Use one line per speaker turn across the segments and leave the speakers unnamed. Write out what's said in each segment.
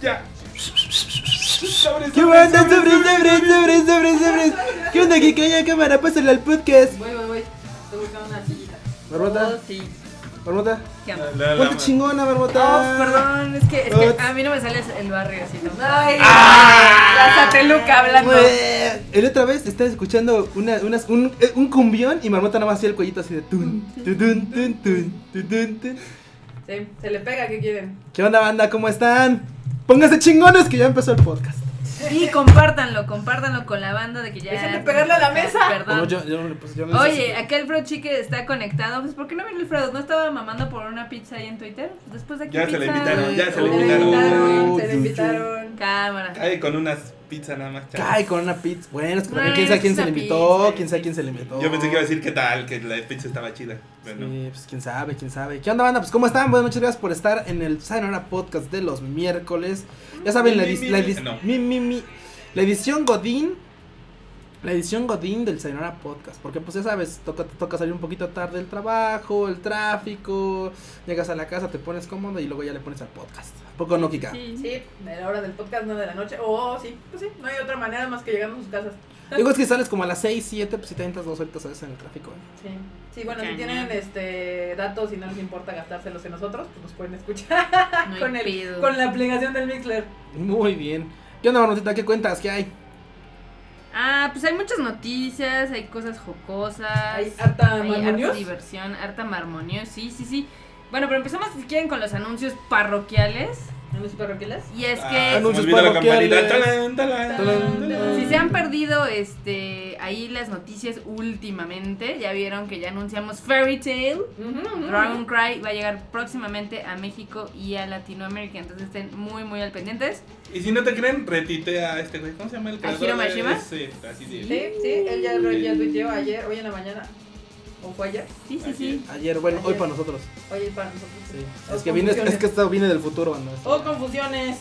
Ya.
¿Qué onda? Sobres, sobres, sobres, sobres, sobres. ¿Qué onda que calla cámara? Pásale al podcast.
Voy, voy, voy. Estoy buscando una sillita.
Barbota.
Oh, sí.
Marmota,
¿Qué onda?
La- la-
ponte chingona,
Oh,
Marmota.
perdón, es que, es que
Ups.
a mí no me sale el barrio así. ¿no? Ay, la sateluca hablando.
Mue- Pues, El otra vez estaba escuchando una, unas, un, eh, un cumbión y Marmota nada más hacía el cuellito así de tun, tun, tun, tun, tun, tun, tun, tun.
Sí, se le pega, ¿qué quieren?
¿Qué onda, banda? ¿Cómo están? Pónganse chingones que ya empezó el podcast.
Y compártanlo, compártanlo con la banda de que ya.
Dejen de pegarle a la mesa.
Perdón.
Como yo- yo no le puse- yo no le
Oye,
puse-
acá el Fro Chique está conectado. Pues, ¿por qué no vino el Fredo? ¿No estaba mamando por una pizza ahí en Twitter? Pues, Después de aquí
Ya se
pizza.
le invitaron, ya se le
Oh.
invitaron.
Oh,
Se le
chuchu.
invitaron.
Cámara.
Cae con unas pizzas nada más. chaval.
Cae con una pizza. Bueno, es que también
Ay,
quién sabe quién
es
se le
una
invitó,
pizza.
quién sabe quién se le invitó.
Yo pensé que iba a decir qué tal, que la pizza estaba chida. Pero no.
Sí, pues quién sabe, quién sabe. ¿Qué onda, banda? Pues cómo están? Buenas noches, gracias por estar en el Sayonara Podcast de los miércoles. Ya saben, la,
Mi,
edis-
mi,
la,
mi.
edis-
No.
mi, mi, mi. la edición Godín. La edición Godín del Sayonara Podcast. Porque pues ya sabes, toca, te toca salir un poquito tarde del trabajo, el tráfico. Llegas a la casa, te pones cómodo y luego ya le pones al podcast. ¿A poco no, Kika?
Sí, de la hora del podcast, no de la noche. Oh, sí, pues sí, no hay otra manera más que llegando a sus casas.
Digo, es que sales como a las 6, 7, pues si te entras dos horitas a veces en el tráfico. ¿eh?
Sí, sí bueno,
Cañón.
si tienen este datos y no les importa gastárselos en nosotros, pues nos pueden escuchar
No hay
con, el,
pedo.
con la aplicación del Mixler.
Muy bien. ¿Qué onda, Marmotita? ¿Qué cuentas? ¿Qué hay?
Ah, pues hay muchas noticias, hay cosas jocosas.
Hay harta
Ah, Hay
Marmon
harta
News.
diversión, harta marmonio, sí, sí, sí. Bueno, pero empezamos si quieren con los anuncios parroquiales.
¿En los parroquiales?
Y es
Ah, se me
que
Anuncios
olvidó la
parroquiales.
campanita. Talán, talán,
Talán,
talán.
talán.
si se han perdido este ahí las noticias últimamente, ya vieron que ya anunciamos Fairy Tale. Dragon Cry va a llegar próximamente a México y a Latinoamérica, entonces estén muy muy al pendientes.
Y si no te creen, retite a este güey. ¿Cómo se llama el creador?
Hiro Mashima?
Sí, así de.
Sí, sí, él ya, ya tuiteó ayer, hoy en la mañana. ¿O fue ayer?
Sí, sí, sí.
Ayer, bueno, hoy
Ayer.
para nosotros.
Hoy es para nosotros.
Sí.
Oh,
Es que, viene, es
confusiones.
que esto viene del futuro, ¿no?
Oh, confusiones.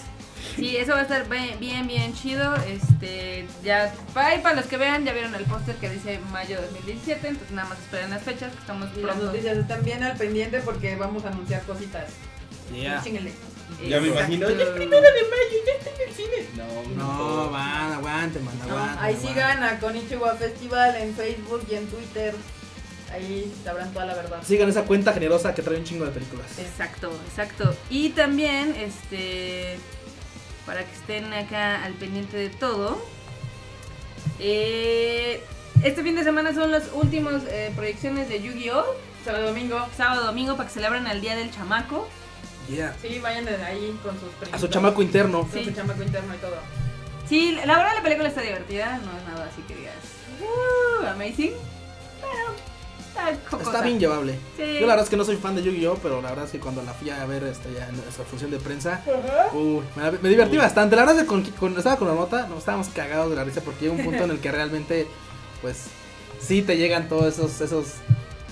Sí, eso va a estar bien, bien, bien chido. Este, ya, para, para los que vean, ya vieron el póster que dice mayo de 2017, entonces nada más esperen las fechas, que estamos
Y las
pronto.
noticias están bien al pendiente porque vamos a anunciar cositas.
Yeah.
Chíngale.
Ya me imagino.
Exacto.
"Oye, es primero de mayo, ya estoy en el cine. No,
No, van, aguante, man,
No,
aguante.
ahí
aguante.
sigan a Konichiwa Festival en Facebook y en Twitter. Ahí sabrán toda la verdad.
Sigan esa cuenta generosa que trae un chingo de películas.
Exacto, exacto. Y también, este, para que estén acá al pendiente de todo, eh, este fin de semana son las últimas eh, proyecciones de Yu-Gi-Oh!
Sábado domingo.
Sábado, domingo, para que celebren el Día del Chamaco.
Yeah.
Sí, vayan de ahí con sus primitos.
A su chamaco interno.
Con
Sí.
su chamaco interno y todo.
Sí, la verdad la película está divertida, no es nada así que digas, "Uh, amazing, pero está jocosa.
Está bien llevable.
Sí.
Yo la verdad es que no soy fan de Yu-Gi-Oh, pero la verdad es que cuando la fui a ver este, ya en nuestra función de prensa, uy, me, me divertí
Uy.
bastante. La verdad es que con, con- estaba con la nota, nos estábamos cagados de la risa porque llega un punto en el que realmente, pues, sí te llegan todos esos, esos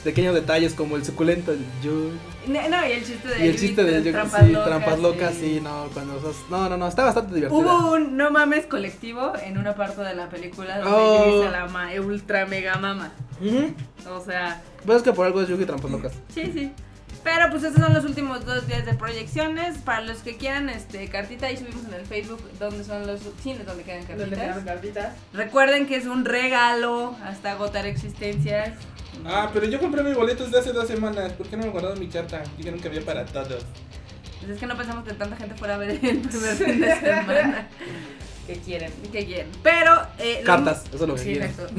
pequeños detalles como el suculento, el yo,
No, no, y el chiste de
Y el chiste de yo-
trampas
sí,
locas,
trampas locas,
sí.
sí, no, cuando esas- No, no, no, está bastante divertido.
Hubo un no mames colectivo en una parte de la película donde
Oh.
Yuri se la ma- ultra mega mama. O sea,
Pero es que por algo es Yugi Trampas Locas.
sí, sí. Pero pues estos son los últimos dos días de proyecciones. Para los que quieran, este, cartita, ahí subimos en el Facebook donde son los cines donde quedan
Donde quedaron
cartitas.
cartitas.
Recuerden que es un regalo hasta agotar existencias.
Ah, pero yo compré mi boleto desde hace dos semanas. ¿Por qué no me guardaron mi carta? Dijeron que había para todos.
Pues es que no pensamos que tanta gente fuera a ver el primer fin de semana.
¿Qué quieren?
Qué bien. Pero. eh, lo-
Cartas, eso es lo que
Sí,
quieren.
exacto.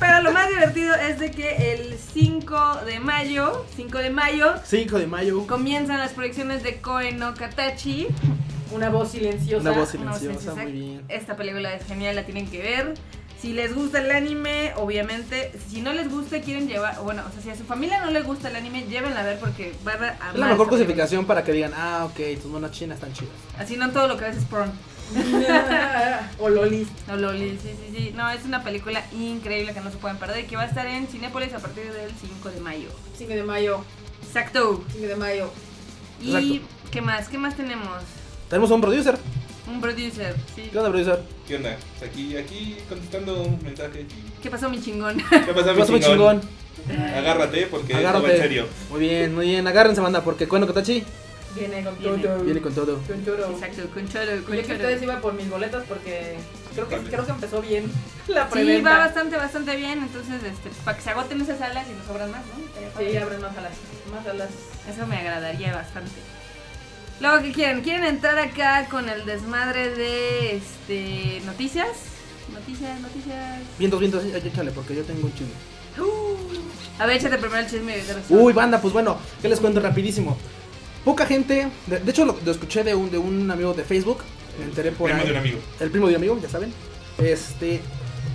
Pero lo más divertido es de que el 5 de mayo, 5 de mayo,
5 de mayo.
comienzan las proyecciones de Koe no Katachi.
Una voz silenciosa.
Una voz
una voz
silenciosa,
silenciosa.
muy bien.
Esta película es genial, la tienen que ver. Si les gusta el anime, obviamente, si no les gusta, quieren llevar, bueno, o sea, si a su familia no le gusta el anime, llévenla a ver porque va a amar
Es la mejor
esta
justificación
eh.
para que digan, ah, ok, tus monas chinas están chidas.
película. Así no todo lo que ves es porn.
o Lolis.
No, Loli, sí, sí, sí. No, es una película increíble que no se pueden perder y que va a estar en Cinépolis a partir del 5 de mayo.
5 de mayo.
Exacto.
5 de mayo.
¿Y qué más? ¿Qué más tenemos?
Tenemos a un producer.
Un producer, sí.
¿Qué onda, producer?
¿Qué onda? Pues Aquí, aquí contestando un mensaje.
¿Qué pasó, mi chingón?
¿Qué pasa, mi
Vas muy
chingón?
chingón.
Agárrate porque esto va
Agárrate.
en serio.
Muy bien, muy bien. Agárrense, banda, porque cuando Kotachi
Viene con
Viene.
todo.
viene con todo.
Con todo.
Exacto, con cholo,
Yo
con
que ustedes
cholo.
iban por mis boletas porque creo que,
Vale.
creo que empezó bien
Sí,
la
va
preventa.
bastante, bastante bien. Entonces, este, para que se agoten esas alas y nos sobran más, ¿no? Estaría padre.
Sí, abren más a las. Más a las.
Eso me agradaría bastante. Luego, ¿qué quieren? ¿Quieren entrar acá con el desmadre de este noticias? Noticias, noticias.
Vientos, vientos, sí, échale, porque yo tengo un chisme.
Uh. A ver, échate primero el chisme de razón.
Uy, banda, pues bueno, ¿qué les cuento rapidísimo? Poca gente, de, de hecho lo, lo escuché de un, de un amigo de Facebook, me enteré por
Primo
ahí.
de un amigo.
el primo de un amigo, ya saben. Este,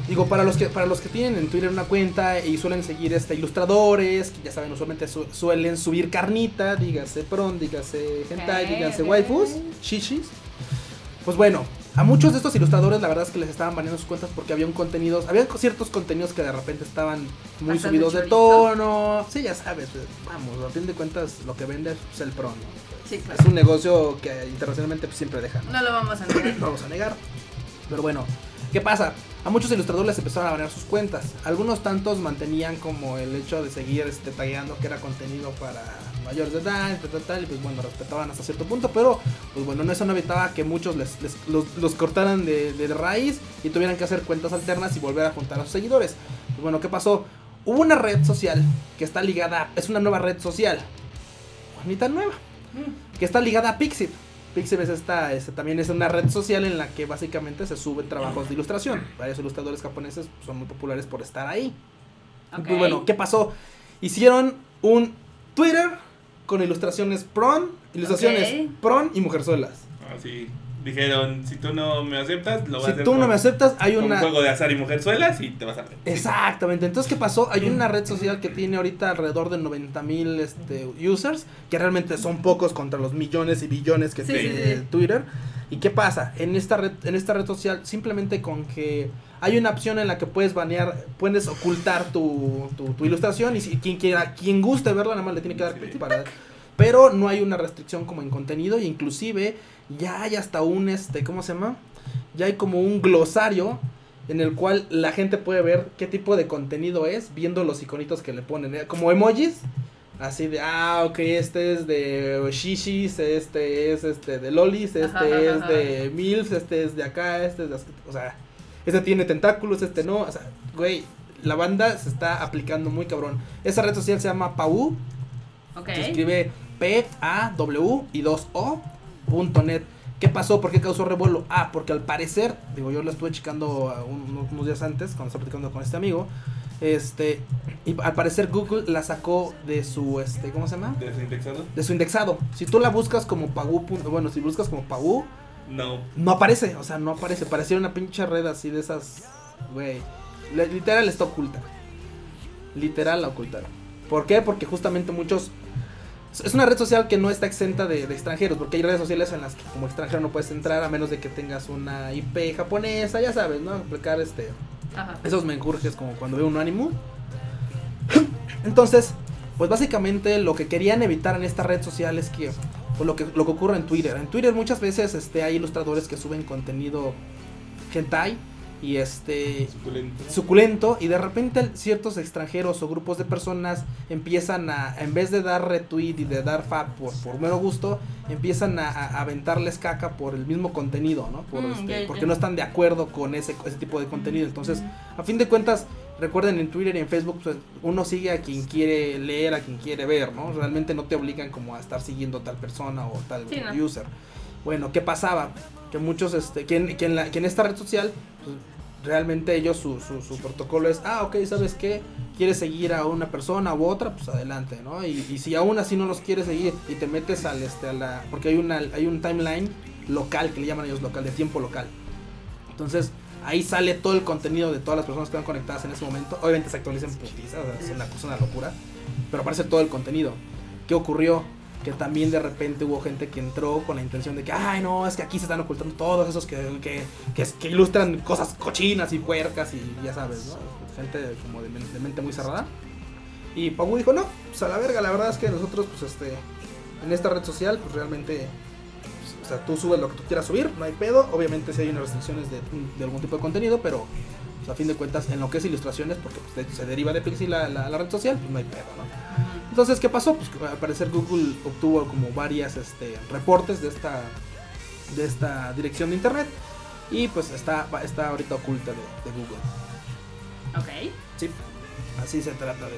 digo, para los que para los que tienen en Twitter una cuenta y suelen seguir este ilustradores, que ya saben, usualmente su- suelen subir carnita, dígase pron, dígase hentai,
Sí,
dígase
sí.
waifus, chichis. Pues bueno, a muchos de estos ilustradores la verdad es que les estaban baneando sus cuentas porque había un contenidos, había ciertos contenidos que de repente estaban muy
Bastante
subidos de
chorizo.
tono. Sí, ya sabes, pues, vamos, a fin de cuentas lo que vende es el pron. ¿no?
Sí, claro.
Es un negocio que internacionalmente pues, siempre deja. ¿no?
No lo vamos a negar.
no vamos a negar. Pero bueno, ¿qué pasa? A muchos ilustradores les empezaron a banear sus cuentas. Algunos tantos mantenían como el hecho de seguir este, tagueando que era contenido para mayores de edad, tal, tal, tal, y pues bueno, respetaban hasta cierto punto, pero pues bueno, no, eso no evitaba que muchos les, les- los, los cortaran de, de raíz y tuvieran que hacer cuentas alternas y volver a juntar a sus seguidores. Pues bueno, ¿qué pasó? Hubo una red social que está ligada, es una nueva red social, Juanita Nueva, que está ligada a Pixit. Pixel es esta, este, también es una red social en la que básicamente se suben trabajos de ilustración. Varios ilustradores japoneses son muy populares por estar ahí. Y
Ok.
Pues bueno, ¿qué pasó? Hicieron un Twitter con ilustraciones pron, ilustraciones
Ok.
pron y mujerzuelas.
Así dijeron, si tú no me aceptas, lo vas a
Si
hacer
tú no
con-
me aceptas, hay
con un
una
juego de azar y mujerzuelas y te vas a ver.
Exactamente, entonces ¿qué pasó? Hay una red social que tiene ahorita alrededor de 90 mil este, users, que realmente son pocos contra los millones y billones que
Sí,
tiene
sí, sí.
Twitter. ¿Y qué pasa? En esta, red, en esta red social simplemente con que hay una opción en la que puedes banear, puedes ocultar tu, tu- tu ilustración y si quien quiera, quien guste verla nada más le tiene que dar
Sí.
clic para... Pero no hay una restricción como en contenido e inclusive ya hay hasta un, este, ¿cómo se llama? Ya hay como un glosario en el cual la gente puede ver qué tipo de contenido es viendo los iconitos que le ponen, ¿eh? como emojis, así de, ah, ok, este es de shishis, este es este de lolis, este
Ajá, ajá,
es
ajá.
de milfs, este es de acá, este es de, as- o sea, este tiene tentáculos, este no, o sea, güey, la banda se está aplicando muy cabrón. Esa red social se llama Pau,
Ok.
se escribe P-A-W y 2-O punto net. ¿Qué pasó? ¿Por qué causó revuelo? Ah, porque al parecer, digo, yo lo estuve checando a un- unos, unos días antes cuando estaba platicando con este amigo. Este, y al parecer Google la sacó de su, este, ¿cómo se llama?
¿Desindexado?
De su indexado. Si tú la buscas como Pagu, punto- bueno, si buscas como Pagu,
No.
no aparece, o sea, no aparece. Parecía una pinche red así de esas, güey. Le- Literal está oculta. Literal la ocultaron. ¿Por qué? Porque justamente muchos... es- Es una red social que no está exenta de, de extranjeros, porque hay redes sociales en las que como extranjero no puedes entrar a menos de que tengas una IP japonesa, ya sabes, ¿no? Aplicar este...
Ajá.
Esos menjurjes como cuando veo un anime. Entonces, pues básicamente lo que querían evitar en esta red social es que pues lo que lo que ocurre en Twitter. En Twitter muchas veces este hay ilustradores que suben contenido hentai y este
Suculento.
suculento y de repente ciertos extranjeros o grupos de personas empiezan a, en vez de dar retweet y de dar fab por, por mero gusto, empiezan a, a- a aventarles caca por el mismo contenido, ¿no? Por,
Mm,
este,
ya, ya.
Porque no están de acuerdo con ese, ese tipo de contenido. Entonces, a fin de cuentas, recuerden en Twitter y en Facebook, pues, uno sigue a quien quiere leer, a quien quiere ver, ¿no? Realmente no te obligan como a estar siguiendo a tal persona o tal
Sí, ¿no?
user. Bueno, ¿qué pasaba? Que muchos, este, que en, que en la- que en esta red social, pues, realmente ellos su, su, su protocolo es, ah, ok, ¿sabes qué? ¿Quieres seguir a una persona u otra? Pues adelante, ¿no? Y, y si aún así no los quieres seguir y te metes al, este, a la, porque hay, una, hay un timeline local, que le llaman ellos local, de tiempo local. Entonces, ahí sale todo el contenido de todas las personas que están conectadas en ese momento. Obviamente se actualiza en putiza, o sea, es una, es una locura. Pero aparece todo el contenido. ¿Qué ocurrió? Que también de repente hubo gente que entró con la intención de que, ay, no, es que aquí se están ocultando todos esos que, que, que, que ilustran cosas cochinas y puercas y ya sabes, ¿no? Gente como de, men- de mente muy cerrada. Y Pagu dijo, no, pues a la verga, la verdad es que nosotros, pues este, en esta red social, pues realmente, pues, o sea, tú subes lo que tú quieras subir, no hay pedo. Obviamente si hay unas restricciones de, de algún tipo de contenido, pero pues, a fin de cuentas, en lo que es ilustraciones, porque pues, de hecho, se deriva de Pixie la, la- la red social, pues no hay pedo, ¿no?
Mm,
Entonces, ¿qué pasó? Pues que, al parecer Google obtuvo como varias este, reportes de esta, de esta dirección de internet y pues está, está ahorita oculta de, de Google.
Ok.
Sí, así se trata de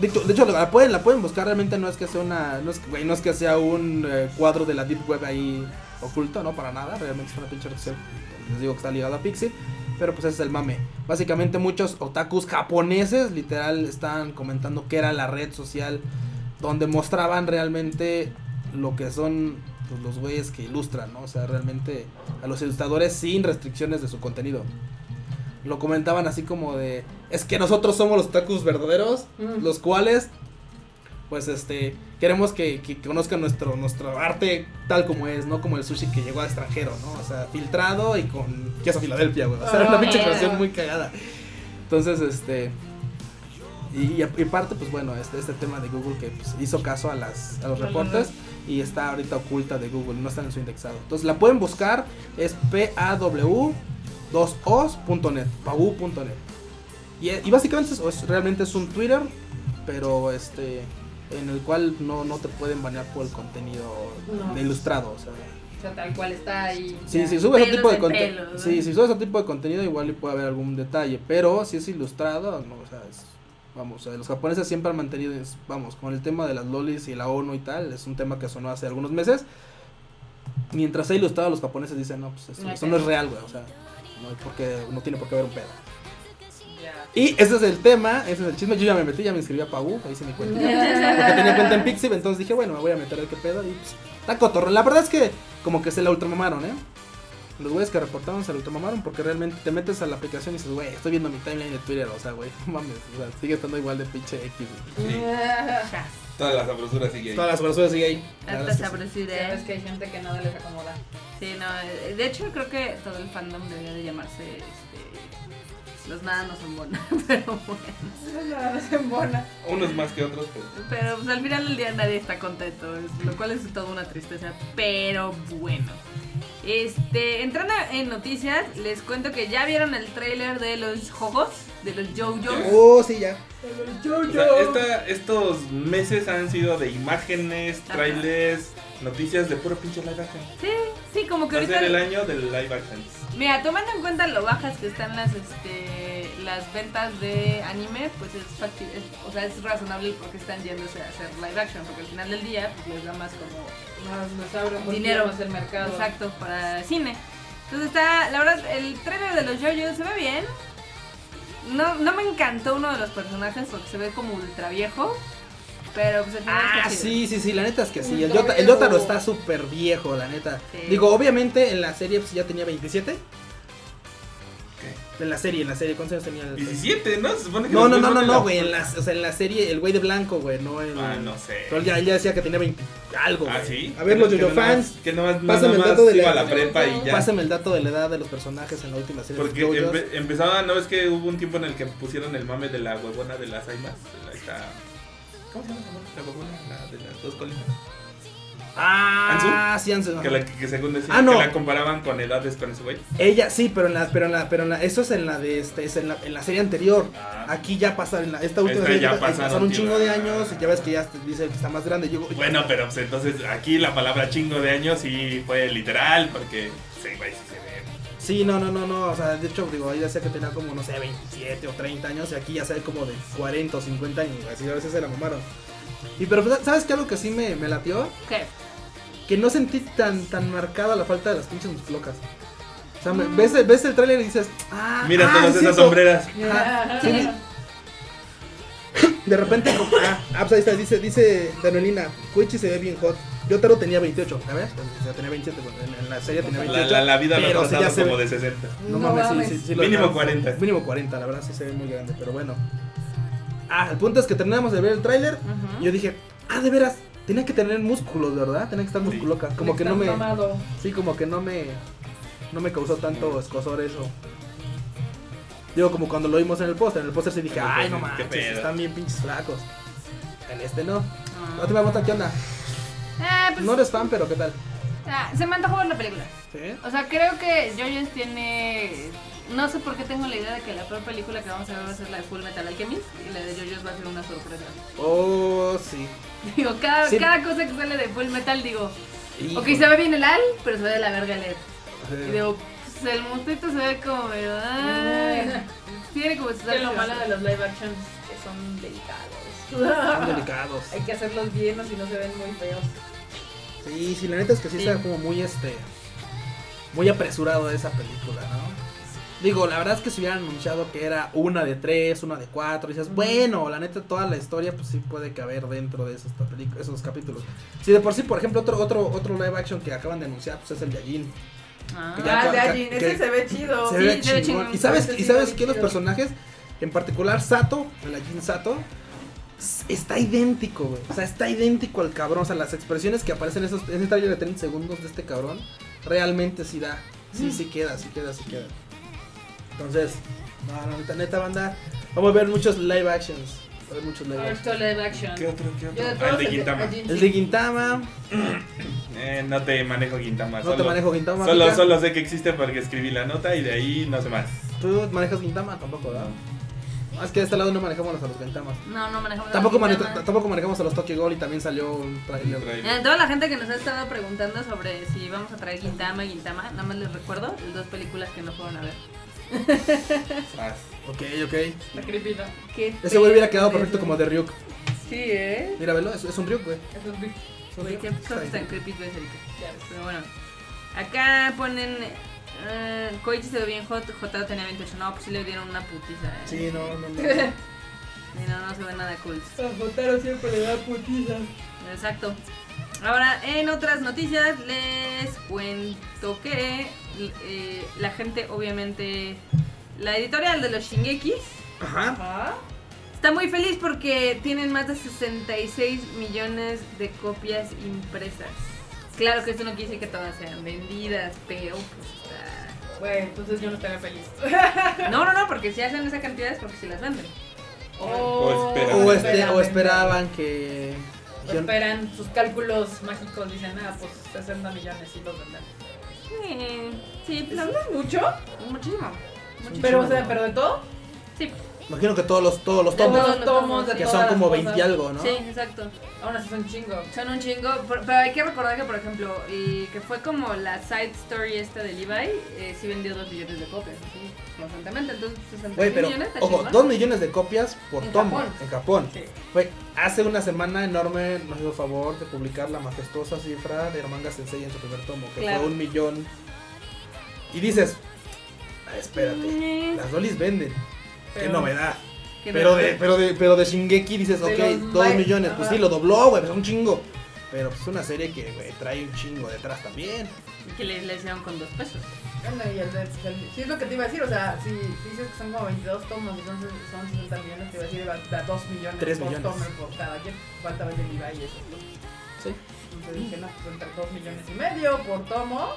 De hecho, de hecho, la pueden, la pueden buscar, realmente no es que sea una. No es, güey, no es que sea un eh, cuadro de la Deep Web ahí oculto, no para nada. Realmente es una pinche red social, Les digo que está ligada a Pixie. Pero pues ese es el mame. Básicamente muchos otakus japoneses literal estaban comentando que era la red social donde mostraban realmente lo que son pues, los güeyes que ilustran, ¿no? O sea, realmente a los ilustradores sin restricciones de su contenido. Lo comentaban así como de, es que nosotros somos los otakus verdaderos,
Mm.
los cuales, pues este, queremos que, que conozcan nuestro, nuestro arte tal como es, no como el sushi que llegó al extranjero, ¿no? O sea, filtrado y con queso Filadelfia, güey. O sea, era una
Ah,
pinche
mira.
creación muy cagada. Entonces, este, y, y aparte, pues bueno, este, este tema de Google que pues, hizo caso a, las, a los
Lo
reportes y está ahorita oculta de Google, no está en su indexado. Entonces la pueden buscar, es paw2os.net, paw.net. Y, e- y básicamente es, es- realmente es un Twitter, pero este en el cual no, no te pueden banear por el contenido
No.
de ilustrado. O sea,
O sea, tal cual está ahí.
Sí,
ya.
si subes ese
pelos
tipo de
en
contenido.
pelos, ¿no?
Sí, si subes ese tipo de contenido igual y puede haber algún detalle, pero si es ilustrado, no, o sea, es- vamos, o sea, los japoneses siempre han mantenido, es- vamos, con el tema de las lolis y la ONU y tal, es un tema que sonó hace algunos meses. Mientras sea ilustrado, los japoneses dicen, no, pues eso,
No hay
eso no es
pedo".
real, güey, o sea, no hay por qué- no tiene por qué haber un pedo.
Ya.
Y ese es el tema, ese es el chisme, yo ya me metí, ya me inscribí a Pagu, ahí se me cuenta. Porque tenía cuenta en Pixiv, entonces dije, bueno, me voy a meter a ver qué pedo. Y pues, está cotorro. La verdad es que como que se la ultramamaron, ¿eh? Los güeyes que reportaron se la ultramamaron porque realmente te metes a la aplicación y dices, güey, estoy viendo mi timeline de Twitter, o sea, güey, no mames, o sea, sigue estando igual de pinche X. güey.
Sí,
Chas.
todas las sabrosuras siguen.
Todas las personas sigue ahí. La verdad
Hasta
es que sí.
sabrosura.
Sabes que hay gente que nada les acomoda.
Sí, no, eh, de hecho creo que todo el fandom debería de llamarse este, Los nada no son bonas, pero bueno.
Nada les embona.
Unos más que otros, pero.
Pero pues al final del día nadie está contento, es- lo cual es toda una tristeza, pero bueno. Este, entrando en noticias, les cuento que ya vieron el tráiler de los Jojos, de los JoJo's.
Oh, sí, ya.
O sea, esta- estos meses han sido de imágenes,
Ajá.
trailers, noticias de puro pinche live action.
Sí, como que
Va a
ahorita
ser el año del live action.
Mira, tomando en cuenta lo bajas que están las este las ventas de anime, pues es, facti- es- o sea, es razonable porque están yéndose a hacer live action, porque al final del día pues, les da más como
Nos, nos abre un
Dinero.
dinero más el mercado.
exacto para cine. Entonces está, la verdad, el trailer de los JoJo se ve bien. No, no me encantó uno de los personajes porque se ve como ultra viejo, pero pues al final
Ah,
está chido.
sí, sí, sí, la neta es que sí.
Un
El, Yota- el Yotaro
Yotaro.
está súper viejo, la neta.
Sí.
Digo, obviamente en la serie pues, ya tenía 27.
¿Qué?
En la serie, en la serie, ¿cuántos años tenía? el-
17, ¿no? Se supone que
No, no,
después
no, no,
van a
no,
la-
güey. En la, o sea, en la serie, el güey de blanco, güey, no el.
Ah, no sé.
Pero él ya, él ya decía que tenía 20 algo.
Ah,
güey.
sí.
A ver, los yoyo fans,
Que nomás,
pásame
nada
el
más
dato de la-
iba a la prepa y ya.
pásenme el dato de la edad de los personajes en la última serie. de
Porque
los yoyos.
empe- empezaba, ¿no? Es que hubo un tiempo en el que pusieron el mame de la huevona de las aimas. de la- esta- ¿Cómo se llama esa madre? la huevona? La de las dos colinas.
Ah, sí, Anzu.
Que, la, que, que según decían,
Ah, no.
que la comparaban con edades con ese güey.
Ella, sí, pero en la, pero en la, pero en la, eso es en la de este, es en la, en la serie anterior.
Ah.
Aquí ya pasaron, en la, esta última
Esta
serie
ya
ahí
pasaron,
pasaron un
tío.
chingo de años, y ya ves que ya te dice que está más grande. Yo,
Bueno, pero pues entonces aquí la palabra chingo de años sí fue literal, porque sí, güey, sí se ve.
Sí, no, no, no, no, o sea, de hecho, digo, ahí decía que tenía como, no sé, 27 o 30 años y aquí ya se ve como de 40 o 50 años, así a veces se la mamaron. Y pero, pues, ¿sabes qué? Algo que sí me, me latió,
¿Qué?
que no sentí tan, tan marcada la falta de las pinches musculocas. O sea, me- ves, el- ves el tráiler y dices, ah,
Mira
ah,
todas
es
esas
cierto.
sombreras.
Ajá, sí, De repente, como, ah, ah, pues ahí está, dice, dice Danolina, Cuichi se ve bien hot. Yotaro tenía 28, ¿sabes? O sea, tenía 27, bueno, en, en la serie tenía
La,
28.
la, la vida lo
pero
ha
sí ya
tratado
se
como
ve-
de 60.
No,
No
mames, sí,
mames.
sí, sí lo
Mínimo
alcanza.
40.
Mínimo 40, la verdad sí se ve muy grande, pero bueno. Ah, el punto es que terminamos de ver el tráiler y yo dije, ah, de veras, tenía que tener músculos, ¿verdad? Tenía que estar musculoca. Como que no me...
Mamado.
Sí, como que no me no me causó tanto escosor eso. Digo, como cuando lo vimos en el póster, en el póster sí dije,
En el
ay, no
póster, qué
manches,
pedo".
están bien pinches flacos. En este no.
Ah.
No te pregunta qué onda.
Ah, pues,
No eres fan, pero qué tal.
ah, se me antojó ver la película.
¿Sí?
O sea, creo que Jojo's tiene. No sé por qué tengo la idea de que la peor película que vamos a ver va a ser la de Full Metal Alchemist y la de Jojo's va a ser una sorpresa.
Oh, sí.
Digo, cada,
Sí.
cada cosa que sale de Full Metal, digo, ok,
Híjole.
se ve bien el Al, pero se ve de la verga el Ed. Y
Sí.
digo, pues, el monstruito se ve como. medio, ay, Tiene como sus
Es que lo
artes
malo de
así.
los live actions que son delicados.
Están delicados.
Hay que hacerlos bien o si no se ven muy feos.
Sí, sí, la neta es que sí,
Sí.
está como muy este. Muy apresurado esa película, ¿no? Digo, la verdad es que si hubieran anunciado que era una de tres, una de cuatro, dices, bueno, la neta toda la historia, pues sí puede caber dentro de esos, pelic- esos capítulos. Si de por sí, por ejemplo, otro, otro, otro live action que acaban de anunciar, pues es el de Ajin.
Ah.
Ya
ah,
cuando-
de Ajin,
que-
ese se ve chido.
Se
Sí,
ve
se ve
chingón.
chingón.
Y sabes,
Ese
y
sí
sabes
está
que los
chido.
personajes, en particular Sato, el Ajin Sato, s- está idéntico, güey. O sea, está idéntico al cabrón. O sea, las expresiones que aparecen en, esos, en ese trailer de 30 segundos de este cabrón, realmente sí da. Sí, sí queda, sí queda, sí queda. Entonces, no, no, neta, neta, banda. Vamos a ver muchos live actions. Va a haber muchos live actions.
Ah, live action.
¿Qué otro? ¿Qué otro?
Yo de
Ah, el
todos
de
el de
Gintama.
Ajin,
El
sí.
de Gintama,
Eh, no te manejo Gintama.
no
solo,
te manejo Gintama.
solo,
Kika.
solo sé que existe porque escribí la nota y de ahí no sé más.
Tú manejas Gintama tampoco, ¿verdad? Ah, Es que de este lado no manejamos a los Gintamas.
No, no manejamos.
Tampoco,
la
mane-
Gintama.
tampoco manejamos a los Tokyo Gol y también salió un trailer.
Eh, toda la gente que nos ha estado preguntando sobre si vamos a traer Guintama, Guintama, nada más les recuerdo las dos películas que no fueron a ver.
Ah,
Ok, ok.
Está creepy, ¿no?
¿Qué?
Ese güey hubiera quedado perfecto como de Ryuk.
Sí, ¿eh?
Mira, velo, es, es un Ryuk, güey.
Es un big-
Es un
Güey,
Ryuk.
qué
Está
cosas tan
bien.
creepy ves ahorita.
ya ves.
Pero bueno, acá ponen. eh, Koichi se ve bien hot, Jotaro tenía 28. No, pues sí le dieron una putiza. ¿eh?
Sí, no, no, no.
Y No, no se ve nada cool.
A Jotaro siempre le da putiza.
Exacto. Ahora, en otras noticias les cuento que eh, la gente, obviamente, la editorial de los Shingekis
Ajá.
Ajá.
está muy feliz porque tienen más de 66 millones de copias impresas. Claro que esto no quiere decir que todas sean vendidas, pero pues está...
Güey, entonces yo no estaría feliz.
No, no, no, porque si hacen esa cantidad es porque si las venden.
O espera.
O, este,
esperan,
o esperaban que.
O esperan sus cálculos mágicos, dicen, ah, pues 60 millones y los venden.
Eh, Sí,
¿Eso
no,
no es mucho?
muchísimo. muchísimo.
Pero, o sea, pero de todo.
Sí,
Imagino que todos los, todos los
De
tomos,
todos los tomos, de
que
todas
son
las
como
cosas.
20 y algo, ¿no?
sí, exacto.
Aún así son chingos.
Son un chingo, por- pero hay que recordar que, por ejemplo, y que fue como la side story esta de Levi, eh, sí vendió 2 millones de copias, así, constantemente. Entonces, 60
Güey, pero,
millones, está
ojo,
chingón.
2 millones de copias por
En
tomo
Japón.
en Japón.
Sí.
Güey, hace una semana enorme nos hizo favor de publicar la majestuosa cifra de Hermanga Sensei en su primer tomo, que
Claro.
fue un millón. Y dices, "Ah, espérate,
Mm,
las lolis venden, qué
Pero-
novedad.
que
Pero
no.
de, pero de, pero de Shingeki dices,
De
ok,
los
dos
live-
millones, pues
ajá.
sí, lo dobló, güey, es un chingo. Pero pues una serie que, güey, trae un chingo detrás también.
Y Que le, le hicieron con 2 pesos.
Anda, y el de- el- Sí, es lo que te iba a decir, o sea, si dices que son como 22 tomos, entonces son 60 millones, te iba a decir, va a dar 2 millones
Tres
por
millones.
tomo por cada quien. Falta ver el IVA y eso.
Sí.
Entonces dije, no, pues entre 2 millones y medio por tomo,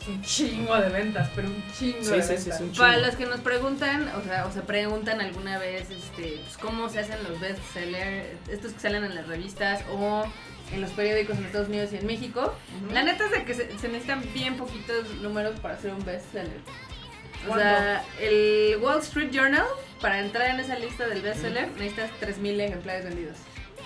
es un chingo de ventas, pero un chingo
Sí,
de
sí,
ventas.
sí, es un chingo.
Para los que nos preguntan, o sea, o se preguntan alguna vez, este, pues, cómo se hacen los bestsellers, estos que salen en las revistas o en los periódicos en Estados Unidos y en México.
Ujú.
La neta es de que se, se necesitan bien poquitos números para hacer un bestseller. O
¿Cuánto?
sea, el Wall Street Journal, para entrar en esa lista del bestseller, necesitas 3.000 ejemplares vendidos.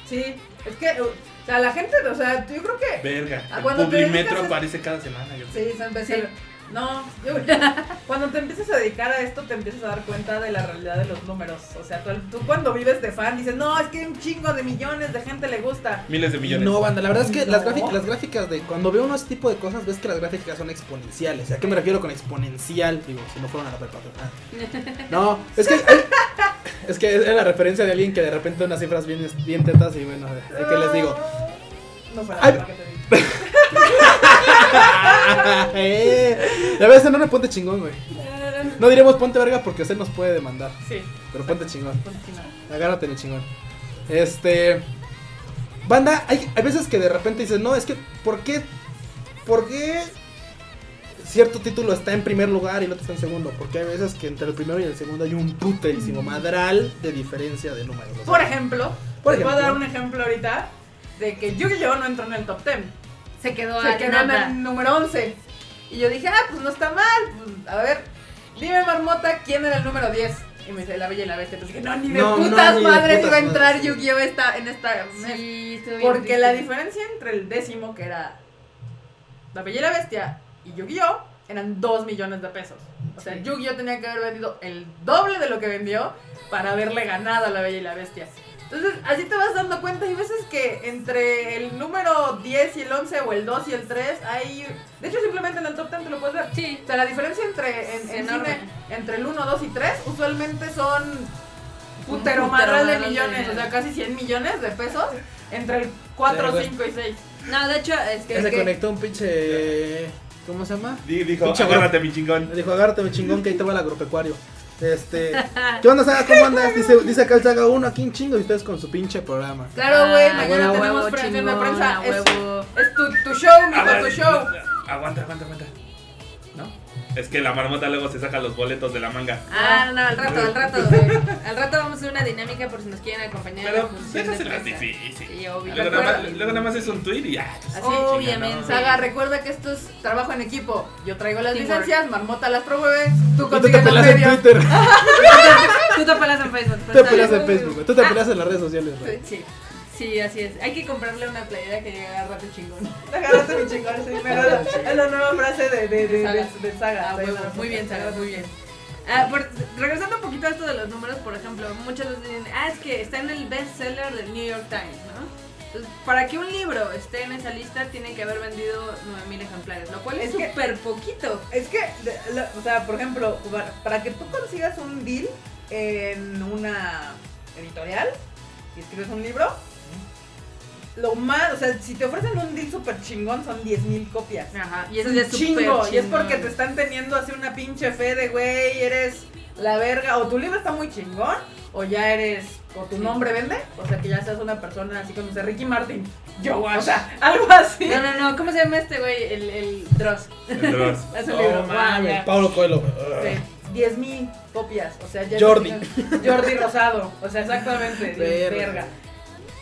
Sí, es que, o sea, la gente, o sea, yo creo que.
Verga.
Ah,
El
cuando te
Publimetro
dedicas a-
aparece cada semana. Yo.
Sí, son
Sí.
bestseller. No, yo cuando te empiezas a dedicar a esto te empiezas a dar cuenta de la realidad de los números. O sea, tú, tú cuando vives de fan dices, no, es que un chingo de millones de gente le gusta.
Miles de millones.
No, banda, la verdad es que las,
No.
gráficas, las gráficas de cuando veo unos tipo de cosas, ves que las gráficas son exponenciales. ¿A qué me refiero con exponencial? Digo, si no fueron a la prepa. pero- ah. No, es que es que es la referencia de alguien que de repente unas cifras bien, bien tetas y bueno, ¿de ¿qué les digo?
No fue la
Ay,
verdad que te dije.
Eh, Ya ves, no me ponte chingón, güey. No diremos ponte verga porque se nos puede demandar.
Sí,
Pero ponte chingón.
continúa.
Agárrate en el chingón. Este. Banda, hay, hay veces que de repente dices, no, es que, ¿por qué? ¿Por qué cierto título está en primer lugar y el otro está en segundo? Porque hay veces que entre el primero y el segundo hay un puterísimo madral de diferencia de números. O sea,
Por ejemplo,
Por
les voy a dar un
ejemplo.
ejemplo ahorita de que Yu-Gi-Oh no entró en el top 10.
Se quedó
Se
a
quedó en
ah, nada.
el número 11. Y yo dije, ah, pues no está mal. Pues, a ver, dime, Marmota, ¿quién era el número 10? Y me dice, la bella y la bestia. Entonces dije, no, ni de
No, no,
putas
ni de
madres
putas
iba a entrar
madres.
Yu-Gi-Oh esta, en esta.
Sí, estuvo bien
Porque la
triste.
diferencia entre el décimo, que era La Bella y la Bestia, y Yu-Gi-Oh, eran 2 millones de pesos. O sea,
Sí.
Yu-Gi-Oh tenía que haber vendido el doble de lo que vendió para haberle ganado a La Bella y la Bestia. Entonces, así te vas dando cuenta. Hay veces que entre el número 10 y el 11, o el 2 y el 3, hay. De hecho, simplemente en el top 10 te lo puedes ver.
Sí.
O sea, la diferencia entre, en- en
Es enorme.
cine, entre el 1, 2 y 3 usualmente son
putero
putero madral de
madral de
millones,
dinero.
o sea, casi 100 millones de pesos entre el 4,
Pero, güey.
5 y 6.
No, de hecho, es que.
Ya se
que-
conectó un pinche. ¿Cómo se llama?
Di- Dijo,
Pinche
agárrate mi chingón.
Me dijo, agárrate, mi chingón, que ahí te va el agropecuario. Este. ¿Qué onda, Saga? ¿Cómo andas? Dice, dice acá el Saga 1 aquí en chingo y ustedes con su pinche programa.
Claro, güey,
Ah, huevo,
mañana tenemos
huevo,
pre- una
chingón,
prensa.
a
Es,
huevo.
es tu, tu show, mijo,
Ah,
Aguanta,
tu show.
Aguanta, aguanta, aguanta. ¿No? Es que la marmota luego se saca los boletos de la manga.
Ah, no, no, al rato, al rato, güey. Al rato vamos a hacer una dinámica por si nos quieren acompañar. en la
Pero pues,
función de
déjaselas
prensa.
difícil.
Sí, obvio.
Luego nada, más,
Recuerda-
luego nada más es un tweet y ya. pues,
Así,
Obviamente.
chinga, no.
Saga, recuerda que esto es trabajo en equipo. Yo traigo las
Teamwork.
licencias, Marmota las promueve, tú
Y tú te
consigues los
peleas en
medios.
Twitter,
Tú te pelas en Facebook.
tú
pero
Pues
te
está bien.
peleas en Facebook, güey, tú
Ah.
te peleas en las redes sociales, güey.
Pues Sí, sí, así es. Hay que comprarle una playera que diga rato chingón.
Agárrate mi chingón, sí, me agrada. Es la nueva frase de, de, de,
Saga.
de- de Saga.
Ah,
Sí,
huevo.
la-
Muy bien, Sara, muy bien. Ah, por- regresando un poquito a esto de los números, por ejemplo, muchas veces dicen, ah, es que está en el bestseller del New York Times, ¿no? Entonces, para que un libro esté en esa lista, tiene que haber vendido 9.000 ejemplares, lo cual es
Es que-
súper poquito.
Es que, de- la- o sea, por ejemplo, para- para que tú consigas un deal en una editorial y escribes un libro, lo más, o sea, si te ofrecen un deal súper chingón son 10.000 copias.
Ajá, Ah, y eso
un
ya es súper
chingo, y es
chingón.
porque te están teniendo así una pinche fe de güey, eres la verga, o tu libro está muy chingón, o ya eres, o tu
Sí.
nombre vende, o sea que ya seas una persona así como dice Ricky Martin, yo, o sea, algo así.
No, no, no, ¿cómo se llama este güey? El, el Dross.
el Dross.
Es un
No
Oh,
libro.
mames,
Vaya.
Pablo Coelho, güey.
Sí, 10.000 copias, o sea, ya
Jordi.
Jordi Rosado, o sea, exactamente,
Verga.
verga.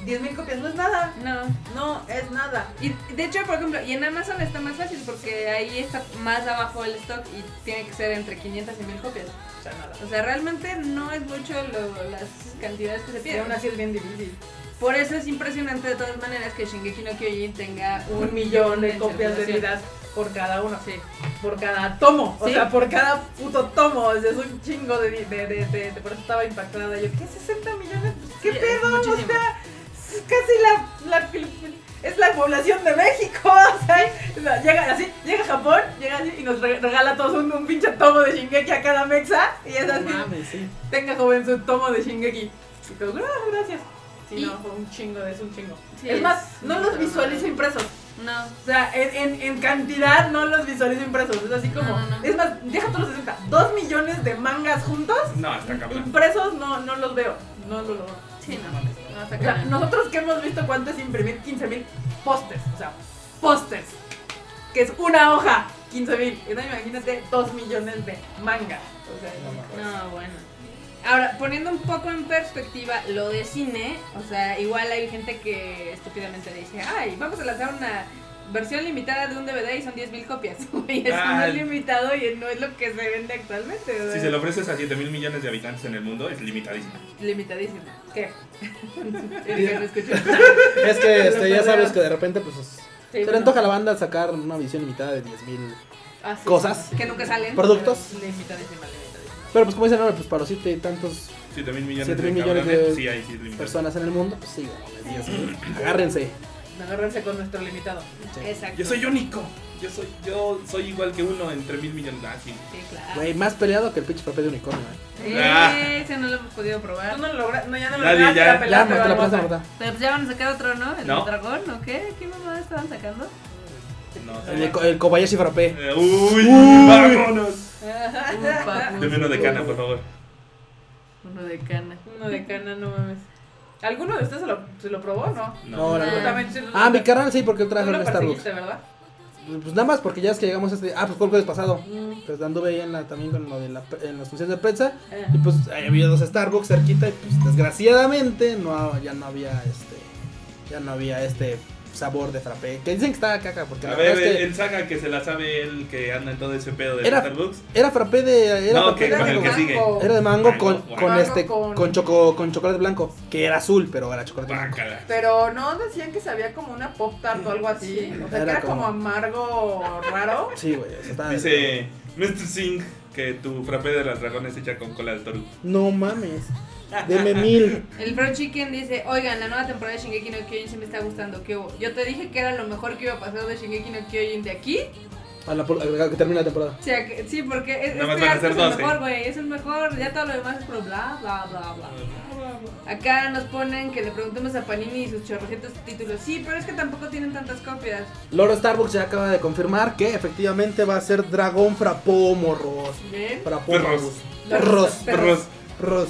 10.000 copias no es nada,
No.
no es nada.
Y de hecho, por ejemplo, y en Amazon está más fácil porque ahí está más abajo el stock y tiene que ser entre 500 y 1000 copias.
O sea, nada.
O sea, realmente no es mucho lo- las cantidades que se
Y aún
piden.
así es bien difícil.
Por eso es impresionante de todas maneras que Shingeki no Kyojin tenga
Un millón de copias
de
vendidas por cada uno.
Sí.
por cada tomo, o
Sí.
sea, por cada puto tomo, o sea, es un chingo de, de, de, de- de- por eso estaba impactada yo, ¿qué 60 millones? ¿Qué
Sí, es
pedo? O
muchísimo.
sea, es casi la, la- es la población de México, o sea, no, llega así, llega a Japón, llega así y nos re- regala a todos un, un pinche tomo de Shingeki a cada mexa y es así,
Mames, sí.
tenga joven su tomo de Shingeki. Y todo, "Ah, gracias. Sí,
Y-
no, fue un chingo, es un chingo.
Sí,
es
es
más, no
un
los
puto
visualizo
madre.
impresos.
No.
O sea, en, en, en cantidad no los visualizo impresos. Es así como.
No, no, no.
Es más, deja todos los 60. Dos millones de mangas juntos.
No, está cabrón.
Impresos no, no los veo. No los logro.
Sí, no. No, está
O sea,
cabrón.
nosotros que hemos visto cuánto es imprimir 15.000 pósters. O sea, pósters. Que es una hoja. 15.000. Y no, imagínate dos millones de mangas. O sea,
No mames.
No, bueno. Ahora, poniendo un poco en perspectiva lo de cine, o sea, igual hay gente que estúpidamente dice, ay, vamos a lanzar una versión limitada de un DVD y son 10.000 copias. Güey, eso no
Ay.
es limitado y no es lo que se vende actualmente. güey.
Si se lo ofreces a 7 mil millones de habitantes en el mundo, es limitadísimo.
Limitadísimo.
¿Qué?
El que no escuchó.
Es que este, ya
peleas.
sabes que de repente, pues, es-
Sí,
se le
bueno.
antoja a la banda sacar una visión limitada de 10.000
Ah, sí,
Cosas.
sí, sí.
que nunca salen.
productos.
Limitadísima, limitadísima.
Pero, pues, como dicen ahora, pues, para los siete y tantos
7 mil millones
Siete
de
mil millones
cabrones,
de
Sí, ahí sí es limitado.
personas en el mundo, pues, sí, güey, 10.000. Agárrense.
Agárrense con nuestro limitado.
Sí.
Exacto.
Yo soy único. Yo soy, yo soy igual que uno entre mil millones. Ah, sí.
Sí, claro.
Güey, más peleado que el pinche papel de unicornio, güey.
Ah.
Eh, Ese no lo hemos podido
Tú
probar.
no lo logra- no, ya no
Nadie,
lograste
ya.
la
Ya,
pelada,
no te la
Barbosa.
plaza, ¿verdad?
Pero pues ya van a sacar otro, ¿no? ¿El
No.
dragón o qué? ¿Qué mamá estaban sacando?
No
El,
sé.
de co- el Kobayashi Frappé.
Eh, Uy,
Uy.
vámonos.
Upa,
Deme uno de cana, por favor.
Uno de cana.
Uno de cana, no mames. ¿Alguno de ustedes se lo, se lo probó, no?
No, la
Ah.
verdad.
También se-
Ah, mi carnal sí, porque él
Tú
trajo
lo
en Starbucks.
perseguiste, ¿verdad?
Pues nada más porque ya es que llegamos a este. Ah, pues cuál jueves pasado. Pues anduve ahí en la, también con lo de la, pre- en las funciones de prensa.
Eh.
Y pues ahí había dos Starbucks cerquita. Y pues desgraciadamente no, ya no había este. Ya no había este sabor de frappé. Que dicen que estaba caca porque
A
la
ver,
verdad es
el,
que.
el saga que se la sabe él que anda en todo ese pedo de
Era-
Starbucks.
Era frappé de. Era
No,
frappé
que
de
con el
mango.
que sigue.
Era de mango
Mango,
con,
guau.
con
Mango
este.
con-
Con... choco, con chocolate blanco. Que era azul, pero era chocolate blanco.
Guácala.
Pero no decían que sabía como una pop tart o algo así. O sea, que
Era
era como
como-
amargo raro.
Sí, güey. o sea, estaba-
Dice Mr. Singh que tu frappé de las dragones hecha con cola de toro.
No mames. Deme mil.
El Pro Chicken dice, oigan, la nueva temporada de Shingeki no Kyojin se me está gustando, ¿qué hubo? Yo te dije que era lo mejor que iba a pasar de Shingeki no Kyojin de aquí.
A la, por- a que termine la temporada.
O sea, que- sí, porque es,
Nada más
este
van a
arco
ser
es el
12.
mejor, güey, es el mejor, ya todo lo demás es pro bla, bla, bla, bla. Acá nos ponen que le preguntemos a Panini y sus chorrocientos títulos. Sí, pero es que tampoco tienen tantas copias.
Loro Starbucks ya acaba de confirmar que efectivamente va a ser Dragón Frappó Morros.
¿Ven?
Frappó
Perros.
Morros. Perros.
Perros.
Perros.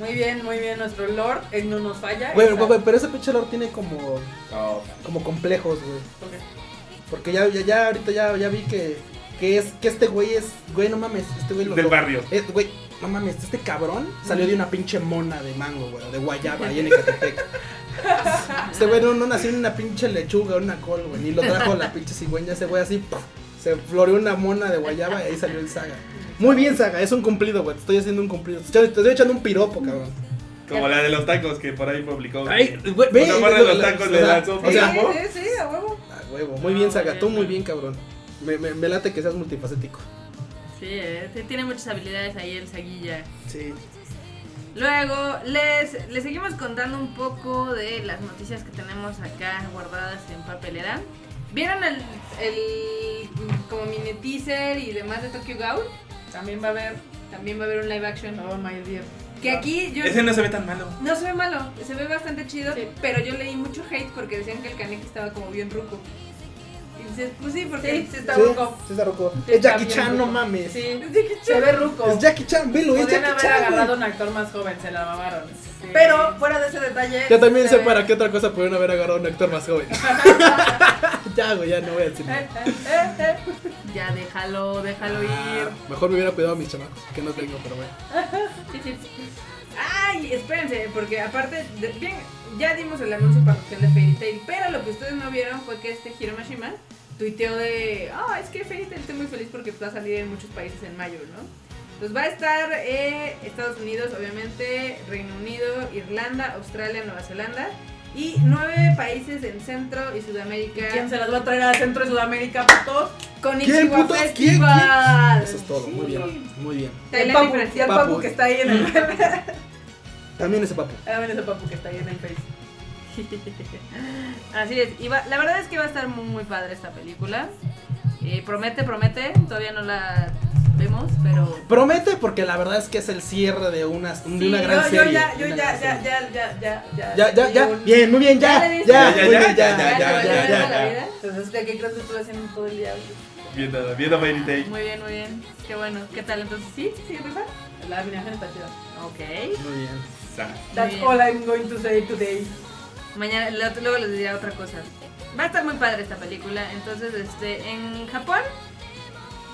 Muy bien, muy bien, nuestro Lord eh, no nos falla.
Güey,
Esa-
güey, güey, pero ese pinche lore tiene como,
No,
como complejos, güey.
¿Por qué?
Porque ya, ya, ya ahorita ya, ya vi que, que es que este güey es. Güey, no mames, este güey lo.
Del
lo-
barrio.
eh, güey, no mames, este cabrón salió de una pinche mona de mango, güey, de guayaba, ahí en Ecatepec. Este güey no, no nació en una pinche lechuga, una col, güey, ni lo trajo la pinche cigüeña, ese güey así, ¡puf! se floreó una mona de guayaba y ahí salió el saga. Muy bien, saga, es un cumplido, güey, te estoy haciendo un cumplido. Te estoy, te estoy echando un piropo, cabrón.
Como la de los tacos que por ahí publicó.
Ay, güey, ve,
Una barra de los tacos le
o sea,
lanzó,
o sea,
¿no?
sí, sí, sí, a huevo.
Ah, huevo, muy bien, Saga, tú muy bien, cabrón. Me, me, me late que seas multifacético.
Sí, eh, sí, tiene muchas habilidades ahí el saguilla.
Sí.
Luego, les, les seguimos contando un poco de las noticias que tenemos acá guardadas en papelera.
¿Vieron el, el mm, como mini teaser y demás de Tokyo Ghoul?
También va a haber.
También va a haber un live action.
Oh my dear.
Que aquí yo...
Ese no se ve tan malo.
No se ve malo, se ve bastante chido,
Sí.
pero yo leí mucho hate porque decían que el Kaneki estaba como bien ruco. Y dices, pues sí, porque...
Sí, sí está
sí,
ruco.
sí está ruco.
Sí,
es
está
Jackie
bien
Chan,
ruco.
no mames.
Sí,
Dije,
se ve ruco.
Es Jackie Chan, velo, es
Podrían
Jackie
haber
Chan.
agarrado
güey.
un actor más joven, se la mamaron.
Sí.
Pero fuera de ese detalle.
Yo también
se
sé
ve-
para qué otra cosa pudieron haber agarrado a un actor más joven. ya, güey, ya no voy a
eh,
decir nada.
Ya déjalo, déjalo
Ah,
ir.
mejor me hubiera cuidado a mis chamacos, que no tengo, pero bueno.
Ay, espérense, porque aparte, de- bien, ya dimos el anuncio para cuestión de Fairy Tail, pero lo que ustedes no vieron fue que este Hiromashima tuiteó de, ah, es que Fairy Tail estoy muy feliz porque va a salir en muchos países en mayo, ¿no? Pues va a estar eh, Estados Unidos, obviamente, Reino Unido, Irlanda, Australia, Nueva Zelanda y nueve países en Centro y Sudamérica.
eh. ¿Quién se las va a traer al centro de Sudamérica, putos?
Con
¿Quién,
Ichiwa
putos? ¿Quién?
Festival.
Eso es todo, muy
Sí.
bien, muy bien.
El
Tailandia y
papu,
Francia.
ya el
Papu. Mm.
papu que está ahí en el.
También ese papo.
Ah, bueno, ese papu que está ahí en el Face.
Así es. Y va- la verdad es que va a estar muy, muy padre esta película. Eh, promete, promete. Todavía no la vemos, pero
Promete porque la verdad es que es el cierre de una, de una
Sí,
gran
yo,
serie.
Yo ya, yo
una
ya,
gran
ya,
serie.
ya, ya, ya, ya.
Ya, ya, ya.
un-
Bien, muy bien,
¿Ya
ya.
le
Ya,
diste?
ya,
Ya,
muy
ya, ya,
bien, ya,
ya,
ya,
ya,
ya, ya,
ya.
ya.
Entonces, ¿de qué crees que estuve haciendo todo el día?
Viendo, viendo Fairy Tail.
muy bien, muy bien. Qué bueno. ¿Qué tal? Entonces, ¿sí? ¿Sí, Rifa?
La animación está chida.
Ok.
Muy bien.
Sa.
That's
Bien.
all I'm going to say today.
Mañana, lo- luego les diré otra cosa. Va a estar muy padre esta película. Entonces, este, en Japón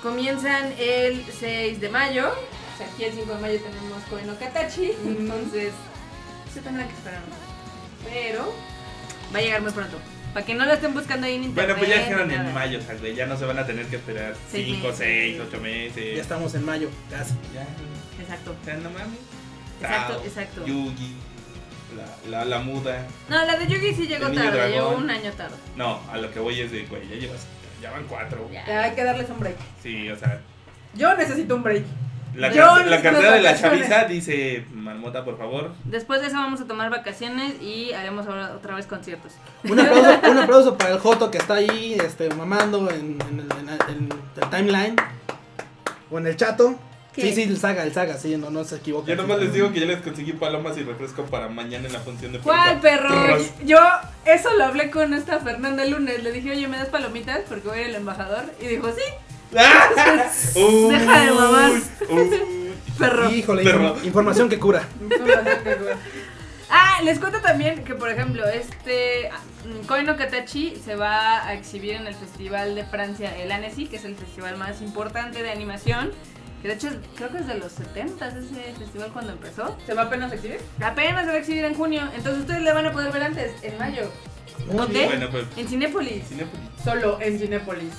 comienzan el 6 de mayo.
O sea, aquí el 5 de mayo tenemos Koe no Katachi, entonces se tendrá que esperar más. Pero,
Va a llegar muy pronto. Para que no lo estén buscando ahí en
Bueno,
internet.
pues ya dijeron
ni
en
nada.
mayo, o sea, güey, ya no se van a tener que esperar
Seis
5,
meses.
6, 8 meses.
Ya estamos en mayo, casi.
Ya,
Exacto.
ya no mames.
Exacto,
Tao,
exacto.
Yugi, la, la, la muda.
No, la de Yugi sí llegó
El niño
tarde. Llegó
dragón.
un año tarde.
No, a lo que voy es de, güey, ya llevas, ya van cuatro.
Ya.
Hay que darles un break.
Sí, o sea,
Yo necesito un break.
la,
Yo
car-
necesito
la cartera
las
de la
vacaciones.
chaviza dice, marmota, por favor.
Después de eso vamos a tomar vacaciones y haremos ahora otra vez conciertos.
Un aplauso, un aplauso para el Joto que está ahí este, mamando en, en el, en el- en el timeline o en el chato.
¿Qué?
Sí, sí, el saga, el saga, sí, no, no se equivoca.
Yo nomás les digo que ya les conseguí palomas y refresco para mañana en la función de
¿Cuál
prensa.
perro?
Perros.
Yo eso lo hablé con esta Fernanda el lunes. Le dije, oye, ¿me das palomitas? Porque voy a ir al embajador. Y dijo, sí,
Uy,
Deja de mamar.
uy.
perro.
Híjole,
Perro.
inform- información que cura.
Ah, les cuento también que, por ejemplo, este mm, Koi no Katachi se va a exhibir en el Festival de Francia, el Annecy, que es el festival más importante de animación. Que de hecho, creo que es de los 70 ese festival cuando empezó.
¿Se va apenas a exhibir?
Apenas se va a exhibir en junio, entonces ustedes le van a poder ver antes, en mayo, ¿Dónde?
Bueno, pues.
en Cinépolis.
Cinépolis.
Solo en Cinépolis.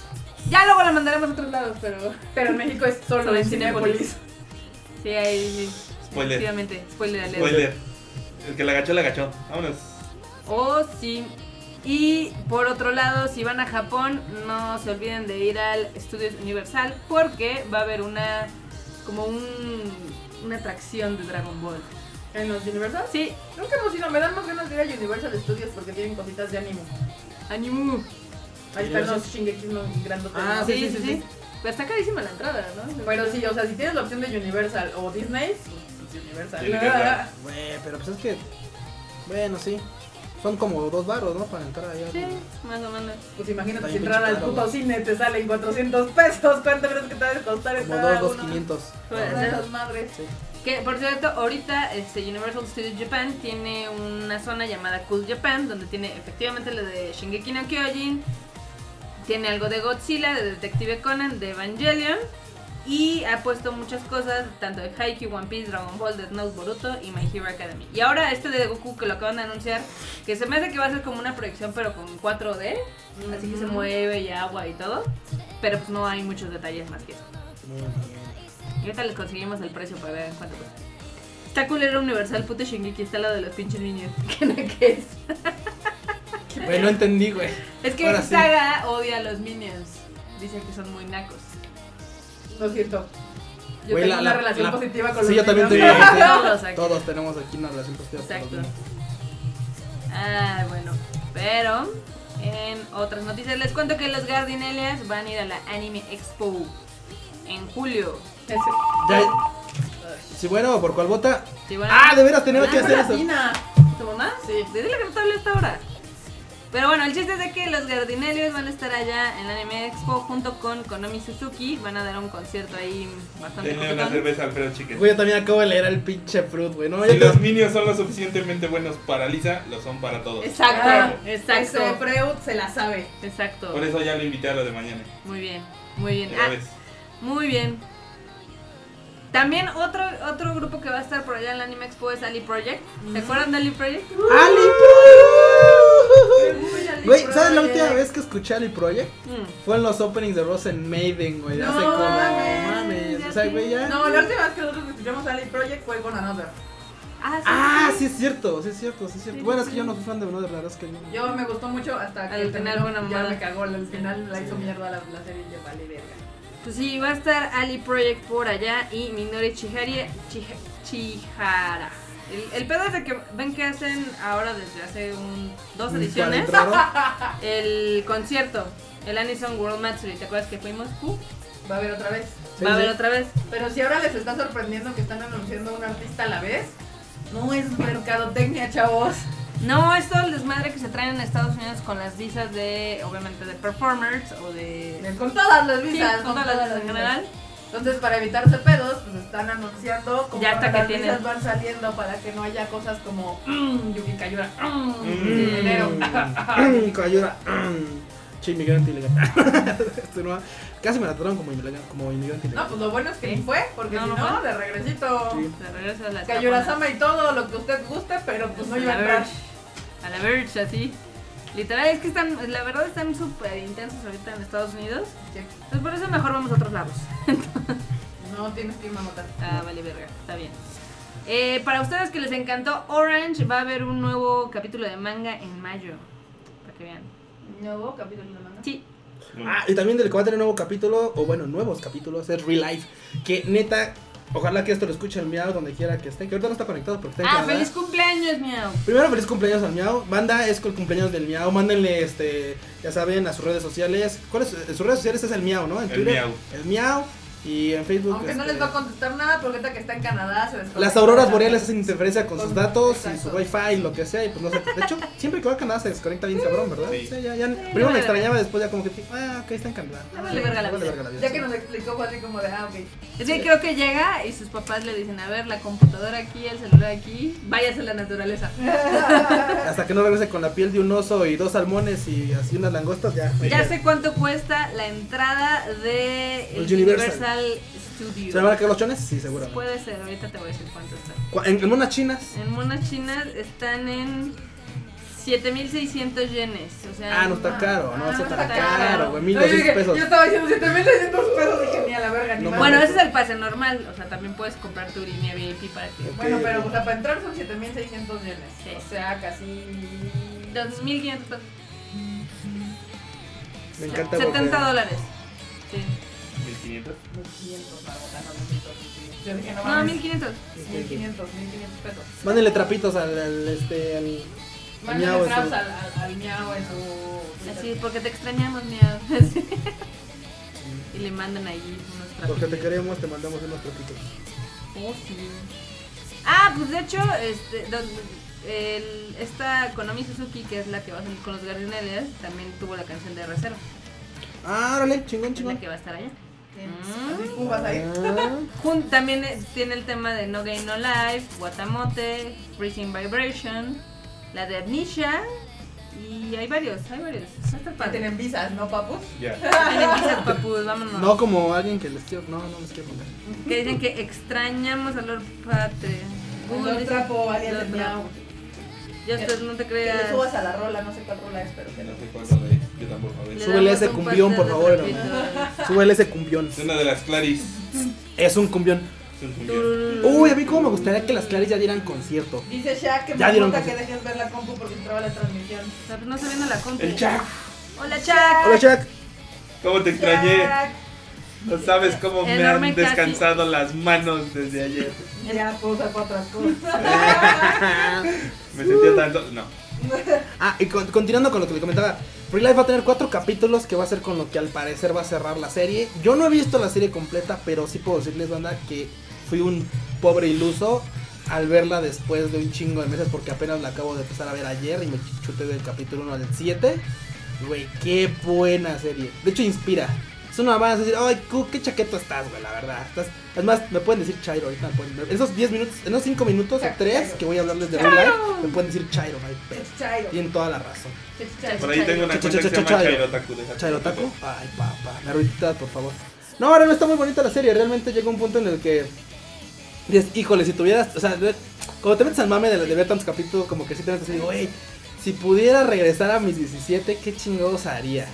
Ya luego la mandaremos a otros lados, pero
Pero en México es solo,
Solo
en
en
Cinépolis.
sí, ahí sí.
Spoiler.
Efectivamente, spoiler alert.
Spoiler. El que la agachó, la agachó. Vámonos.
Oh, sí. Y por otro lado, si van a Japón, no se olviden de ir al Estudios Universal porque va a haber una como un, una atracción de Dragon Ball.
¿En los Universal?
Sí,
Nunca hemos ido, me dan más ganas de ir a Universal Studios porque tienen cositas de anime.
Animu.
Ahí están los Shingeki no grandotes.
Ah,
¿no?
Sí, sí, sí. Pero está carísima la entrada, ¿no?
Pero sí, o sea, si tienes la opción de Universal o Disney, pues, pues Universal.
Sí. Universal.
Güey, pero pues es que. Bueno, sí. Son como dos varos, ¿no? Para entrar allá.
Sí, más o menos.
Pues imagínate, si
Está bien
entrar al
pinche
puto
caro.
cine te salen 400 pesos. ¿Cuánto crees que te debe costar
Como
entrar
dos,
a
dos,
una-
quinientos.
Pues,
una de esas madres.
Sí.
Que por cierto, ahorita este Universal Studios Japan tiene una zona llamada Cool Japan, donde tiene efectivamente lo de Shingeki no Kyojin, tiene algo de Godzilla, de Detective Conan, de Evangelion, y ha puesto muchas cosas, tanto de Haikyuu, One Piece, Dragon Ball, Death Note, Boruto y My Hero Academy. Y ahora este de Goku que lo acaban de anunciar, que se me hace que va a ser como una proyección pero con 4D, así que se mueve y agua y todo, pero pues no hay muchos detalles más que eso.
Muy bien.
Y ahorita les conseguimos el precio para ver en cuánto cuesta. Está culero Universal, puto Shingeki, está al lado de los pinches niños. ¿Qué no que es?
Güey, no entendí, güey.
Es que
Ahora sí.
Saga odia a los minions. Dice que son muy nacos.
Lo siento.
Yo Güey, tengo la- una la- relación la-
positiva
Sí, yo también tengo.
Sí.
Todos aquí.
Todos tenemos aquí una relación positiva. con los
Exacto.
niños.
Ah, bueno. Pero en otras noticias les cuento que los Gardinelias van a ir a la Anime Expo en julio.
Ya. Si bueno, ¿por cuál vota?
Sí, bueno.
Ah, de veras tenemos
Ah,
que hacer eso.
Latina.
¿Tu mamá?
Sí.
Desde la que no te hablé hasta ahora. Pero bueno, el chiste es de que los Gardinelios van a estar allá en la Anime Expo junto con Konami Suzuki. Van a dar un concierto ahí bastante
Denle una
cocotón.
cerveza al Alfredo Chicken.
Güey, yo también acabo de leer el pinche fruit, güey. No,
Si
ya
los
te-
minions son lo suficientemente buenos para Lisa, lo son para todos.
Exacto,
Ah,
exacto.
Ese Freud se la sabe.
Exacto.
Por eso ya lo invité a lo de mañana.
Muy bien, muy bien.
Ya
Ah,
ves.
Muy bien. También otro, otro grupo que va a estar por allá en la Anime Expo es Ali Project. ¿Se acuerdan de Ali Project?
¡Ah, ¡Ali Project! Güey, ¿sabes la última vez que escuché Ali Project?
Mm.
Fue en los openings de Rosen Maiden, güey.
No
hace como.
mames,
mames.
ya
O sea, güey, ya.
No, la última vez que nosotros escuchamos Ali Project fue con Another.
Ah, sí.
Ah, sí es cierto, sí es cierto, sí es cierto.
Sí,
Bueno,
sí,
es que yo
sí.
no fui fan de Brother, la verdad es que no.
Yo me gustó mucho hasta que
Al final
terminó,
fue una
ya
mamada.
me cagó. Al final la hizo mierda la, la serie y yo vale verga.
Pues sí, va a estar Ali Project por allá y Minori Chihari, Chih- Chihara. El, el pedo es de que ven que hacen ahora desde hace un- dos
Ni para
ediciones
entrar, ¿no?
el concierto, el Anison World Matsuri. ¿Te acuerdas que fuimos? Uh,
Va a haber otra vez.
Sí,
va a haber
sí.
otra vez.
Pero si ahora les está sorprendiendo que están anunciando a un artista a la vez, no es mercadotecnia, chavos.
No, es todo el desmadre que se traen en Estados Unidos con las visas de, obviamente, de performers o de...
Con todas las
Sí,
visas.
con todas las visas en general.
Entonces, para evitarse pedos, pues están anunciando como
Ya hasta
las
que
visas
tienen.
van saliendo para que no haya cosas como mmm, Yuki Kayura. mm,
Mm.
de enero.
Mm, Coyura. mm, Che, inmigrante ilegal. Esto no va- Casi me la trataron como ilegal- como inmigrante
No,
ilegal.
pues lo bueno es que ni fue, porque
No,
si no,
no
de regresito.
Sí.
De regreso a las
Kayura-sama y todo lo que usted guste, pero pues no iba a
A
entrar.
ver. A la Verge, así. Literal, es que están, la verdad están súper intensos ahorita en Estados Unidos.
Sí.
Entonces por eso mejor vamos a otros lados.
No tienes que irme a matar.
Ah, vale, verga, está bien. Eh, para ustedes que les encantó Orange, va a haber un nuevo capítulo de manga en mayo. Para que vean.
¿Nuevo capítulo de manga?
Sí,
pues.
Ah, y también del que va a tener un nuevo capítulo, o bueno, nuevos capítulos, es Real Life. Que neta, ojalá que esto lo escuche el miau donde quiera que esté. Que ahorita no está conectado porque está en
Ah,
Canadá.
feliz cumpleaños, miau.
Primero, feliz cumpleaños al Miau. Banda es el cumpleaños del Miau. Mándenle, este, ya saben, a sus redes sociales. ¿Cuáles? En sus redes sociales es el Miau, ¿no? En
El
Twitter.
Miau.
El Miau. Y en Facebook.
Aunque no
este,
les va a contestar nada, porque ahorita que está en Canadá se desconecta.
Las auroras boreales hacen interferencia con sus
Con-
datos y
exacto.
su wifi y lo que sea y pues no sé. De hecho, siempre que va a Canadá se desconecta bien cabrón, ¿verdad?
Sí.
ya, ya-
vale
primero
verga.
me extrañaba, después ya como que dije, ah, ok, está en Canadá.
Ya vale verga la
Ya vale
vida.
verga la vida,
Ya
sí.
que nos explicó fue así como de, ah, ok.
Es que creo que llega y sus papás le dicen, a ver, la computadora aquí, el celular aquí, váyase a la naturaleza.
Hasta que no regrese con la piel de un oso y dos salmones y así unas langostas, ya.
Ya sé cuánto cuesta la entrada de el
El Universal.
Universal,
¿Se van a
Studio.
quedar los chones? Sí, seguramente.
Puede ser, ahorita te voy a decir cuánto está.
Cu- En, en unas chinas.
En monas chinas están en 7600 yenes, o sea,
Ah, no está caro, no,
Ah,
eso
no
está
está
caro,
caro.
güey,
Yo dije,
1200 pesos.
Yo estaba diciendo 7600 pesos, dije, ni a la verga, ni
No
madre.
Bueno, ese es el pase normal, o sea, también puedes comprar tu línea VIP para ti.
Bueno,
Ok,
pero
ok.
o sea, para entrar son 7600 yenes.
Sí.
O sea, casi.
2500 pesos.
Me
No,
encanta
70
porque-
dólares. Sí.
1500.
1500 la botana, 2500. Yo dije, no
No,
mames.
1500.
1500, 1500 pesos.
Mándenle trapitos al, al, este, al... Miau
Mándale
en su-
fraps al, al, al miau en su.
Así, porque te extrañamos, mía. Así. Y le mandan ahí unos trapitos.
Porque te queremos, te mandamos unos trapitos.
Oh, sí. Ah, pues de hecho, este, don- el- esta Konami Suzuki, que es la que va a salir con los Gardineles, también tuvo la canción de Reserva,
Ah, órale, chingón,
que es la
chingón.
que va a estar allá. Mm.
Así, ¿cómo vas a ir?
Ah.
Jun- también eh, tiene el tema de No Game No Life, Guatamote, Freezing Vibration, la de Amnesia, y hay varios, hay varios. Va a estar
Que
padre.
tienen visas, ¿no, papus?
Ya.
Tienen pizzas, papus, vámonos.
No como alguien que les quiero. No, no les quiero contar.
Que dicen que extrañamos al Lord Patre.
Un Lord trapo, alias
Lord
el miau.
Ya usted no te
Que le
creas.
subas a la rola, no sé cuál rola es, pero que no.
No sé cuánto de. Yo tampoco. A
Le
ver.
Súbele
damos
ese
un
cumbión,
pastel
por favor,
de trapito.
Súbele ese cumbión.
Es una de las Claris.
Es un cumbión.
Es un cumbión.
Tururú.
Uy, a mí cómo me gustaría que las Claris ya dieran concierto.
Dice Shaq que
Ya
me
dieron
gusta que
consejos.
dejes ver la compu porque entraba la transmisión.
O sea, No se viendo la compu.
El Jack.
Hola, Chuck.
Hola, Jack.
¿Cómo te extrañé?
Shaq,
No sabes cómo me
Enorme
han
casi.
descansado las manos desde ayer.
Ya, puedo usar para otras cosas.
Me sentía tanto. No.
Ah, y con- continuando con lo que le comentaba. Free Life va a tener cuatro capítulos que va a ser con lo que al parecer va a cerrar la serie. Yo no he visto la serie completa, pero sí puedo decirles, banda, que fui un pobre iluso al verla después de un chingo de meses porque apenas la acabo de empezar a ver ayer y me chuté del capítulo 1 al 7. Güey, qué buena serie. De hecho, inspira. Es una van a decir, ay, cu- qué chaqueto estás, güey, la verdad. Estás... Es más, me pueden decir Chairo ahorita. me pueden- En esos 10 minutos, en esos 5 minutos o 3 que voy a hablarles de Real Life, me pueden decir Chairo, no hay pedo.
Chairo.
Tienen toda la razón.
Por ahí tengo una
Chairo.
cuenta que se llama
Chairo.
Chairotaku. déjate.
¿Chairotaku? Ay, papá. Naruhito, por favor. No, ahora no está muy bonita la serie. Realmente llega un punto en el que. Dices, híjole, si tuvieras. O sea, de- cuando te metes al mame de, de ver tantos capítulos, como que si te metes así, digo, "Ey, si pudiera regresar a mis 17, ¿qué chingados haría?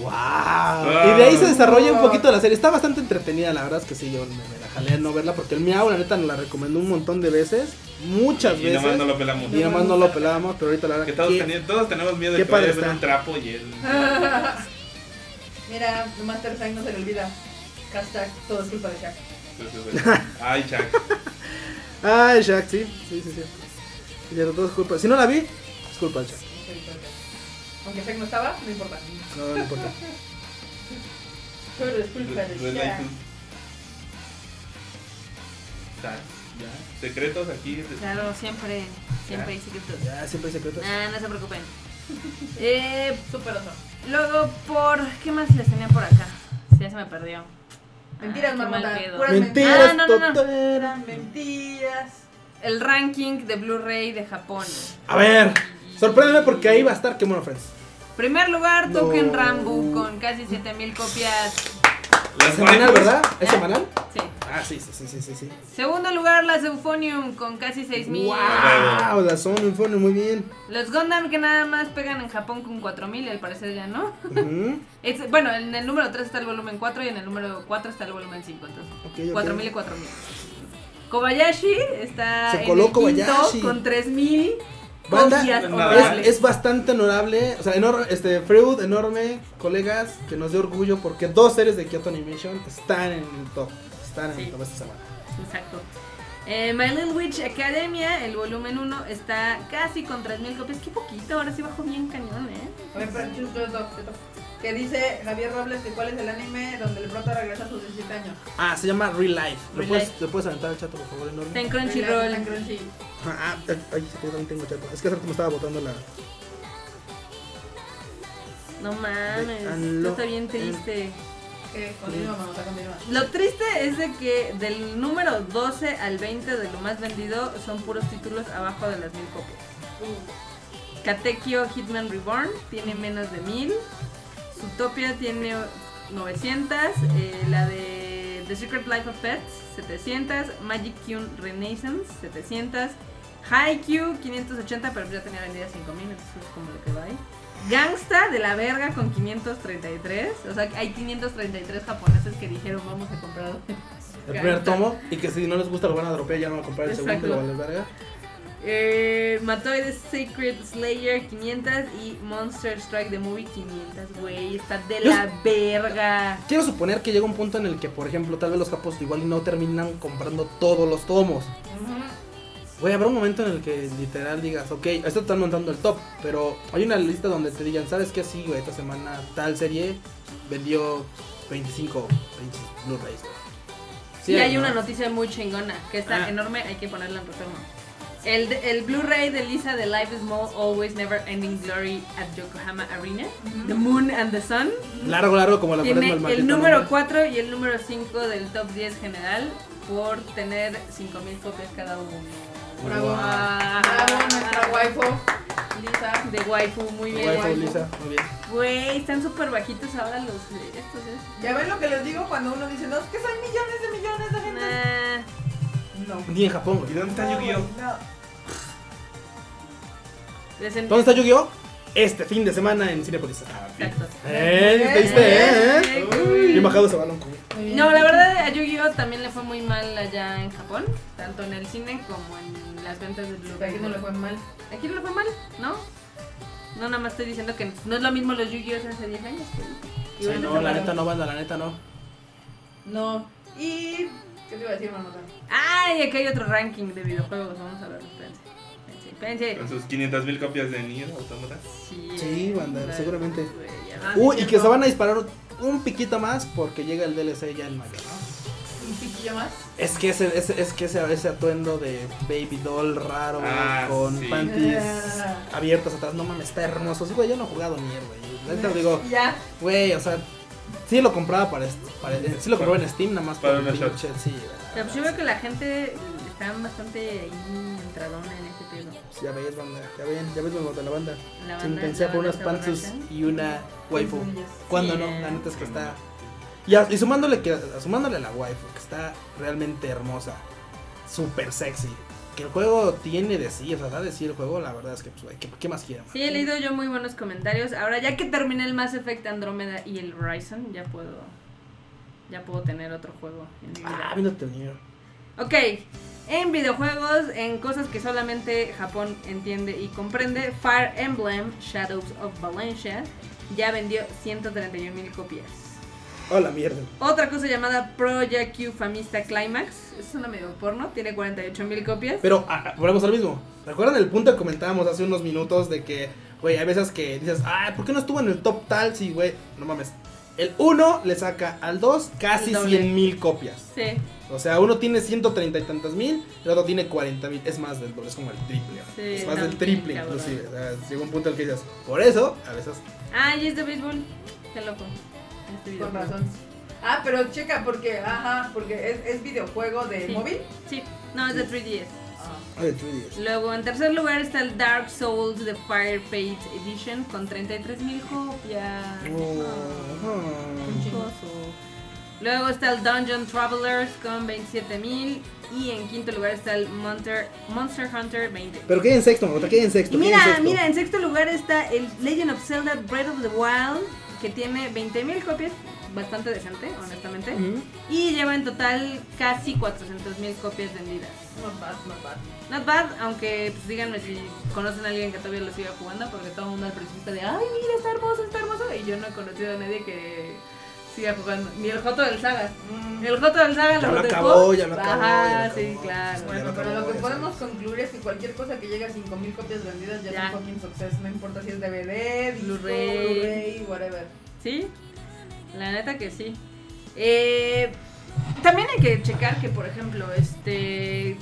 ¡Wow! Y de ahí se desarrolla un poquito la serie. Está bastante entretenida, la verdad es que sí. Yo me, me la jalé a no verla porque el Miau, la neta, nos la recomendó un montón de veces. Muchas
Y
veces.
nomás no lo pelamos.
y nomás no lo pelábamos, pero ahorita la verdad
Que todos,
qué
teni- todos tenemos miedo
qué
de que vaya a
padre
ver
está.
un trapo y él.
Mira, nomás Master Tank no se le olvida. Hashtag, todo es culpa de Shaq.
Ay, Chuck.
Ay, Ah, Jack, sí, sí, sí, sí. Y de todo es culpa. Si no la vi, es culpa del Jack.
Aunque Shaq no estaba, no importa.
No, no importa.
Todo es culpa de
Red Light
Shaq.
Tube. Ta- ya. Secretos aquí. de-
Claro, siempre, siempre hay secretos.
Ya, siempre hay secretos.
Nah, no se preocupen. Eh,
Súper oso.
luego por... ¿Qué más les tenía por acá? Sí, Ya se me perdió.
Mentiras,
Ah, qué mal
marmota.
pedo.
Puras
Mentiras,
Ah, no, no, no.
toteras.
mentiras. Mentiras.
El ranking de Blu-ray de Japón.
A ver, sorpréndeme porque ahí va a estar Kemono Friends.
Primer lugar, Token
No.
Rambo con casi 7000 copias.
Las
¿Es semanal,
waifus.
¿verdad? ¿Es semanal?
Sí.
Ah, sí, sí, sí, sí, sí. sí.
Segundo lugar, las Euphonium con casi 6000.
¡Wow! La son informe muy bien.
Los Gundam que nada más pegan en Japón con 4000, al parecer ya no.
Ujú,
Es- bueno, en el número 3 está el volumen 4 y en el número 4 está el volumen 5. Entonces,
ok, ok.
4000 y 4000. Kobayashi está
Se
en
coló
el quinto
Kobayashi.
con 3000
Banda,
copias
nada.
horribles.
Es, es bastante honorable, o sea, enor- este, Freud, enorme, colegas, que nos dé orgullo porque dos series de Kyoto Animation están en el top, están en
Sí.
el top esta semana.
Exacto. Eh, My Little Witch Academia, el volumen 1, está casi con 3000 copias. Qué poquito, ahora sí bajó bien cañón, ¿eh?
A ver, pero chusto, chusto, chusto. que dice Javier Robles que cuál es el anime donde el pronto regresa a sus 17 años.
Ah, se llama Real Life. ¿Lo
Real
puedes,
Life.
¿Lo puedes aventar al chato, por favor,
Está
enorme?
en
Está en
Crunchyroll.
Crunchy.
Ah, ah, ay, sí, yo también tengo chato. Es que hace rato me estaba botando la.
No mames.
Anlo-
Esto está bien triste.
Que continúa, Mamota, continúa.
Lo triste es de que del número 12 al 20 de lo más vendido son puros títulos abajo de las mil copias.
Uh,
Katekyo Hitman Reborn tiene menos de 1000. Zootopia tiene 900. eh, la de The Secret Life of Pets, 700. Magic Cune Renaissance, 700. Haikyuu, 580, pero ya tenía vendida 5000, entonces es como lo que va ahí. Gangsta de la verga con 533. O sea, hay 533 japoneses que dijeron vamos a comprar.
El primer tomo. Y que si no les gusta lo van a dropear, ya no van a comprar el segundo y lo
Exacto.
vale verga.
Eh, Matoi the Sacred Slayer 500 y Monster Strike the Movie 500, güey. Está de
Yo-
la verga.
Quiero suponer que llega un punto en el que, por ejemplo, tal vez los capos igual y no terminan comprando todos los tomos. Güey, habrá un momento en el que literal digas, ok, esto están montando el top, pero hay una lista donde te digan, ¿sabes qué? Sí, güey, esta semana tal serie vendió 25, 20 Blu-rays, güey. Sí
y hay
¿no?
una noticia muy chingona que está
Ah.
enorme, hay que ponerla en retorno. El, de- el Blu-ray de Lisa de Life is Small, Always Never Ending Glory at Yokohama Arena, The Moon and the Sun,
Largo, largo como la
tiene
cuaresma, maldito
el número
nombre.
4 y el número 5 del top 10 general por tener 5000 copias cada uno.
Bravo.
Ah,
Bravo, nuestra waifu. Lisa.
De waifu, muy bien.
Guay,
guay.
Lisa, muy bien.
Güey, están súper bajitos ahora los eh, estos. eh.
Ya ven lo que les digo cuando uno dice, no, es que son millones de millones de gente.
Nah.
No.
Ni en Japón,
¿Y
güey.
dónde está Yu-Gi-Oh?
No.
Les en-
¿Dónde está Yu-Gi-Oh? Este fin de semana en Cinepolis. Ah,
Exacto.
Eh, ¿viste? eh, eh?
Uy.
Bien bajado ese balón, güey.
Muy bien.
No, la verdad a Yu-Gi-Oh también le fue muy mal allá en Japón, tanto en el cine como en las ventas de
Pero
Blu-ray.
Aquí no le fue mal.
Aquí no le fue mal, ¿no? No, nada más estoy diciendo que no es lo mismo los Yu-Gi-Oh hace 10 años. que-
Sí,
que-
no, la neta no, banda, la neta no.
No. Y. ¿Qué te iba a decir, Mamota?
Ay, aquí hay otro ranking de videojuegos, vamos a verlo, espérense. Espérense,
Con
espérense.
sus 500 mil copias de Nier Automata.
Sí,
Ah, Sí,
eh,
banda,
la-
seguramente.
güey, ya
Ah,
va.
sí,
Uy, y que
cierto.
se van a disparar un piquito más porque llega el DLC ya en mayo, ¿no?
Un piquillo más.
Es que ese, ese- es que ese, ese atuendo de baby doll raro
Ah,
con
sí.
panties
Ah.
abiertas atrás, no mames, está hermoso. Sí, güey, yo no he jugado ni él, güey. La neta digo,
Ya.
güey, o sea, sí lo compraba para, est- para eh, sí lo compraba en Steam nada más
Para
por el
una
pinche- eh, sí. la
Pero
verdad,
pues yo veo que la gente está bastante ahí entradona en este pedo.
sí, pues, Ya ves, banda, ya ven, ya ves, me botó la banda.
La
Sin
banda-
pensar
la
por
banda
unas
está
pantsus
borracha.
y una waifu. Cuando no, la neta es que
Sí.
está Y, a- y sumándole, que, sumándole a la waifu, que está realmente hermosa, súper sexy. Que el juego tiene de sí, o sea, da de sí el juego, la verdad es que, pues, güey, ¿qué, qué más quieren?
Sí, he leído yo muy buenos comentarios. Ahora ya que terminé el Mass Effect Andrómeda y el Horizon, ya puedo ya puedo tener otro juego en mi vida.
Ah, mira, tenido.
Ok, en videojuegos, en cosas que solamente Japón entiende y comprende, Fire Emblem Shadows of Valencia ya vendió 131 mil copias.
Hola, mierda.
Otra cosa llamada Project Q Famista Climax, es una medio porno, tiene 48 mil copias.
Pero ah, ah, volvemos al mismo. ¿Recuerdan el punto que comentábamos hace unos minutos de que, güey, hay veces que dices, ah, ¿por qué no estuvo en el top tal? Sí, güey, no mames. El 1 le saca al 2 casi
El doble.
100 mil copias.
Sí,
O sea, uno tiene 130 y tantas mil, el otro tiene 40 mil. Es más del doble, es como el triple.
Sí,
es más
no,
del triple,
cabrón.
inclusive. O sea, llega un punto en el que dices, por eso, a veces.
Ah, y es de béisbol. Qué loco. Este video.
Con razón. Ah, pero checa, porque. Ajá, porque es, es videojuego de
Sí.
móvil.
Sí, no, es de 3DS.
Ah.
Ay, tú dices.
Luego, en tercer lugar está el Dark Souls The Fire Fate Edition con 33.000 copias.
Oh,
Ah,
oh.
chingoso. Luego está el Dungeon Travelers con 27.000. Y en quinto lugar está el Monster, Monster Hunter 20.
Pero queda en sexto, mamota, queda en sexto.
Y
queda en
mira,
sexto.
mira, en sexto lugar está el Legend of Zelda Breath of the Wild, que tiene 20.000 copias, bastante decente, honestamente.
Ujú.
Y lleva en total casi 400.000 copias vendidas.
Not bad, not bad.
Not bad, aunque pues, díganme si conocen a alguien que todavía lo siga jugando, porque todo el mundo al principio está de, ay, mira, está hermoso, está hermoso. Y yo no he conocido a nadie que siga jugando. Ni el Joto del Saga.
Mm.
El Joto del Saga
Ya
lo
lo
dejó.
acabó, ya lo acabó, ya
Ajá,
lo
sí,
acabó.
claro.
Ya
Bueno,
no
pero
acabó,
lo que
ya
podemos concluir es que cualquier cosa que llegue a 5000 copias vendidas ya,
Ya.
es un fucking success. No importa si es DVD, disco,
Blu-ray.
Blu-ray, whatever.
Sí, la neta que sí. Eh, también hay que checar que, por ejemplo, este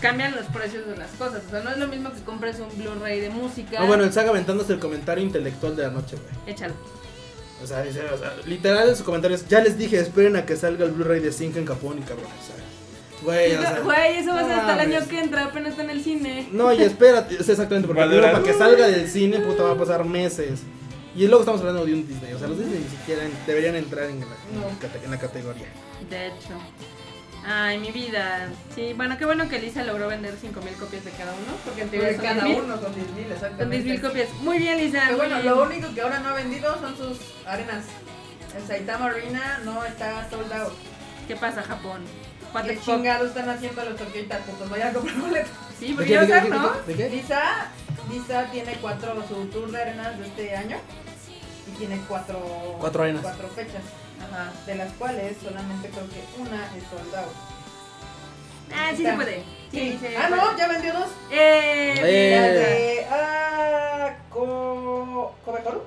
cambian los precios de las cosas. O sea, no es lo mismo que compres un Blu-ray de música.
No, Ah, bueno, el Saga aventándose el comentario intelectual de la noche, güey.
Échalo.
O sea, dice, o sea, literal su comentario es, ya les dije, esperen a que salga el Blu-ray de Zinc en Japón y cabrón, o sea, güey, o sea,
Güey, eso va a ser
no
hasta el año
mames.
que entra, apenas está en el cine.
No, y espérate, es exactamente, porque
Va a
primero
durar-
para que salga del cine, puta, va a pasar meses. Y luego estamos hablando de un Disney, o sea, los Disney ni siquiera en- deberían entrar en la, en cate- en la categoría.
De hecho. Ay, mi vida. Sí, bueno, qué bueno que Lisa logró vender 5.000 copias de cada uno, porque en teoría
Porque
son
Pues, cada
10.000.
uno son 10.000,
Son
exactamente.
10.000 copias. Muy bien, Lisa.
Que
muy
bueno,
bien.
lo único que ahora no ha vendido son sus arenas. El Saitama Arena no está sold out.
¿Qué pasa, Japón? What the
¿Qué
fuck?
chingados están haciendo los tortillitas? Pues vayan a comprar boletos.
Sí,
¿De
porque
qué,
ya
de qué,
usar,
de qué,
¿no?
de qué?
Lisa, Lisa tiene cuatro, su tour de arenas de este año. Y tiene cuatro,
Cuatro arenas.
cuatro fechas. Ajá. De las cuales solamente creo que una es sold out.
Ah, sí se puede. Sí, se
Ah,
puede.
no, ya vendió dos.
Eh,
Eh.
La
mira.
de. Ah, Co- Kobe Koru,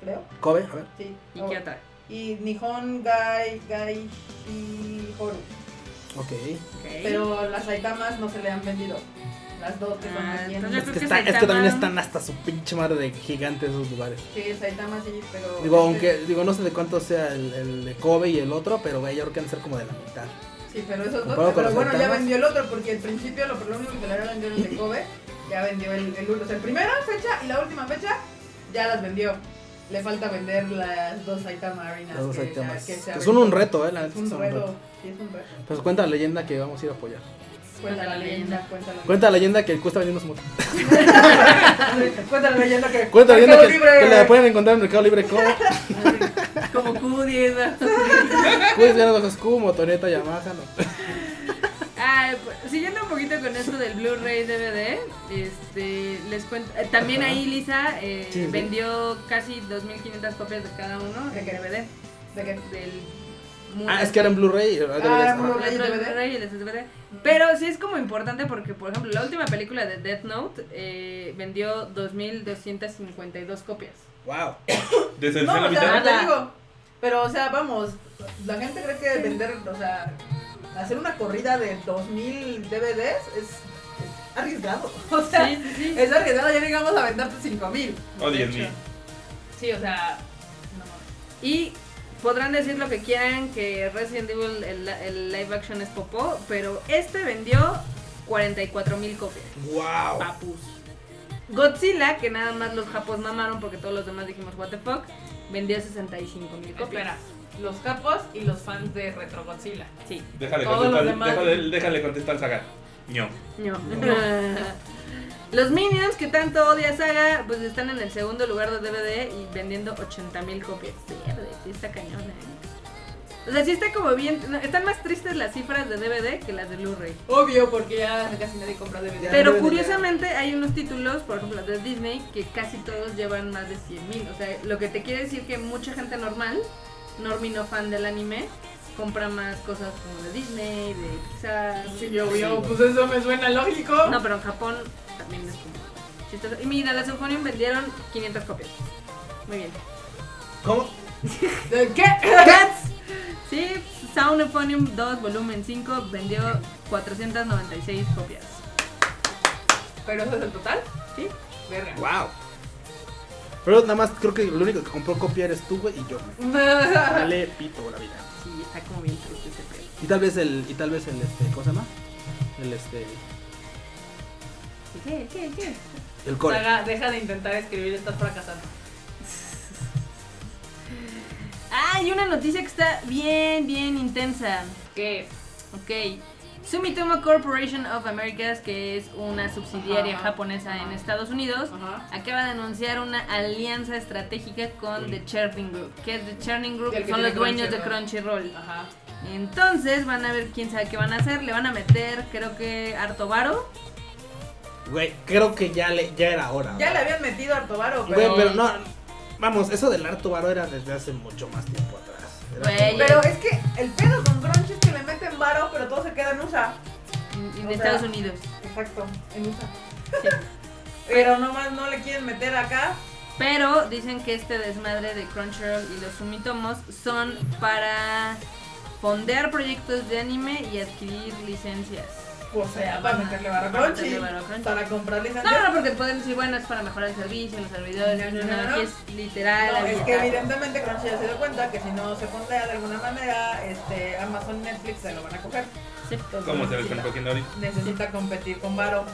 creo.
Kobe, a ver.
Sí.
¿Y
o-
qué otra?
y Nihon Gai Gai Horu.
Ok.
Ok.
Pero las Saitamas no se le han vendido. Las dos que son
Ah,
más bien.
entonces-
Es
creo
que,
que
está- es que
Saitama-
también están hasta su pinche madre de gigantes esos lugares.
Sí, Saitama sí, pero.
Digo, aunque, digo, no sé de cuánto sea el, el de Kobe y el otro, pero güey, yo creo que han de ser como de la mitad.
Sí, pero esos dos.
Comparado con
Pero
las
bueno, ya
Saitamas.
vendió el otro porque al principio lo, lo único que le había vendido era el de Kobe. Ya vendió el, el último. O sea, primera fecha y la última fecha ya las vendió. Le falta vender las dos Saitama Arenas.
Las dos
que-
Saitamas.
que se
Que son un
aventó.
reto, eh, la
Es
neta,
un
son un reto.
reto. Sí, es un reto.
Pues cuenta la leyenda que vamos a ir a apoyar.
Cuenta la leyenda, cuenta la
Cuenta la leyenda que cuesta venirnos moto.
leyenda. Cuenta la leyenda que.
Cuenta la leyenda
Mercado
que,
Libre.
que la pueden encontrar en Mercado Libre como
Como Q10. ¿no?
Quiz, Diana Bajas Q, Motoneta, Yamaha, no.
Ay, pues, siguiendo un poquito con esto del Blu-ray DVD, este, les cuento. eh, también
Ajá.
ahí Lisa eh,
Sí, sí.
vendió casi 2.500 copias de cada uno
¿De
en
qué?
DVD.
¿De qué?
Del mundo.
Ah, es que era en Blu-ray. era DVD,
era
ajá.
Blu-ray.
Otro
DVD.
Blu-ray y el DVD. Pero sí es como importante porque, por ejemplo, la última película de Death Note eh, vendió 2.252 copias.
Wow.
Desde
No,
la
o sea,
mitad.
te
Nada.
digo. Pero, o sea, vamos, la gente cree que vender, o sea, hacer una corrida de 2000 DVDs es, es arriesgado. O sea,
Sí, sí, sí.
es arriesgado, ya llegamos a venderte 5000.
O 10.000.
Sí, o sea. Y podrán decir lo que quieran que Resident Evil, el, el live action es popó, pero este vendió 44 mil copias.
Wow.
Papus. Godzilla, que nada más los japos mamaron porque todos los demás dijimos what the fuck, vendió 65 mil copias.
Espera, los capos y los fans de Retro Godzilla.
Sí.
Déjale
Todos los
contestar,
demás.
déjale, déjale contestar Saga. No.
No. Los Minions, que tanto odia Saga, pues están en el segundo lugar de DVD y vendiendo 80.000 copias. Pierde, sí está cañona, ¿eh? O sea, sí está como bien... no, están más tristes las cifras de DVD que las de Blu-ray.
Obvio, porque ya casi nadie compra DVD.
Ya,
Pero
DVD.
curiosamente hay unos títulos, por ejemplo, de Disney, que casi todos llevan más de 100.000. O sea, lo que te quiere decir que mucha gente normal, normie no fan del anime, compra más cosas como de Disney, de Pixar.
Sí, yo,
Sí,
yo,
güey.
pues eso me suena lógico.
No, pero en Japón también es como chistoso. Y mira, la Symphonium vendieron 500 copias. Muy bien.
¿Cómo?
¿De qué?
Sí, Sound Euphonium 2 volumen 5 vendió 496 copias.
Pero eso es el total.
Sí.
Verga.
Wow. Pero nada más creo que lo único que compró copia eres tú, güey, y yo. güey. Dale pito la vida.
Sí, está como bien triste ese pedo.
Y tal vez el, y tal vez el, este, ¿cómo se llama? El, este,
¿Y ¿Qué? ¿Qué? ¿Qué?
el core.
Saga, deja de intentar escribir, estás fracasando.
Ah, y una noticia que está bien, bien intensa.
¿Qué?
Ok. Sumitomo Corporation of Americas, que es una subsidiaria
Ajá.
japonesa en
Ajá.
Estados Unidos,
Ajá.
acaba de anunciar una alianza estratégica con The Churning Group. que es The Churning Group?
El que
Son
tiene
los dueños de Crunchyroll.
Ajá.
Entonces van a ver quién sabe qué van a hacer. Le van a meter, creo que, harto varo.
Güey, creo que ya, le, ya era hora.
Ya
güey.
le habían metido a Tobaro,
Güey,
pero.
pero no, vamos, eso del harto varo era desde hace mucho más tiempo atrás. Era
Güey.
como-
Pero es que el pedo con Grunge es que le meten varo, pero todo se queda en USA.
En, en
O sea,
Estados Unidos.
Exacto, en USA.
Sí.
Pero nomás no le quieren meter acá
Pero dicen que este desmadre de Crunchyroll y los Sumitomos son para fondear proyectos de anime y adquirir licencias.
O sea, pues, eh, para meterle barra
Para
crunchy.
meterle barra crunchy.
Para comprar licencias.
No, no, porque pueden decir, bueno, es para mejorar el servicio, los servidores,
No, no,
no,
no,
aquí
no.
es literal.
No,
aquí
es
está.
que evidentemente Crunchy ya se dio cuenta que si no se fondea de alguna manera, este Amazon Netflix se lo van a coger.
Sí.
Entonces,
Como se lo están
necesita,
cogiendo ahorita.
necesita competir con Varo.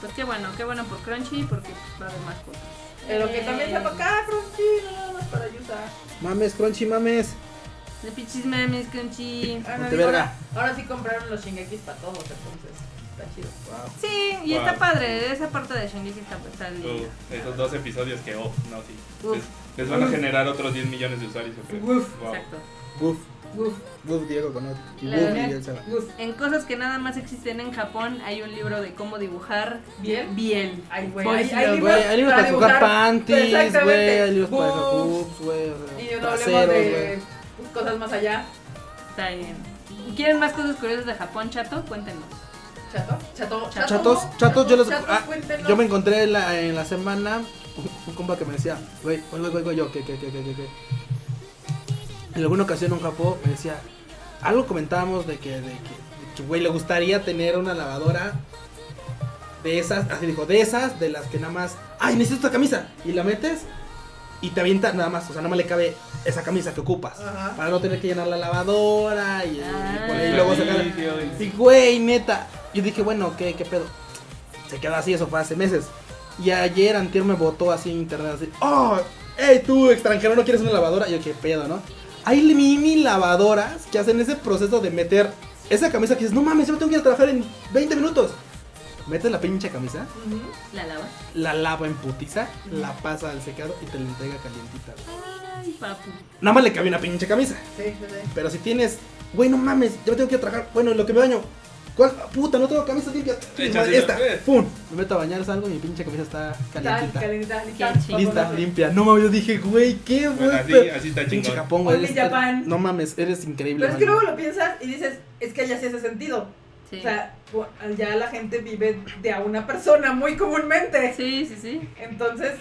Pues qué bueno, qué bueno por Crunchy porque pues, va a haber más cosas.
Pero que también
Eh,
sepa acá, Crunchy, no nada más para ayudar.
Mames, crunchy, mames.
Eh, De pichis mames, Crunchy.
Ah,
Ponte
digo,
verga.
Ahora, ahora sí compraron los Shingekis para todos, entonces está chido.
Sí, y
Wow.
está padre, esa parte de Shingeki está, pues, está linda.
Uh, esos dos episodios que, oh, no, sí.
Uf.
Les, les van a generar otros 10 millones de usuarios, yo creo.
Uf.
Wow.
Exacto.
Buf,
Uf,
buf, Diego Conot. Y
La
buf,
verdad-
Miguel Sala.
uf.
En cosas que nada más existen en Japón, hay un libro de cómo dibujar
Bien.
bien.
Ay, güey.
Pues
Hay,
sí,
hay
Güey,
libros
hay libros para dibujar panties,
Exactamente.
güey. Hay libros para dibujar
Boobs.
boobs, güey. o sea,
Y no hablemos
traseros,
de
güey.
pues, cosas más allá.
Está bien. ¿Quieren más cosas curiosas de Japón, chato? Cuéntenos.
Chato, chato, chato.
Chatos, chatos, yo los. ah,
cuéntenos.
yo me encontré en la, en la semana un, un compa que me decía, güey, güey, güey, güey, güey, yo, que, que, que, que, que, que. En alguna ocasión en Japón me decía, algo comentábamos de que, de que, de que, güey, le gustaría tener una lavadora de esas, así dijo, de esas, de las que nada más, ay, necesito esta camisa, y la metes y te avienta nada más, o sea, nada más le cabe esa camisa que ocupas.
Ajá.
Para no tener que llenar la lavadora y, y por
Pues
ahí
Ah.
luego sacar. Y güey, neta. Yo dije, bueno, ¿qué, qué pedo? Se quedó así, eso fue hace meses. Y ayer Antier me votó así en internet, así, ¡Oh! ¡Ey, tú, extranjero, no quieres una lavadora! Y yo, qué pedo, ¿no? Hay mini lavadoras que hacen ese proceso de meter esa camisa que dices, no mames, yo me tengo que ir a trabajar en 20 minutos. Metes la pinche camisa,
Ujú.
La lava.
la lava en putiza, la pasa al secado y te la entrega calientita.
Ay, papu.
Nada más le cabía una pinche camisa.
Sí, sí, sí.
Pero si tienes, güey, no mames, yo me tengo que ir a trabajar. Bueno, en lo que me baño, ¿cuál? Puta, no tengo camisas limpias.
Échate
Madre, esta,
las tres.
pum. Me meto a bañar, salgo y mi pinche camisa está calientita.
Calentita,
chido.
Lista, limpia. No mames, yo dije, güey, qué
Bueno,
buen
así,
pe-
así está
Pinche
chingón.
Japón, güey.
Only
eres-
Japan.
No mames, eres increíble.
Pero es que
man.
luego lo piensas y dices, es que allá sí hace sentido.
Sí.
O sea, bu- ya la gente vive de a una persona muy comúnmente.
sí, sí, sí.
Entonces,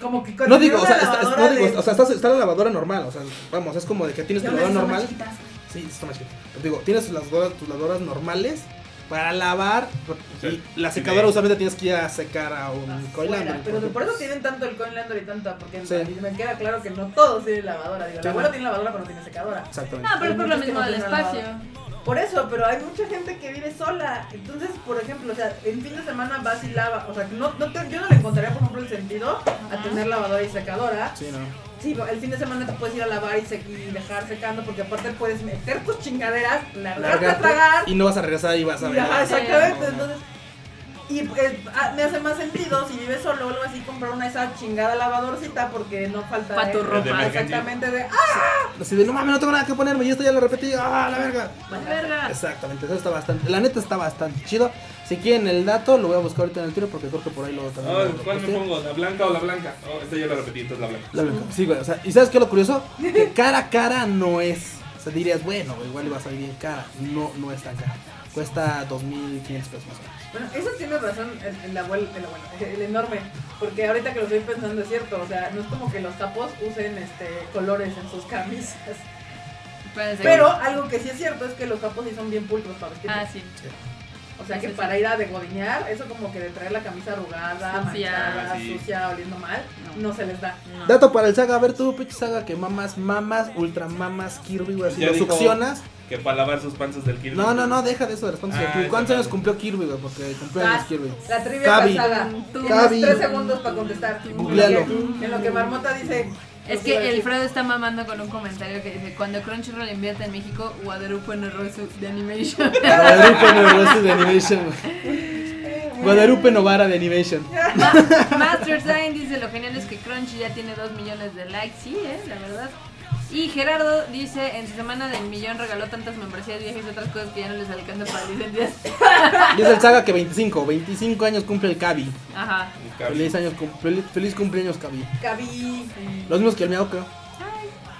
como que
No digo, o sea,
conseguir
está, no
una lavadora
digo,
de-
o sea, está, está la lavadora normal, o sea, vamos, es como de que tienes tu
Ya
lavadora
ves, son más
normal.
chiquitas.
Sí, está más chiquita. Pero digo, tienes tus lavadoras, tus lavadoras normales para lavar
sea,
y la
tiene-
secadora usualmente tienes que ir a secar a un
Fuera,
coilander.
pero por eso tienen tanto el coinlander y tanta, porque en
Sí.
realidad me queda claro que no todos tienen lavadora. Digo,
Sí,
la abuela
no.
tiene lavadora, pero no tiene secadora.
Exactamente.
No, pero es por lo mismo del espacio.
Por eso, pero hay mucha gente que vive sola. Entonces, por ejemplo, o sea, en fin de semana vas y lava. O sea, no, no te- yo no le encontraría, por ejemplo, el sentido a
Ajá.
tener lavadora y secadora.
Sí, no.
Sí, el fin de semana te puedes ir a lavar y, se- y dejar secando, porque aparte puedes meter tus chingaderas, largarte a
Largarte
tragar.
Y no vas a regresar y vas a ver.
Ajá,
Sí.
No,
exactamente.
no.
Entonces, y pues, ah, me hace más sentido si vives solo, luego así comprar una esa chingada lavadorcita porque no falta.
Pa' tu
el-
ropa.
el- Exactamente de. ¡Ah!
Así de, no mames, no tengo nada que ponerme. Y esto ya lo repetí. ¡Ah, la verga!
Pues verga.
Exactamente, eso está bastante. La neta está bastante chido. Si quieren el dato, lo voy a buscar ahorita en el tiro porque creo que por ahí lo también.
Oh,
lo
¿Cuál me
posté.
pongo? ¿La blanca o la blanca? Oh, esta ya la repetí, entonces la blanca.
La blanca. Sí, güey. O sea, ¿y sabes qué es lo curioso? Que cara a cara no es. O sea, dirías, bueno, igual iba a salir bien cara. No, no es tan cara. Cuesta 2.500 pesos más o menos.
Bueno, eso tiene razón el, el abuelo, el abuelo, el enorme. Porque ahorita que lo estoy pensando es cierto. O sea, no es como que los capos usen este colores en sus camisas.
Espérense.
Pero algo que sí es cierto es que los capos sí son bien pulcros para vestir.
Ah, sí.
o sea, que
sí, sí.
para ir a degodinear, eso como que de traer la camisa arrugada,
Sucia.
manchada,
Ah, sí.
sucia, oliendo mal,
No.
no, se les da.
Ah.
No.
Dato para el saga. A ver tú, pinche saga, que mamas, mamas, ultra mamas, Kirby, güey. Si
Ya
lo
dijo-
succionas.
Que para lavar sus panzas del Kirby.
No, no, no, deja de eso de las panzas de
Ah,
Kirby. ¿Cuántos
ya.
años cumplió Kirby, güey? Porque cumplió
Ah,
años Kirby.
La trivia
Cabi.
pasada.
Tú.
Tienes
Cabi.
tres segundos para contestar.
Googlealo.
En lo que Marmota dice.
Es
iba a
que el
decir.
Fredo está mamando con un comentario que dice, cuando Crunchyroll invierte en México, Guadalupe no erró su de animation.
Guadalupe Novara de Animation, güey. Guadalupe Novara de Animation.
Ma- Master Sign dice, lo genial es que Crunchy ya tiene 2 millones de likes. Sí, eh, la verdad. Y Gerardo dice, en su semana del millón regaló tantas membresías, viajes y otras cosas que ya no les alcanza para licencias.
Y es el saga que 25, 25 años cumple el Cabi.
Ajá.
El cable.
Feliz, años, cum- fel- feliz cumpleaños, Cabi.
Cabi.
Los mismos que el Miao, creo.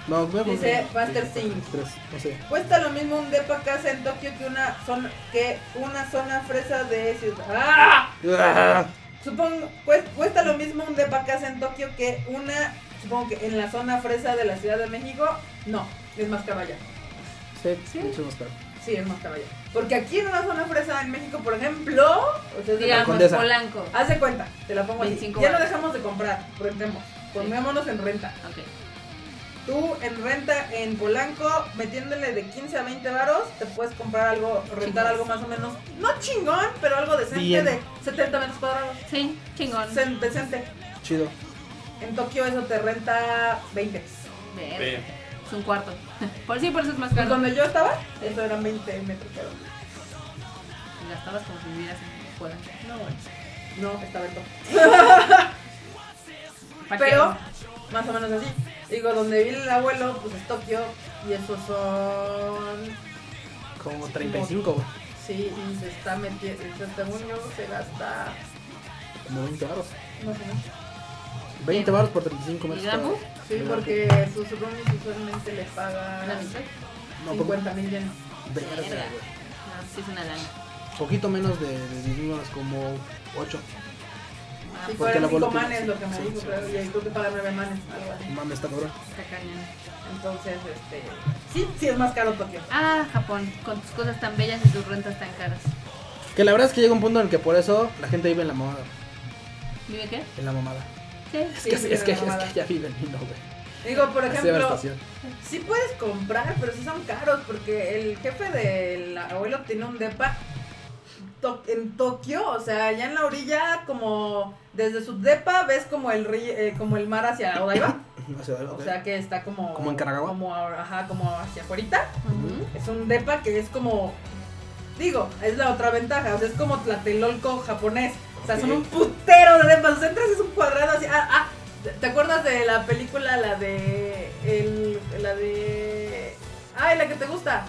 No, nuevos.
Dice
¿no?
Master Singh.
Tres, no sé.
Cuesta lo mismo un depa casa en Tokio que una zona que una zona fresa de ciudad. ¡Ah!
Ah,
Supongo, pues, cuesta lo mismo un depa casa en Tokio que una, supongo que en la zona fresa de la Ciudad de México, no, es más caballa.
Sí, mucho más caro.
Sí, es más caballa. Porque aquí en una zona fresa en México, por ejemplo, o sea, es de-
Digamos,
Condesa.
Polanco.
haz de cuenta, te la pongo así.
25
Ya no
varos.
dejamos de comprar, rentemos. Pongámonos en renta.
Ok.
Tú en renta en Polanco, metiéndole de 15 a 20 varos, te puedes comprar algo, rentar
Chingón.
algo más o menos, no chingón, pero algo decente
Bien.
de 70 metros cuadrados.
Sí, chingón.
Sen- Decente.
Chido.
En Tokio eso te renta 20.
Ver,
Ve,
Es un cuarto. Por sí, por eso es más
Y
caro.
cuando yo estaba, eso eran 20 metros cuadrados.
Gastabas como si vivieras en Polanco. No, bueno.
No, estaba en Tokio.
¿Para qué?
Pero, más o menos así. Digo, donde vive el abuelo, pues es Tokio. Y esos son.
Como 35, güey.
Sí, y se está metiendo. Según yo, se gasta.
Como 20 baros.
No sé.
20 baros por 35
¿Y
metros
Gamu?
cuadrados.
Sí, porque sus roomies usualmente les
¿Una
pagan
mitad?
No, por-
50 mil yenes.
Verga,
Verga.
güey.
No, sí es una lana.
Poquito menos de, de 10 baros, como 8.
Ah,
Si
porque el
fueran 5
abuelo tiene-
manes, lo que me
sí,
dijo,
sí.
creo. Y ahí creo que pagan 9 manes, algo así.
Mames, está cabrón.
está cañón.
Entonces, este. Sí, sí es más caro Tokio.
Ah, Japón, con tus cosas tan bellas y tus rentas tan caras.
Que la verdad es que llega un punto en el que por eso la gente vive en la mamada.
¿Dime qué?
En la mamada.
¿Qué?
Es
Sí,
que,
sí,
es, que,
en la mamada.
es que ya viven y no, güey.
Digo, por
Así de
ejemplo,
estación.
Sí puedes comprar, pero sí son caros porque el jefe del abuelo tiene un depa to- en Tokio, o sea, allá en la orilla como desde su depa ves como el ri- eh, como el mar hacia Odaiba,
No sé,
o sea que está como
¿Como en Kanagawa?
como a- ajá, como hacia afuera.
Ujú.
Es un depa que es como digo, es la otra ventaja, o sea, es como Tlatelolco japonés. O sea, son
Ok.
un putero de depas, o sea, entras y es un cuadrado así. Ah, ah, ¿te- ¿te acuerdas de la película la de el la de ay, la que te gusta?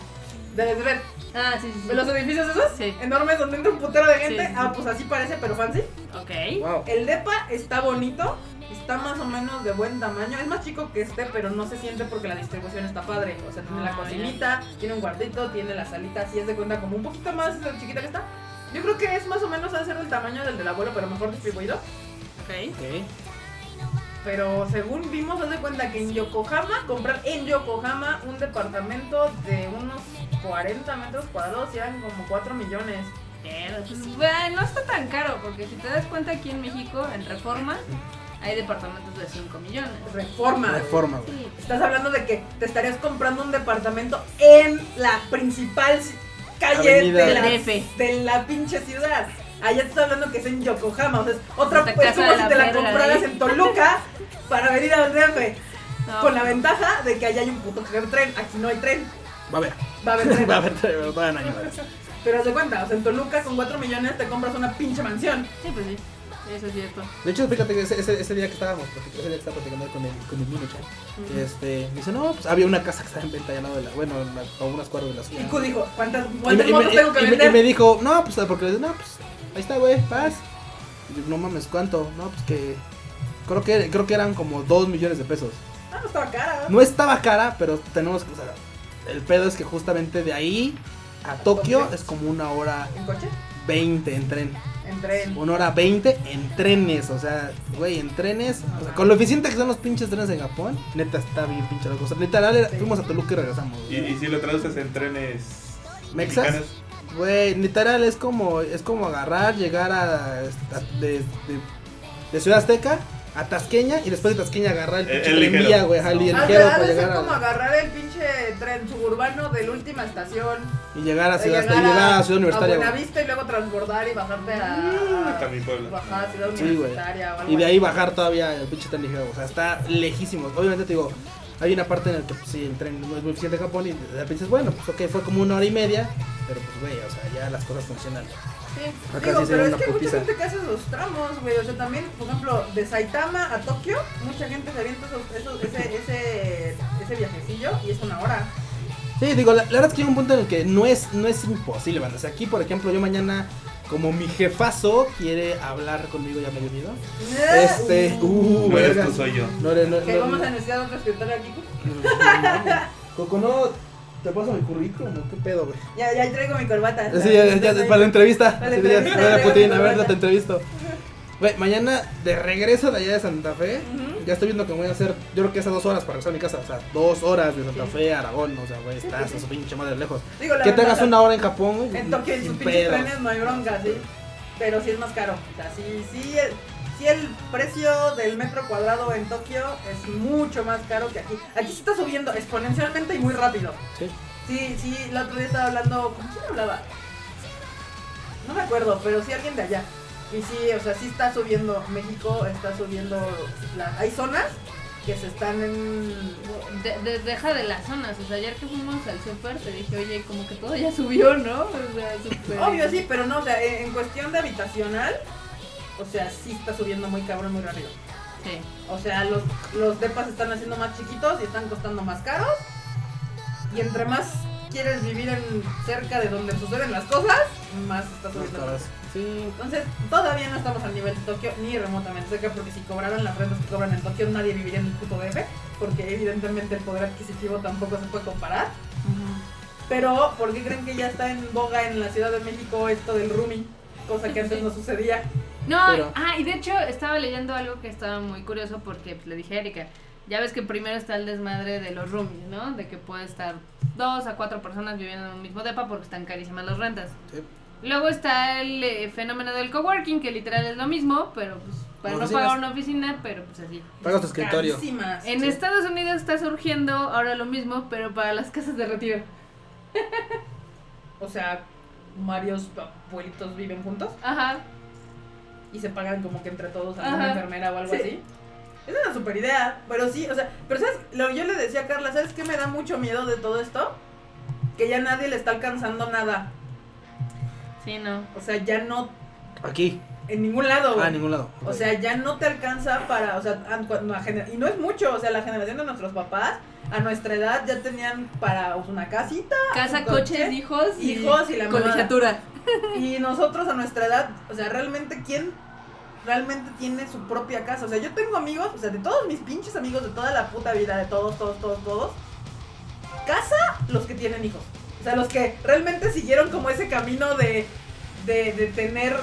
De Desver.
Ah, sí, sí, sí.
Los edificios esos
Sí.
enormes donde entra un putero de gente.
Sí, sí,
Ah,
sí.
pues así parece, pero fancy.
Ok.
Wow.
El depa está bonito, está más o menos de buen tamaño. Es más chico que este, pero no se siente porque la distribución está padre. O sea, tiene
Ah,
la cocinita, tiene un cuartito, tiene la salita, así es de cuenta como un poquito más de chiquita que está. Yo creo que es más o menos hacer el tamaño del del abuelo, pero mejor distribuido.
Ok.
Ok.
Pero según vimos, haz de cuenta que en Yokohama, comprar en Yokohama un departamento de unos 40 metros cuadrados eran como 4 millones.
Pero, pues, bueno, no está tan caro, porque si te das cuenta aquí en México, en Reforma, hay departamentos de 5 millones.
Reforma.
Reforma, güey.
Sí.
Estás hablando de que te estarías comprando un departamento en la principal ci- calle
Avenida.
de la,
Del DF.
de la pinche ciudad. Allá te estás hablando que es en Yokohama, o sea, es otra
Esta
es
casa
como
de
si
la
te la
verga,
compraras
¿eh?
en Toluca para venir al DF,
No,
con la ventaja de que allá hay un puto tren, aquí no hay tren,
Va a ver.
va a haber tren.
Va a ver, pero todavía no hay nada.
Pero haz de cuenta, o sea, en Toluca con 4 millones te compras una pinche mansión.
Sí, pues sí. Eso es cierto.
De hecho, fíjate que ese, ese, ese día que estábamos, plati- ese día que estaba platicando con el, con el niño, chavo, este, me dice, no, pues había una casa que estaba en venta allá al lado de la, bueno, en la- a unas cuadras de la
Y
suya.
Q dijo, ¿cuántas,
Y me-
cuántas
y me-
motos tengo que
y me-
vender?
y me dijo, no, pues porque le dije, no, pues ahí está, güey, paz. Y yo, no mames, ¿cuánto? No, pues que creo que creo que eran como 2 millones de pesos.
Ah, no estaba cara.
No estaba cara, pero tenemos que, o sea, el pedo es que justamente de ahí a Tokio es como una hora
¿En coche?
20 en tren.
En tren.
Una hora 20 en trenes, o sea, güey, en trenes. o sea, con lo eficiente que son los pinches trenes en Japón, neta está bien pinche la cosa. Literal, era-
Sí.
fuimos a Toluca y regresamos.
Y,
güey.
y si lo traduces en trenes
¿Mexas?
mexicanos,
Güey, literal es como es como agarrar, llegar a, a- de, de- de Ciudad Azteca a Tasqueña y después de Tasqueña agarrar el
El-
pinche
el
tranvía,
ligero.
güey, ajá, el
Ah,
ligero
¿verdad?
para
Debe ser
llegar a-
como agarrar el pinche tren suburbano de la última estación.
y llegar a
de
Ciudad Azteca, y Ah, llegar a Ciudad Universitaria.
A
güey.
Buenavista y luego transbordar y bajarte
hasta
a.
Mm, mi pueblo.
Bajar a Ciudad
Sí, güey.
Universitaria o algo
Y de ahí
así.
bajar todavía el pinche tren ligero, o sea, está lejísimo. Obviamente te digo, hay una parte en la que pues, sí, el tren no es muy eficiente en Japón y de repente dices, bueno, pues ok, fue como una hora y media, pero pues güey, o sea, ya las cosas funcionan.
Sí.
Acá
Digo,
sí se
pero
ve
es
una
que
putiza.
mucha gente que hace esos tramos, güey. O sea, también, por ejemplo, de Saitama a Tokio, mucha gente se avienta esos, esos- ese, ese, ese viajecillo y es una hora.
Sí, digo, la, la verdad es que hay un punto en el que no es, no es imposible, banda. O sea, aquí, por ejemplo, yo mañana, como mi jefazo quiere hablar conmigo, ya me he unido. Este, uh,
No eres
verga.
tú, soy yo.
No eres, no,
Que
no-
vamos a
no-
necesitar otro escritorio aquí.
no, no, no. Coco, no, te paso mi currículum, ¿o ¿qué pedo, güey?
Ya, ya traigo mi corbata.
Sí, ya, ya, ya, para la entrevista.
Para la
Sí, ya,
entrevista,
ya,
ya,
Putin, a
ya,
ver,
ya.
ya te entrevisto. Güey, mañana de regreso de allá de Santa Fe, ya estoy viendo que voy a hacer, yo creo que esas dos horas para regresar a mi casa, o sea, dos horas de Santa Fe a Aragón, o sea, güey, estás a su pinche madre lejos.
Digo, la
Que te hagas
ventaja-
una hora en Japón, güey,
En Tokio, en
sin
sus pinches
pedos.
trenes no hay bronca, sí. Pero sí es más caro. O sea, sí, sí, el- sí el precio del metro cuadrado en Tokio es mucho más caro que aquí. Aquí se está subiendo exponencialmente y muy rápido.
Sí.
Sí, sí, el otro día estaba hablando. ¿Con quién hablaba? No me acuerdo, pero sí alguien de allá. Y sí, o sea, sí está subiendo. México está subiendo. la- hay zonas que se están en.
De- de- deja de las zonas, o sea, ayer que fuimos al súper te dije, oye, como que todo ya subió, ¿no? O sea, súper.
Obvio, sí, pero no, o sea, en en cuestión de habitacional, o sea, sí está subiendo muy cabrón, muy rápido.
Sí.
O sea, los, los depas están haciendo más chiquitos y están costando más caros. Y entre más quieres vivir en cerca de donde suceden las cosas, más está
Dos
subiendo.
horas. Sí,
Entonces, todavía no estamos al nivel de Tokio ni remotamente cerca porque si cobraran las rentas que cobran en Tokio, nadie viviría en el puto DF, porque evidentemente el poder adquisitivo tampoco se puede comparar. Pero, ¿por qué creen que ya está en boga en la Ciudad de México esto del rooming? Cosa que antes no sucedía.
No,
Pero-
ah, y de hecho estaba leyendo algo que estaba muy curioso porque pues, le dije a Erika, ya ves que primero está el desmadre de los roomies, ¿no? De que puede estar dos a cuatro personas viviendo en un mismo depa porque están carísimas las rentas.
Sí.
Luego está el eh, fenómeno del coworking, que literal es lo mismo, pero pues para no
Oficinas.
pagar una oficina, pero pues así.
pagas tu escritorio.
Carísimas.
En Estados Unidos está surgiendo ahora lo mismo, pero para las casas de retiro.
O sea, varios abuelitos viven juntos
Ajá.
y se pagan como que entre todos a una
Ajá.
enfermera o algo
Sí.
así. Es una super idea, pero sí, o sea, pero sabes, lo yo le decía a Carla, ¿sabes qué me da mucho miedo de todo esto? Que ya nadie le está alcanzando nada.
Sí, no.
O sea, ya no
Aquí.
en ningún lado.
Ah,
güey.
en ningún lado.
O sea, ya no te alcanza para, o sea, a- cuando a gener- y no es mucho, o sea, la generación de nuestros papás a nuestra edad ya tenían para pues, una casita
Casa,
coche,
coches, hijos, y
hijos y la mamada.
colegiatura.
y nosotros a nuestra edad, o sea, realmente quién realmente tiene su propia casa, o sea, yo tengo amigos, o sea, de todos mis pinches amigos de toda la puta vida, de todos, todos, todos, todos, casa los que tienen hijos, o sea, los que realmente siguieron como ese camino de de, de tener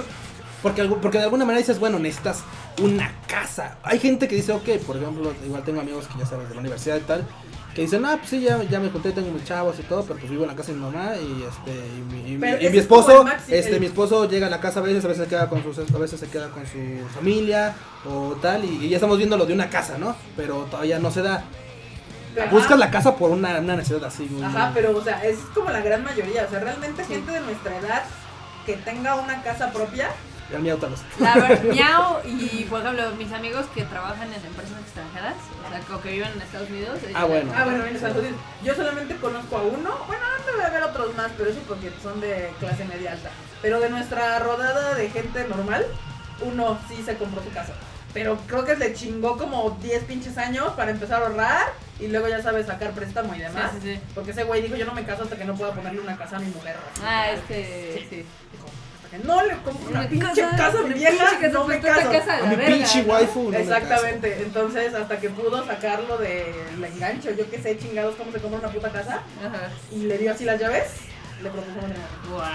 Porque, algu- porque de alguna manera dices, bueno, necesitas una casa. Hay gente que dice, ok, por ejemplo, igual tengo amigos que ya sabes de la universidad y tal, que dicen, ah, pues sí, ya, ya me junté, tengo mis chavos y todo, pero pues vivo en la casa de mi mamá y este, y mi, y mi-
Pero
y mi
ese es como
esposo,
el maxi-
este,
el-
mi esposo llega a la casa a veces, a veces se queda con sus, a veces se queda con su familia o tal, y, y ya estamos viendo lo de una casa, ¿no? Pero todavía no se da. Buscas la casa por una, una necesidad así. muy-
Ajá, pero o sea, es como la gran mayoría. O sea, realmente gente de nuestra edad que tenga una casa propia.
Ya me auto a los-
La verdad, miau, y por ejemplo, mis amigos que trabajan en empresas extranjeras, o sea, como que viven en Estados Unidos. ellos-
Ah, bueno.
Ah, bueno, en Estados Unidos. Yo solamente conozco a uno. Bueno, no debe haber otros más, pero eso porque son de clase media alta. Pero de nuestra rodada de gente normal, uno sí se compró su casa. Pero creo que le chingó como 10 pinches años para empezar a ahorrar y luego ya sabes sacar préstamo y
Sí,
demás.
sí, sí.
Porque ese güey dijo, yo no me caso hasta que no pueda ponerle una casa a mi mujer.
Ah, este, sí.
Dijo, hasta que no le compro una, pinche casa, a mi
una
vieja,
pinche casa, pues,
no me
puta
caso.
casa de
A
la
mi
verga,
pinche
¿no?
waifu. no me caso.
Exactamente, entonces hasta que pudo sacarlo del engancho, yo que sé, chingados, cómo se compra una puta casa,
Ajá.
y le dio así las llaves, le propuso matrimonio.
Guau.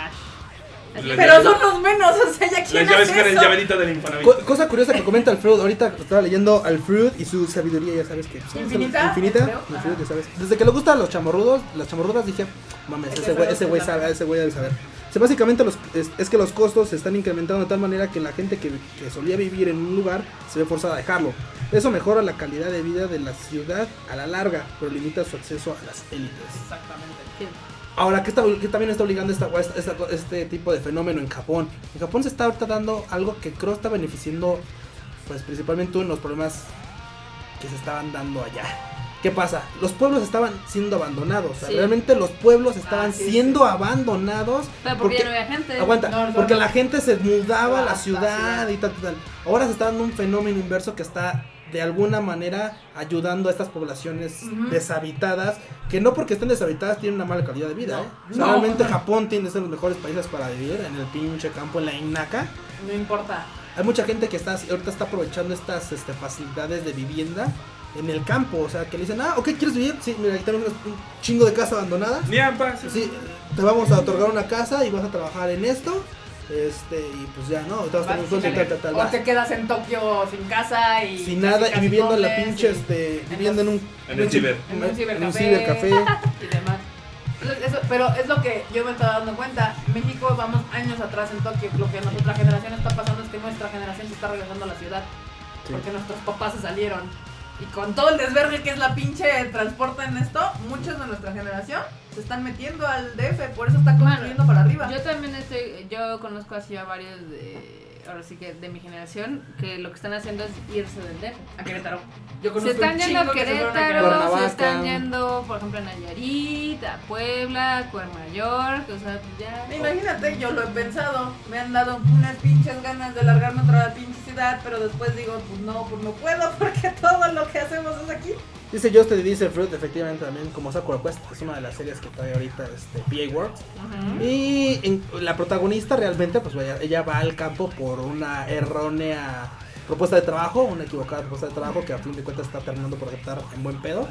Pues
Así-
la
Pero
llave-
son los menos, o sea, ya quién
Las llaves
hace
con el
eso.
llaverito del Infonavit.
Co- cosa curiosa que comenta el Freud, ahorita estaba leyendo al Freud y su sabiduría, ya sabes que pues,
Infinita,
infinita,
creo.
el Freud, ya sabes. Desde que le gustan los chamorrudos, las chamorrudas dije, mames,
Ese
ese güey,
Freud
ese güey
es
sabe, ese güey debe saber. O sea, básicamente los, es, es que los costos se están incrementando de tal manera que la gente que, que solía vivir en un lugar se ve forzada a dejarlo. Eso mejora la calidad de vida de la ciudad a la larga, pero limita su acceso a las élites.
Exactamente.
Ahora, ¿qué, está, qué también está obligando esta, esta- esta- este tipo de fenómeno en Japón? En Japón se está ahorita dando algo que creo está beneficiando, pues principalmente en los problemas que se estaban dando allá. ¿Qué pasa? Los pueblos estaban siendo abandonados. o sea,
Sí. Ah,
Realmente los pueblos estaban
sí,
siendo abandonados.
Pero porque, ya no había gente.
Aguanta,
No, no,
porque
no.
la gente se mudaba a
Ah,
la
la
ciudad
ciudad.
y tal, tal, tal. Ahora se está dando un fenómeno inverso que está de alguna manera ayudando a estas poblaciones
Ujú.
deshabitadas, que no porque estén deshabitadas tienen una mala calidad de vida. ¿eh? O sea,
No.
realmente Japón tiene que ser los mejores países para vivir en el pinche campo, en la Inaca.
No importa.
Hay mucha gente que está ahorita está aprovechando estas este, facilidades de vivienda en el campo, o sea, que le dicen, ah, ok, ¿quieres vivir? Sí, mira, aquí tenemos un chingo de casa abandonada.
Ni ambas.
Sí, te vamos a otorgar una casa y vas a trabajar en esto. Este, y pues ya, ¿no? Estabas
Vas
teniendo
sin
un sueldo y tal, tal,
tener-
tal.
o
vas.
te quedas en Tokio sin casa y.
Sin nada y
casi
viviendo en la
comes
pinche,
y-
este, viviendo en un...
En el ciber.
En un
En un
cibercafé.
cibercafé.
y demás. Entonces, eso- pero es lo que yo me estaba dando cuenta. México vamos años atrás en Tokio. Lo que nuestra generación está pasando es que nuestra generación se está regresando a la ciudad.
Sí.
Porque nuestros papás se salieron. Y con todo el desvergue que es la pinche transporte en esto, muchos de nuestra generación se están metiendo al DF. Por eso está construyendo para arriba.
Yo también estoy, yo conozco así a varios de, ahora sí que de mi generación, que lo que están haciendo es irse del DF.
a Querétaro.
Yo
Se
conozco
están
un
yendo a
chingo que se fueron a
Querétaro, se
Cuernavaca.
están yendo, por ejemplo, a Nayarit, a Puebla, a Cuermayor, o sea, ya...
Imagínate, yo lo he pensado. Me han dado unas pinches ganas de largarme a otra pinche ciudad. Pero después digo, pues no, pues no puedo. Porque todo lo que hacemos es aquí.
Dice Justin y dice Fruit, efectivamente también como Sakura Quest, es una de las series que trae ahorita este, PA Works. Y en- la protagonista realmente, pues vaya, ella va al campo por una errónea propuesta de trabajo, una equivocada propuesta de trabajo que a fin de cuentas está terminando por aceptar en buen pedo.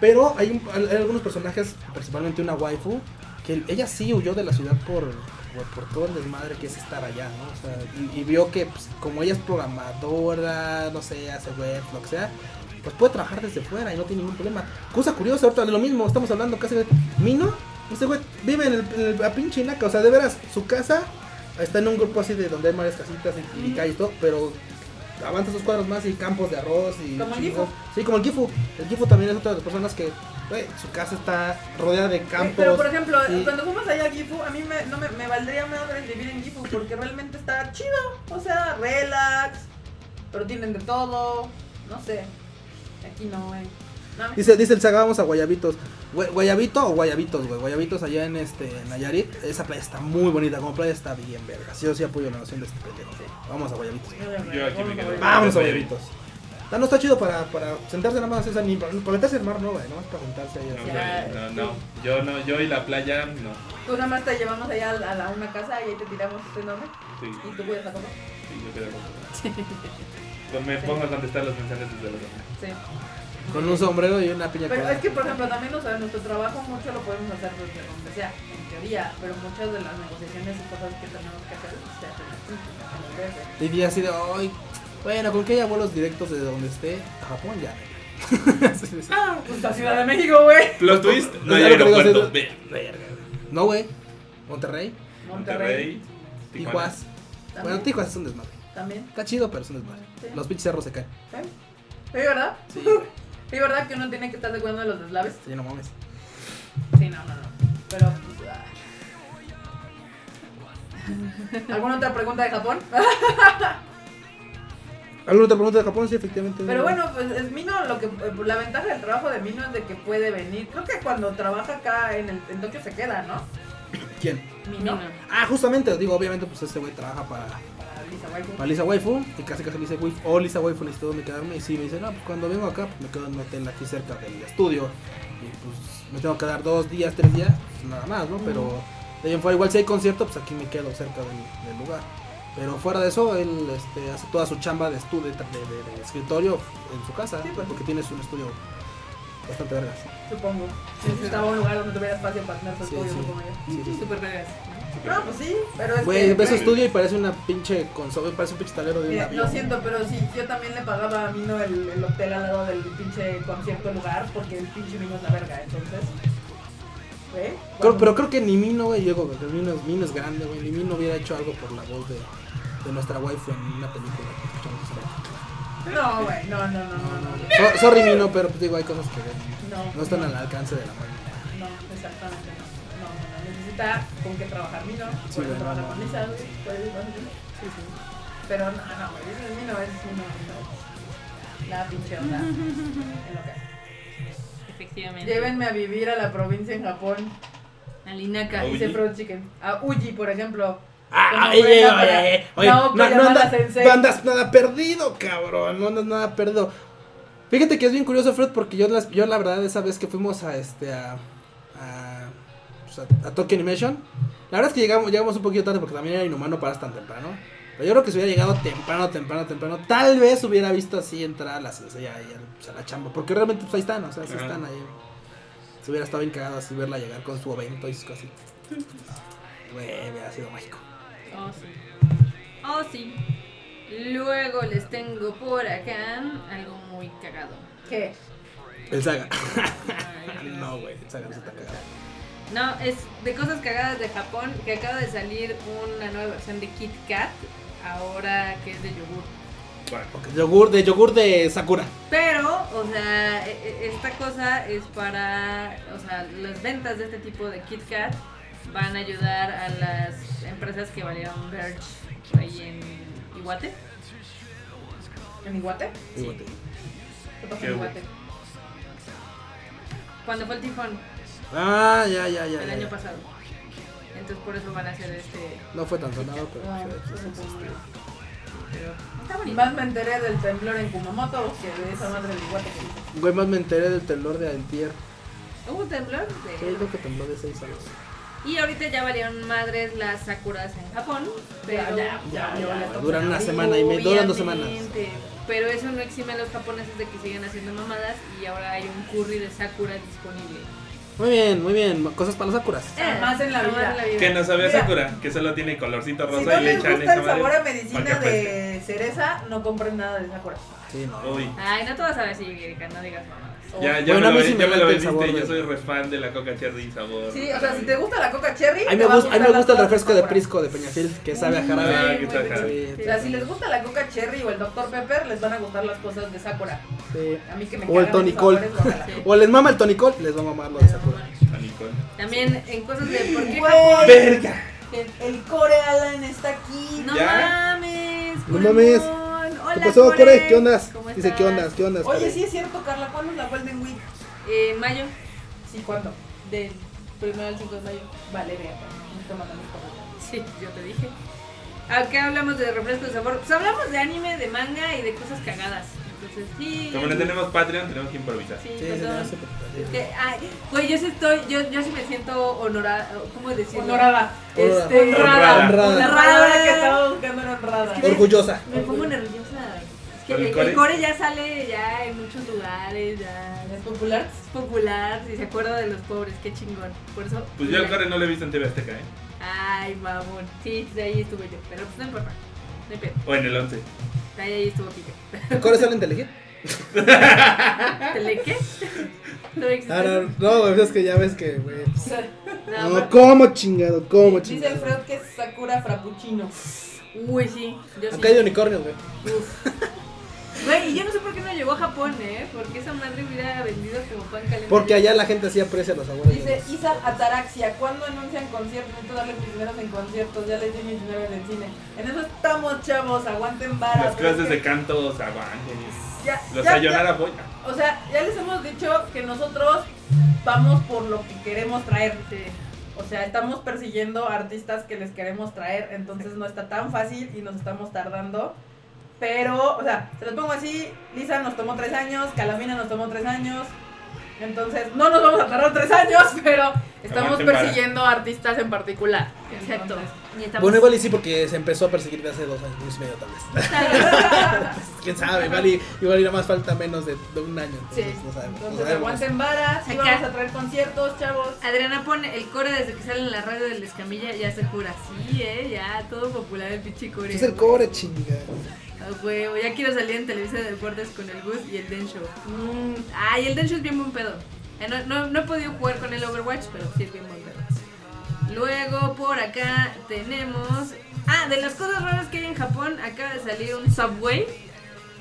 Pero hay, un- hay algunos personajes, principalmente una waifu, que ella sí huyó de la ciudad por, por, por todo el desmadre que es estar allá, ¿no? O sea, y, y vio que pues, como ella es programadora, no sé, hace web, lo que sea, pues puede trabajar desde fuera y no tiene ningún problema. Cosa curiosa, ahorita de lo mismo, estamos hablando casi de Mino. Este güey vive en, el, en el- la pinche Inaca, o sea, de veras, su casa está en un grupo así de donde hay varias casitas y, y calle y todo, pero avanza sus cuadros más y campos de arroz y.
Como el
chingos.
Gifu.
Sí, como el Gifu. El Gifu también es otra de las personas que, güey, su casa está rodeada de campos.
Pero por ejemplo,
sí.
cuando fuimos allá a Gifu, a mí me, no me, me valdría madre vivir en Gifu porque realmente está chido. O sea, relax, pero tienen de todo. No sé. Aquí no, güey. No,
Dice, dice el Saga, vamos a Guayabitos. Gua- Guayabito o Guayabitos, güey. Guayabitos allá en este en Nayarit. Esa playa está muy bonita, como playa está bien verga. Sí, yo sí apoyo la noción de este pendejo. Vamos a Guayabitos.
Yo aquí me quedo.
Vamos a
Guayabitos.
Guayabitos. No, no está chido para, para sentarse nada más, o sea, ni para, para meterse al mar, no, güey, nada más para sentarse ahí.
No,
así.
güey, no, no. Yo no, yo y la playa, no.
Tú nada más te llevamos allá a, la- a la- una casa y ahí te tiramos este enorme
Sí,
y tú cuidas la copa.
sí, yo quedo con Pues Me pongo a contestar los mensajes desde los demás.
Sí.
Con un sombrero y una piña
Pero
colada.
es que, por ejemplo, también o sea, nuestro trabajo mucho lo podemos hacer desde donde sea, en teoría, pero muchas de las negociaciones y cosas que tenemos que hacer pues, se hacen aquí, en el DF.
Y día así de, ay, bueno, con que haya vuelos directos desde donde esté a Japón, ya. Sí, sí, sí.
Ah, pues la Ciudad de México, güey.
Plot twist, no hay
Es algo que digo,
aeropuerto.
sí,
Ve,
No, güey, Monterrey,
Monterrey, Tijuana.
Tijuas.
También.
Bueno, Tijuas es un desmadre.
También.
Está chido, pero es un desmadre.
Sí.
Los pinches cerros se caen.
¿Es verdad?
Sí, güey.
¿Es verdad que uno tiene que estar de acuerdo de los deslaves?
Sí, no mames.
Sí, no, no, no. Pero, pues. ah. ¿Alguna otra pregunta de Japón? Ah,
¿Alguna otra pregunta de Japón? Sí, efectivamente.
Pero
no.
bueno, pues es Mino, lo que, eh, la ventaja del trabajo de Mino es de que puede venir. Creo que cuando trabaja acá en, el, en Tokio se queda, ¿no?
¿Quién?
Mino.
Mino.
Ah, justamente, digo, obviamente, pues este güey trabaja para,
Para Lisa Waifu.
para Lisa Waifu. Y casi casi le dice, "Waifu, oh, Lisa Waifu, necesito dónde quedarme. Y sí, me dice, no, pues cuando vengo acá, pues me quedo en un hotel aquí cerca del estudio. Y pues me tengo que dar dos días, tres días, pues, nada más, ¿no? Pero de ahí en fuera, igual si hay concierto, pues aquí me quedo cerca del, del lugar. Pero fuera de eso, él este, hace toda su chamba de estudio, de, de- de escritorio en su casa,
Sí, pues.
porque tiene un estudio bastante vergas.
Supongo. Si estaba en un lugar donde tuviera espacio para tener su
Sí,
estudio,
sí.
supongo yo.
Sí, sí, sí.
Súper vergas.
No, pues sí, pero es
Güey,
que.
ves su
güey.
estudio y parece una pinche consola, parece un pinche tablero de un
Mira,
avión.
lo siento, pero sí, yo también le pagaba a Mino el, el hotel al lado del pinche concierto lugar, porque el pinche Mino es la verga, entonces. ¿eh? ¿Ve?
Creo-
Cuando-
pero creo que ni Mino, güey, Diego, que Mino es, Mino es grande, güey, ni Mino hubiera hecho algo por la voz de, de nuestra waifu en una película. que escuchamos hace
No, güey, no, no, no, no, no.
rato. So- sorry, Mino, pero pues digo, hay cosas que
No,
no están al alcance de la mano.
No, exactamente no. No, no, no. Necesita con qué trabajar Mino,
Sí,
puede
güey,
trabajar
no, no.
con Lisa, güey, puede trabajar con Lisa. Sí, sí. Pero no, no, güey, ese es Mino, ese es Mino, no. La pinche onda. en lo que hace.
Efectivamente.
Llévenme a vivir a la provincia en Japón.
A Linaca.
¿A Uji?
Dice Fried Chicken. A Uji, por ejemplo.
Ah,
Como
oye, oye,
buena para-
oye, oye,
Naoko
no, no
Yamada
andas-
Sensei.
no andas nada perdido, cabrón, no andas nada perdido. Fíjate que es bien curioso, Fred, porque yo, las, yo la verdad esa vez que fuimos a este a, a, pues, a- a Tokyo Animation, la verdad es que llegamos, llegamos un poquito tarde porque también era inhumano para tan temprano. Pero yo creo que si hubiera llegado temprano, temprano, temprano, tal vez hubiera visto así entrar a la, sensei ahí al- pues, a la chamba. Porque realmente pues ahí están, o sea, sí
Ajá.
están ahí. Se hubiera estado bien cagado así verla llegar con su evento y sus cosas así. Güey, hubiera sido mágico.
Oh, sí. Oh, sí. Luego les tengo por acá algo muy cagado.
¿Qué?
El Saga. no, güey, el Saga no se está cagado.
No, es de cosas cagadas de Japón que acaba de salir una nueva versión de Kit Kat, ahora que es de yogur.
Ok, yogur de yogur de Sakura.
Pero, o sea, e- e- esta cosa es para, o sea, las ventas de este tipo de Kit Kat van a ayudar a las empresas que valieron Verge ahí en Iguate.
¿En Iguate?
Igual te-
¿Qué pasó
¿Qué
en
hubo?
Iguate? Cuando fue el tifón
Ah, ya, ya, ya.
el
ya,
año
ya.
pasado. Entonces por eso van a hacer este...
No fue tan sonado, pero. pues,
Ah,
sí, sí, sí, sí.
Pero está bonito.
Más me enteré del temblor en Kumamoto que de esa madre del Iguate que dice.
Güey, más me enteré del temblor de Antier.
Hubo un temblor
Sí,
de...
es lo que tembló de 6 años.
Y ahorita ya valieron madres las sakuras en Japón, pero
Ya,
vio
ya,
la
güey,
toma.
duran una semana y media, duran dos semanas.
Obviamente, Pero eso no exime a los japoneses de que sigan haciendo mamadas y ahora hay un curry de sakura disponible.
Muy bien, muy bien. Cosas para los Sakuras.
Jamás en la
Jamás
vida.
en la
Que no sabía
Mira.
Sakura, que solo tiene colorcito
Si
rosa
no
y le
les
echan
gusta
esa
el sabor
madre.
a medicina
para que
de cereza, no compren nada de Sakura.
Sí, no.
Uy,
Ay, no te vas a ver así, Erika, no digas mamadas.
ya, ya
Bueno, a
me
mí
lo,
sí
ya
me
me lo
late el
vendiste,
sabor,
yo
güey.
soy re fan de la coca cherry sabor.
Sí, o sea, si te gusta la coca cherry,
A mí
te
me
va
gusta, a mí me
gustar la
gusta el
Dr.
refresco de
Sakura.
Prisco de Peñafiel, que sabe a
Ah,
jarabe.
que está acá.
Sí,
O sea, si les gusta la coca cherry o el Dr. Pepper, les van a gustar las cosas de Sakura.
sí.
A mí que me
O el
cagan esos
Tonicol.
sabores, guácala.
O les mama el tonicol, les va a mamar lo de Sakura.
A Nicole.
También en cosas de por qué
Güey.
Japón.
¡Verga!
El Core Alan está aquí.
No
Ya.
mames,
No mames.
Coremon. Hola,
¿Qué pasó, Core? ¿Qué onda?
¿Cómo
Dice, ¿qué
estás?
onda? ¿Qué onda?
Oye, sí es cierto, Carla, ¿cuándo es la Golden Week?
Eh, En mayo,
Sí, ¿cuándo?
del primero al 5 de mayo.
Vale, vea, pues, no te mandamos para
Sí, yo te dije. Acá hablamos de refrescos de sabor. Pues hablamos de anime, de manga y de cosas cagadas. Entonces, sí.
Como no tenemos Patreon, tenemos que improvisar.
Sí,
Sí,
perdón.
sí, no sé por qué.
Que, ay, güey, yo sí estoy, yo, yo sí me siento honorada, ¿cómo decirlo?
Honorada.
Este,
Honrada.
honrada.
Honrada.
La palabra que estaba buscando era honrada.
Es que-
Orgullosa.
Me pongo nerviosa. Es que
¿Pero el
el, el
core?
core ya sale ya en muchos lugares, ya
¿Es
es
popular?
popular, si se acuerda de los pobres, qué chingón. Por eso.
Pues yo al Core no lo he visto en TV Azteca, ¿eh?
Ay, mamón. Sí, de ahí estuve yo, pero pues no importa. No hay pedo.
O en el 11.
De ahí estuvo Pipe.
¿Core salen de elegir?
Ah.
¿Tele qué? No existe.
Ah, no, no, güey, es que ya ves que, güey. pues,
No,
No,
pero-
¿cómo chingado? ¿Cómo
Dice
chingado?
Alfredo que es Sakura Frappuccino.
Uy, sí. Yo sí.
Acá hay de unicornios, güey.
Güey, y yo no sé por qué no llegó a Japón, ¿eh? Porque esa madre hubiera vendido como pan caliente.
Porque allá la gente sí aprecia los sabores.
Dice Isa Ataraxia, ¿cuándo anuncian conciertos? Necesito darles mis dineros en conciertos, ya les di mis dineros en el cine. En eso estamos, chavos, aguanten vara.
Las
pero es
clases
que
de canto, Sabanje.
ya-
Los
ya-
Sayonara Boy. Ah,
ya- O sea, ya les hemos dicho que nosotros vamos por lo que queremos traer. O sea, estamos persiguiendo artistas que les queremos traer, entonces no está tan fácil y nos estamos tardando. Pero, o sea, se los pongo así, Lisa nos tomó tres años, Calamina nos tomó tres años. Entonces, no nos vamos a tardar tres años, pero estamos
Aguanten vara.
persiguiendo artistas en particular.
Exacto. Y estamos-
Bueno, igual y sí, porque se empezó a perseguir de hace dos años y medio, tal vez. Quién sabe, igual y, igual y nada más falta menos de, de un año. Entonces,
Sí.
no sabemos. no
Entonces,
sabemos.
aguanten varas, sí
Acá.
vamos a traer conciertos, chavos.
Adriana pone el core desde que sale en la radio del Escamilla, ya se jura. Sí, ¿eh? Ya, todo popular el pinche core.
Es el
güey.
cobre, chinga.
Ah, huevo, ya quiero salir en Televisa de Deportes con el Gus y el Den Show. Mm, Ay, el Den Show es bien buen pedo. Eh, No, no, no he podido jugar con el Overwatch, pero sí es bien buen pedo. Luego por acá tenemos. Ah, de las cosas raras que hay en Japón, acaba de salir un Subway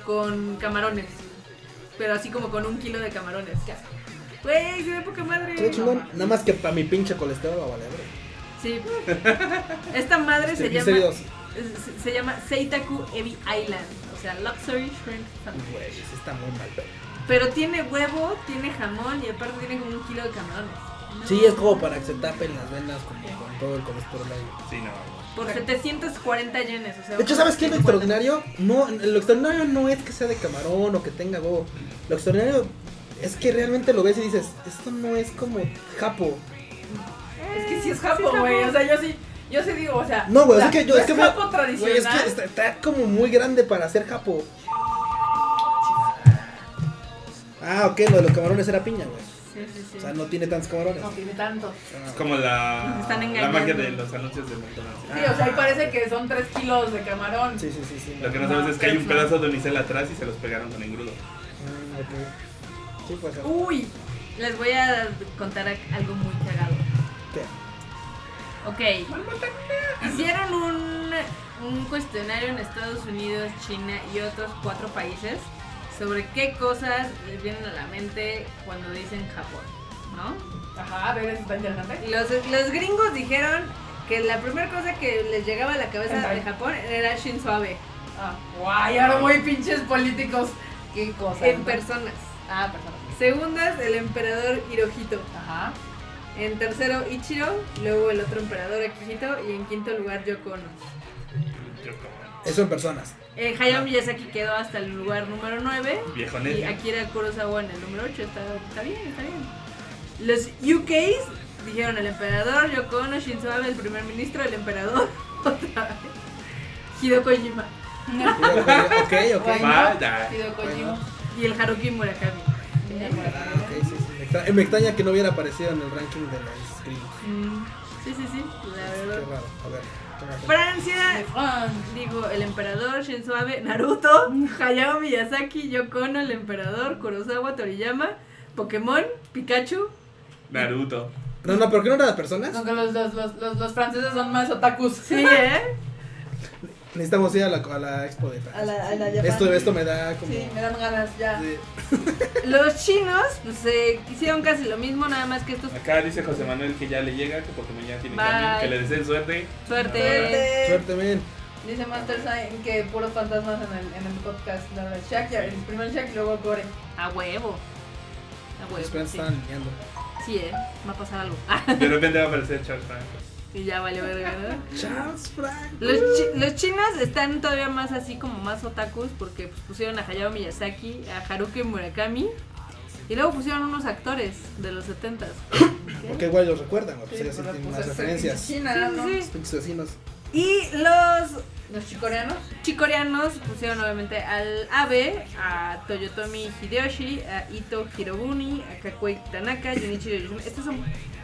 con camarones. Pero así como con un kilo de camarones. Qué asco. Güey, se ve poca madre.
Todo chingón. Nada más que para mi pinche colesterol va a valer. Este,
Sí. Esta madre se llama,
Triglicéridos.
se, se llama Seitaku Ebi Island. O sea, Luxury Shrimp Sandwich.
Güey, sí está muy mal. pero-
Pero tiene huevo, tiene jamón y aparte tiene como un kilo de camarones.
Sí, es como para que se tapen las venas como con todo el colesterol ahí.
Sí, no.
Por 740 yenes, o sea.
De hecho, ¿sabes qué es lo extraordinario? No, lo extraordinario no es que sea de camarón o que tenga huevo. Lo extraordinario es que realmente lo ves y dices, esto no es como japo.
Es que sí es japo, güey. o sea, yo sí, yo sí digo, o sea.
No, güey,
o sea,
es que yo-
no
es que veo-
japo
Güey,
tradicional.
es que está, está como muy grande para ser japo. Ah, ok, lo de los camarones era piña, güey.
Sí, sí, sí.
O sea, no tiene tantos camarones.
No tiene tanto.
Es como la,
Nos están
la magia
engañando.
de los anuncios de McDonald's.
Sí, o sea, ahí parece que son 3 kilos de camarón.
Sí, sí, sí, sí.
Lo que
no.
no sabes es que hay un
No.
pedazo de unicel atrás y se los pegaron con engrudo.
Ah, ok. Sí, pues, puede ser.
Uy, les voy a contar a- algo muy cagado.
¿Qué?
Ok. Hicieron un, un cuestionario en Estados Unidos, China y otros cuatro países sobre qué cosas les vienen a la mente cuando dicen Japón, ¿no?
Ajá, a ver, eso está interesante.
Los, los gringos dijeron que la primera cosa que les llegaba a la cabeza de Japón era Shinzo Abe
Ah, guay, ahora muy pinches políticos. Qué cosa.
en personas.
Ah, personas.
Segundas, el emperador Hirohito.
Ajá.
En tercero, Ichiro. Luego el otro emperador Akihito. Y en quinto lugar, Yoko Ono.
Yo como
Eso en personas.
Eh, Hayao Miyazaki quedó hasta el lugar número 9 y
viejonete.
Akira Kurosawa en el número 8. Está, está bien, está bien. Los UKs dijeron el emperador, Yoko Ono, Shinzo Abe, el primer ministro, el emperador, otra vez. Hideo Kojima
ok, ok.
Vaya.
Hideo
Bueno,
Kojima.
y el Haruki Murakami.
ok, sí, sí. Me extra- eh, Me extraña que no hubiera aparecido en el ranking de los gringos.
Mm, Sí, sí, sí, la
Qué
verdad.
raro. A ver. toma.
Francia,
Fran.
digo, el emperador, Shinzo Abe, Naruto, Hayao Miyazaki, Yoko Ono, el emperador, Kurosawa, Toriyama, Pokémon, Pikachu.
Naruto.
No, no, pero ¿qué no eran las personas?
No, que los, los, los, los, los franceses son más otakus.
Sí, ¿eh?
Necesitamos ir a la, a la expo de Francia.
A la, a la
Esto, esto me da como.
Sí, me dan ganas ya.
de-
Los chinos pues, eh, hicieron casi lo mismo, nada más que estos
Acá dice José Manuel que ya le llega, que porque mañana tiene
Bye.
cambio. Que le deseen suerte.
suerte.
Suerte, men.
Dice Master Sign que puros fantasmas en el, en el podcast. No, el Shaq, el primer Shaq y luego Core.
A huevo. A
Pues,
Los
huevo.
fans
Sí,
están alineando.
Sí, ¿eh? Va a pasar algo.
De repente va a aparecer Charles Frank.
y ya vale verga, ¿verdad?
Charles Frank.
Los, chi- los chinos están todavía más así como más otakus porque pues, pusieron a Hayao Miyazaki, a Haruki Murakami y luego pusieron unos actores de los 70s.
Porque igual los recuerdan, güey, pues
Sí,
ellos sí
pero
tienen
pues
más
es
referencias.
China, ¿no?
Sí,
Los pinches vecinos.
Y los
Los chicoreanos.
chicoreanos pusieron obviamente al Abe, a Toyotomi Hideyoshi, a Ito Hirobuni, a Kakuei Tanaka, Junichiro Yoshimi. Estos son...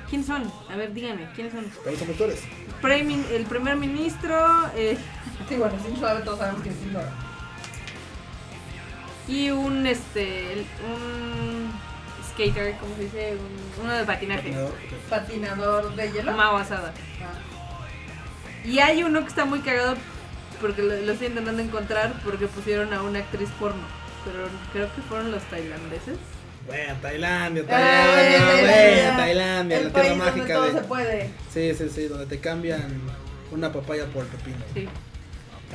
¿Quiénes son? A ver, díganme, ¿quiénes son?
Pero son actores.
Premi- el primer ministro eh,
Sí, bueno, sin suave todos sabemos que sí, no.
y un, este, el- un skater, ¿cómo se dice? Un- uno de patinaje.
Patinador.
Patinador de hielo.
Mao asada.
Ah.
Y hay uno que está muy cagado porque lo, lo estoy intentando encontrar porque pusieron a una actriz porno. Pero creo que fueron los tailandeses.
Bueno, Tailandia,
Ay,
Tailandia,
Ah, Tailandia.
Eh, bueno, Tailandia,
El
la tierra
país donde
mágica
todo se
de.
puede.
Sí, sí, sí, donde te cambian una papaya por pepino.
Sí.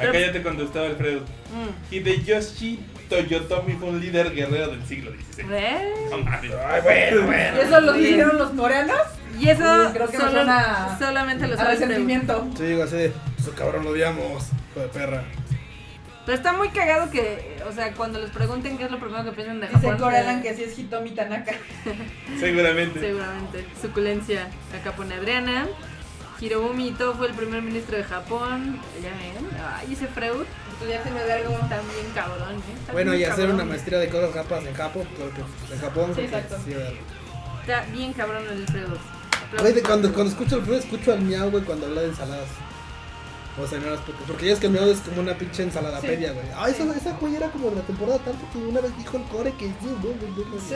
Acá ya te contestaba Alfredo.
Mm.
Hideyoshi Toyotomi fue un líder guerrero del siglo XVI.
¿Ves?
No mames. Ay, bueno,
¿Y
bueno.
eso lo
Bien.
dijeron los coreanos?
Y eso
Uy, creo que me
solo-
suena a-
solamente lo
A
saben Perú.
resentimiento.
Sí, digo así, de, su cabrón lo odiamos, hijo de perra.
Pero está muy cagado que, o sea, cuando les pregunten qué es lo primero que piensan de Japón.
Dice
eh.
Corelan que sí es Hitomi Tanaka.
Seguramente.
Seguramente. Suculencia Acapone Adriana. Hirobumi Ito fue el primer ministro de Japón. Ya ven. Ay, ese Freud
Estudiánteme de algo.
también cabrón, ¿eh? Está
Bueno,
bien
y hacer
cabrón.
una maestría de cosas japas en Japón, porque en Japón.
Sí, exacto.
sí, ¿verdad?
Está bien cabrón el Freud
Güey, de- cuando, cuando escucho el ruido, escucho al miau, güey, cuando habla de ensaladas. O sea, no las porque, porque ya es que el miau es como una pinche ensaladapedia, güey. Ah, esa, esa güey era como de la temporada tanto que una vez dijo el core que.
Sí.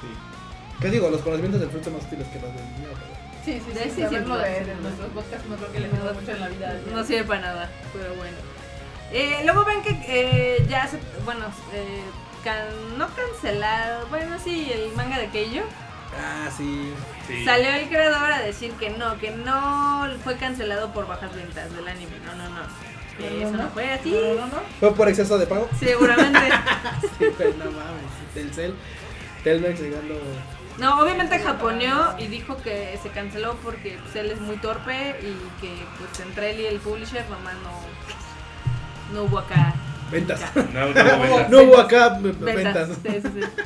Sí.
¿Qué digo? Los conocimientos del fruit son más útiles que los del miau, güey.
Sí, sí,
De
sí.
ese
saberlo
siempre.
de, de nuestros podcasts no creo que les ayuda mucho en la vida.
No sirve para nada, pero bueno. Eh, luego ven que eh, ya se. Bueno, eh, can- no cancelado. Bueno, sí, el manga de Keijo.
Ah, sí.
Sí.
Salió el creador a decir que no, que no fue cancelado por bajas ventas del anime. No, no, no. Que
No, no,
eso no
no.
fue así.
No, no, no.
¿Fue por exceso de pago?
Seguramente.
Sí, güey, no mames. Telcel. Telmex llegando.
No, obviamente japoneó y dijo que se canceló porque pues, él es muy torpe y que pues entre él y el publisher nomás no, no hubo acá.
Ventas.
No, no, bueno.
No hubo acá eh, ventas.
Ventas. Sí, sí, sí.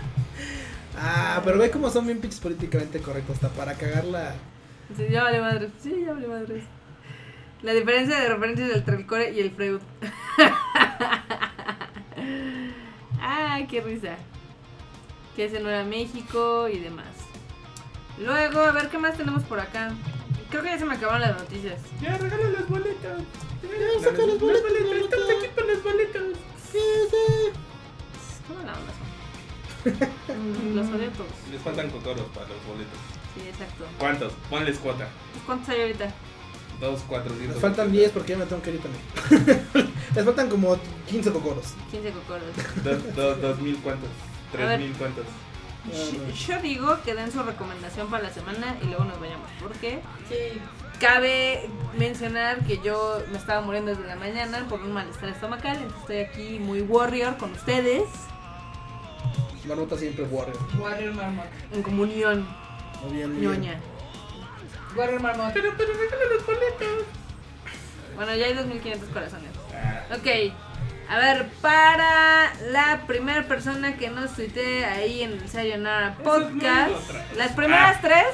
Ah, pero ve cómo son bien pinches políticamente correctos. Hasta para cagarla.
Sí, ya vale madres. Sí, ya vale madres. La diferencia de referencias entre el core y el Freud. ah, qué risa. que es en Nueva México y demás. Luego, a ver qué más tenemos por acá. Creo que ya se me acabaron las noticias.
Ya, Eh, regala las boletas. Ya,
saca las boletas,
boletas.
Lolita.
aquí para las boletas.
¿Cómo la onda son? Los odio a todos.
Les faltan cocoros para los boletos.
Sí, exacto.
¿Cuántos? Ponles cuota.
Pues, ¿Cuántos hay ahorita?
Dos, cuatro, diez.
Les faltan 10 porque ya me tengo que ir también. Les faltan como 15 cocoros.
15 cocoros.
Dos, dos, dos mil cuántos.
A
Tres
ver.
mil cuántos.
Yo- Yo digo que den su recomendación para la semana y luego nos vayamos. Porque
Sí.
cabe mencionar que yo me estaba muriendo desde la mañana por un malestar estomacal. Entonces estoy aquí muy warrior con ustedes.
Marmota siempre warrior.
Warrior Marmot.
En comunión,
Muy bien, muy bien.
ñoña.
Warrior Marmot.
Bueno, ya hay 2500 corazones.
Ah,
Ok. A ver, para la primera persona que nos tuitee ahí en el Sayonara Podcast, las primeras tres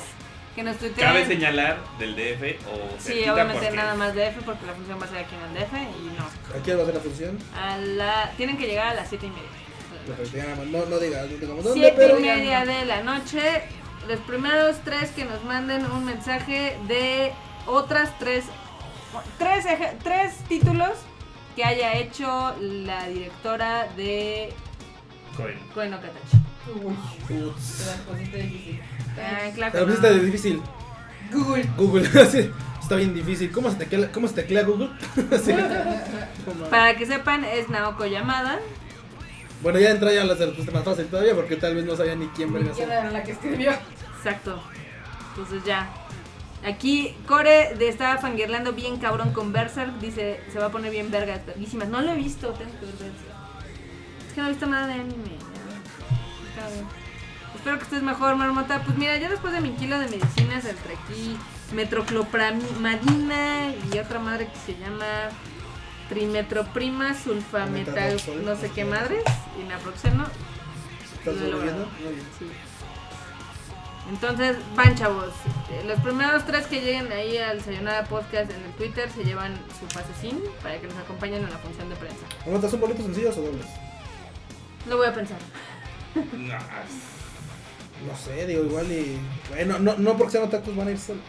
que nos
Ah. Cabe
tuiteen.
señalar del DF o
Sí,
cerquita,
obviamente
porque
nada más DF porque la función va a ser aquí en el DF y no.
¿A qué hora va a ser la función?
A la, tienen que llegar a las 7 y media.
Perfecto, ya nada más. No, no digas, no digamos dónde,
7
pero.
y media de la noche. Los primeros tres que nos manden un mensaje de otras tres, tres, eje- tres títulos que haya hecho la directora de
Cohen.
Koen no Katachi.
Uts.
Las cositas difíciles.
Ah,
Pero
claro.
pues
que
está
no.
difícil.
Google.
Google. sí, está bien difícil. ¿Cómo se teclea, cómo se teclea Google? Sí. Como-
Para que sepan, es Naoko Yamada.
Bueno, ya entra ya la respuesta más fácil todavía porque tal vez no sabía ni quién verga
¿Quién
ser.
era la que escribió?
Exacto. Entonces ya. Aquí Core de estaba fangirlando bien cabrón con Berserk. Dice, se va a poner bien vergas, verguísimas. No lo he visto, tengo que ver Berserk. Es que no he visto nada de anime. Está bien. Espero que estés mejor, Marmota. Pues mira, yo después de mi kilo de medicinas entre aquí, metroclopramadina y otra madre que se llama trimetroprima, sulfametal,
Metadoxol,
no sé qué
sí.
madres, y naproxeno,
¿Estás
lo he
sobreviviendo?
logrado.
Muy bien.
Sí. Entonces, van chavos. Eh, Los primeros tres que lleguen ahí al Sayonara Podcast en el Twitter se llevan su pasecín para que nos acompañen en la función de prensa.
Marmota, ¿son boletos sencillos o dobles?
Lo voy a pensar.
No,
No sé, digo igual y. Bueno, no, no porque sean otakus van a ir solos.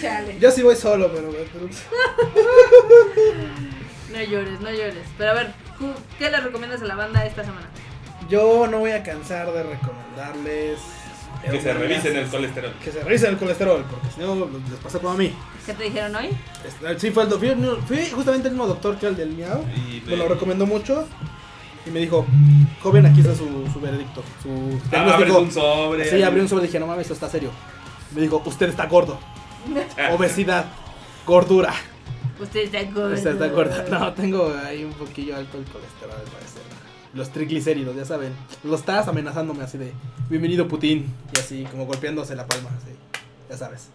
Chale.
Yo sí voy solo, pero. pero-
No llores, no llores. Pero a ver, ¿cu- ¿qué le recomiendas a la banda esta semana?
Yo no voy a cansar de recomendarles. Eh,
que se revisen el colesterol.
Que se revisen el colesterol, porque si no, pues, les pasa como a mí.
¿Qué te dijeron hoy?
Este, Sí, fue el do- fui, fui justamente el mismo doctor que el del miau.
Y
Me
de-
lo recomendó mucho. Y me dijo, joven, aquí está su, su veredicto. Su
Ah, abres
diagnóstico".
un sobre.
Sí, abrió un sobre y dije, no mames, esto está serio. Me dijo, usted está gordo. Obesidad. Gordura.
Ustedes de acuerdo.
¿Usted está gordo? No, tengo ahí un poquillo alto el colesterol, al este parecer. Los triglicéridos, ya saben. Lo estás amenazándome así de, bienvenido Putin. Y así, como golpeándose la palma, así. Ya sabes.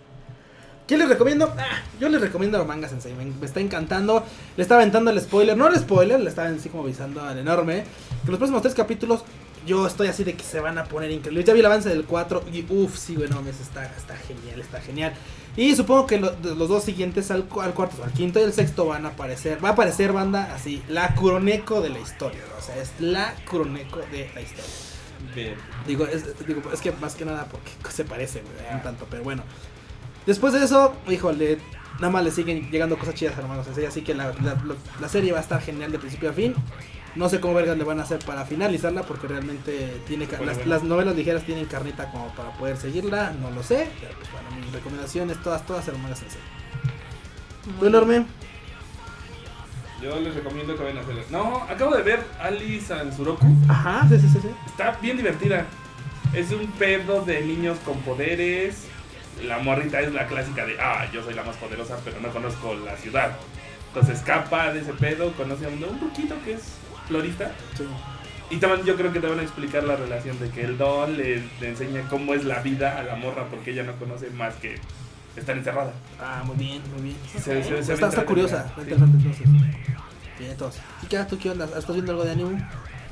¿Qué les recomiendo? Ah, yo les recomiendo a Manga Sensei. Me, me está encantando. Le estaba aventando el spoiler. No el spoiler, le estaba así como avisando al enorme. Que los próximos tres capítulos yo estoy así de que se van a poner increíbles. Ya vi el avance del 4 y uff, sí, güey, no, mames, está, está genial, está genial. Y supongo que lo- de los dos siguientes al, cu- al cuarto, al quinto y al sexto van a aparecer. Va a aparecer banda así, la Kuroneko de la historia. ¿no? O sea, es la Kuroneko de la historia.
Bien.
Digo es, digo, es que más que nada porque se parecen güey, un tanto, pero bueno. Después de eso, híjole, nada más le siguen llegando cosas chidas a hermanos. Así que la, la- lo- la serie va a estar genial de principio a fin. No sé cómo vergas le van a hacer para finalizarla porque realmente tiene ca-
Bueno,
las,
bueno.
las novelas ligeras tienen carnita como para poder seguirla, no lo sé. Pero pues bueno, mis recomendaciones todas, todas hermanas en serio. ¿Tú enorme?
Yo les recomiendo que vayan a hacerlo. No, acabo de ver Ali Sansuroku.
Ajá, sí, sí, sí. sí.
Está bien divertida. Es un pedo de niños con poderes. La morrita es la clásica de, ah, yo soy la más poderosa, pero no conozco la ciudad. Entonces escapa de ese pedo, conoce a un, un poquito que es florista.
Sí.
Y también yo creo que te van a explicar la relación de que el don le, le enseña cómo es la vida a la morra porque ella no conoce más que estar encerrada.
Ah, muy bien, muy bien.
Se- se- se ve
está, está
entretenida.
curiosa, está
Sí.
interesante entonces. Bien, entonces. ¿Y qué, tú qué onda? ¿Estás viendo algo de anime?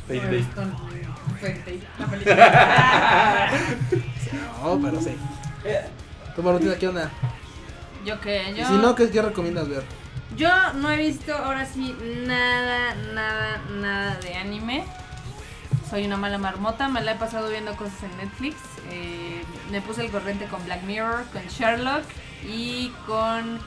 Face Day.
Pues,
La película.
No, pero sí. ¿Tu Marutina qué onda?
Yo que
Y
yo.
si no, ¿qué, qué recomiendas ver?
Yo no he visto ahora sí nada, nada, nada de anime. Soy una mala marmota, me la he pasado viendo cosas en Netflix. eh, me puse el corriente con Black Mirror, con Sherlock y con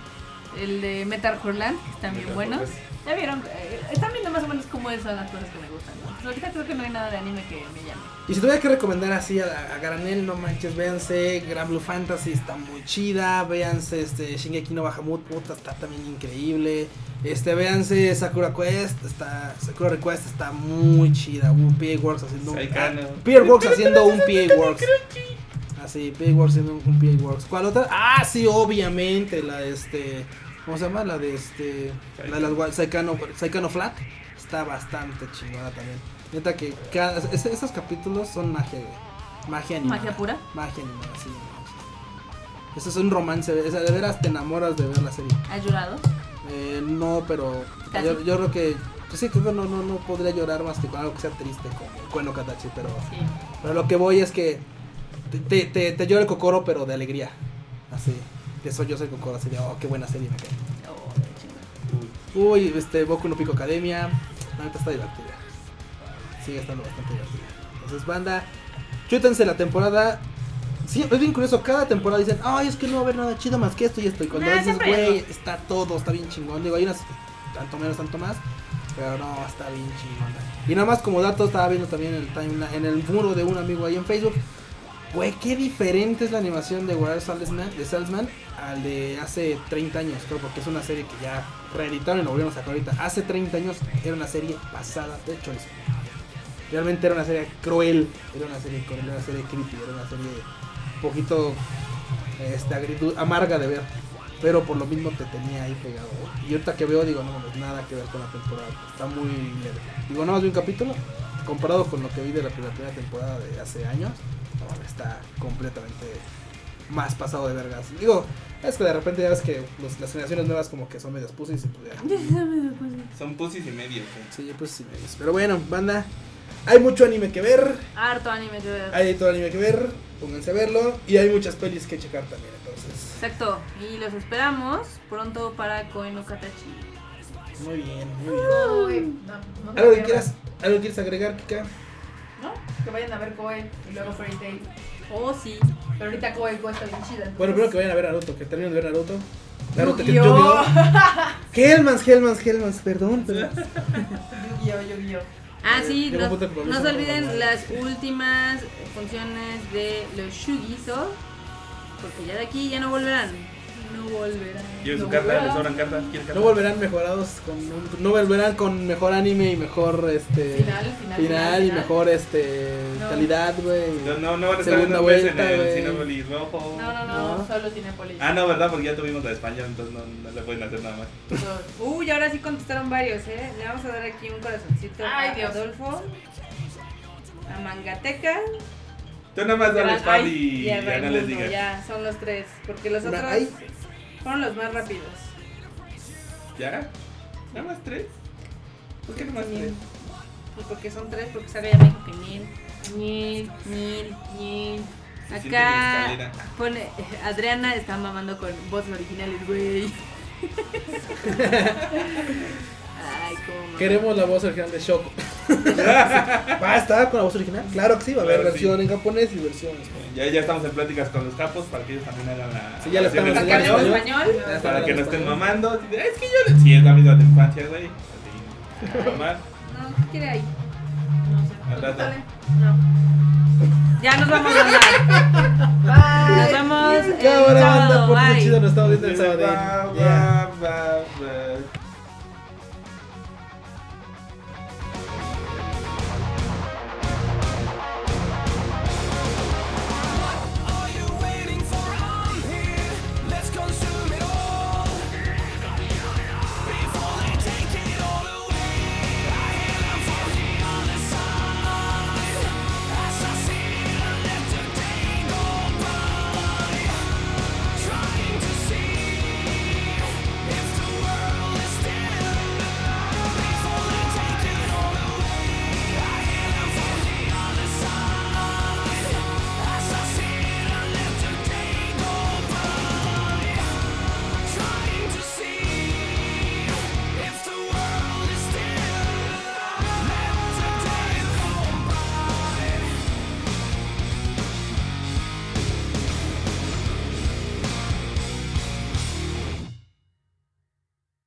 el de Metal Hurland, que están bien buenos. Ya vieron, eh, están viendo más o menos cómo son las cosas que me gustan. ¿no? Pues ahorita creo que no hay nada de anime que me llame.
Y si tuviera que recomendar así a, a granel, no manches, véanse, Gran Blue Fantasy está muy chida, véanse este Shingeki no Bahamut, puta, está también increíble. Este, véanse Sakura Quest, está Sakura Request está muy chida, un PA Works haciendo un
Saikano.
ah, PA Works haciendo un PA Works. Así, PA Works haciendo un, un PA Works. ¿Cuál otra? Ah, sí, obviamente la este ¿cómo se llama? La de este la de las gua- Saikano Saikano Flat está bastante chingada también. Neta que cada, es- esos capítulos son magia, güey. Magia animada.
¿Magia pura?
Magia animada, sí. no. Eso es un romance, o sea, de veras te enamoras de ver la serie.
¿Has llorado?
Eh, no, pero
Casi.
yo, yo creo que, pues sí, creo que no, no, no podría llorar más que con algo que sea triste, como Cueno Katachi, pero,
Sí.
pero lo que voy es que te, te, te, te llora el cocoro, pero de alegría. Así, de eso yo soy cocoro, así de, oh, qué buena serie me cae.
Oh, qué chingón.
Uy, este, Boku no Pico Academia. La neta está divertida. Sigue estando bastante divertida. Entonces, banda, chútense la temporada. Sí, es bien curioso, cada temporada dicen, ay, es que no va a haber nada chido más que esto y esto. Y cuando
Nah,
dices,
siempre hay
güey, está todo, está bien chingón. Digo, hay unas tanto menos, tanto más. Pero no, está bien chingón. Y nada más como dato, estaba viendo también en el, timeline- en el muro de un amigo ahí en Facebook. Güey, qué diferente es la animación de Warrior Salesman, de Salesman al de hace 30 años, creo, porque es una serie que ya reeditaron y lo volvieron a sacar ahorita. Hace 30 años era una serie pasada de chorizo. Realmente era una serie cruel, era una serie cruel, era una serie creepy, era una serie un poquito este, agridu- amarga de ver. Pero por lo mismo te tenía ahí pegado. güey. Y ahorita que veo, digo, no, pues nada que ver con la temporada. Está muy leve. Digo, no, más de un capítulo. Comparado con lo que vi de la primera primera temporada de hace años, no, está completamente más pasado de vergas. Digo, es que de repente ya ves que los- las generaciones nuevas como que son medias pusis y pues ya.
Son pusis y medio. ¿qué?
Sí, pues sí, medias. Pero bueno, banda, hay mucho anime que ver.
Harto anime que veo.
Hay todo anime que ver. Pónganse a verlo. Y hay muchas pelis que checar también, entonces.
Exacto. Y los esperamos pronto para Koeno Katachi.
Muy bien, muy bien.
Uy, no, no te
¿Algo que
pierdas.
quieras, algo que quieres agregar, Kika?
¿No? Que vayan a ver Coe y luego Fairy Tail.
Oh, sí.
Pero ahorita Coe Coe está bien chida.
Bueno, primero que vayan a ver Naruto, que terminen de ver Naruto. Naruto que
Yu-Gi-Oh!
Yu-Gi-Oh! Hellmans, Hellmans, Hellmans, perdón, perdón.
Yu-Gi-Oh, Yu-Gi-Oh.
Ah,
Eh,
sí,
llegó
no,
un punto que
no
progresa, no,
se
no, no.
olviden las últimas funciones de los Shugiso, porque ya de aquí ya no volverán. No volverán.
Lleven su
No,
carta,
¿verdad?
les sobran cartas. ¿Quieren carta?
No volverán mejorados con un- no volverán con mejor anime y mejor este
Final, final,
final
final,
y
final.
mejor este calidad, güey.
No, no, no van a estar
Segunda
dando vueltas
vuelta,
en el
güey.
Cinépolis rojo.
No, no, no,
No.
solo Cinepolis.
Ah, no, ¿verdad? Porque ya tuvimos la de España, entonces no, no le pueden hacer nada más.
Uy, ahora sí contestaron varios, ¿eh? Le vamos a dar aquí un corazoncito
Ay,
a
Dios.
Adolfo, a Mangateca
Tú nada más dale
Gran-
spam
ay,
y
a
ya no
Raimundo,
les digas.
Ya, son los tres, porque los
Una-
otros
ay.
fueron los más rápidos.
¿Ya? ¿Nada más tres? ¿Por qué nada más tres?
Pues porque son tres, porque sabe ya México que mil.
Ñil, ñil, ñil.
Se siente la
Acá
escalera.
pone Adriana está mamando con voces originales, güey. Ay, cómo.
Queremos la voz original de Shoko. ¿Va a estar con la voz original? Claro que sí, va a haber
Claro que
versión en japonés y versión en español.
Ya, ya estamos en pláticas con los capos para que ellos también hagan la.
Sí, ya le
versión
están
en
haciendo
español,
en
español?
Ya está
Para que
en
no estén
español.
mamando. así de, Es que yo le. Sí, es la misma de infancia, güey. Así, a Mamar.
No, ¿qué quiere ahí?
al rato.
Ya nos vamos a hablar. Nos vemos el
Cámara, banda,
sábado.
por
Bye.
chido nos estamos viendo el
Ba,
sábado.
ba,
Ya.
ba, ba.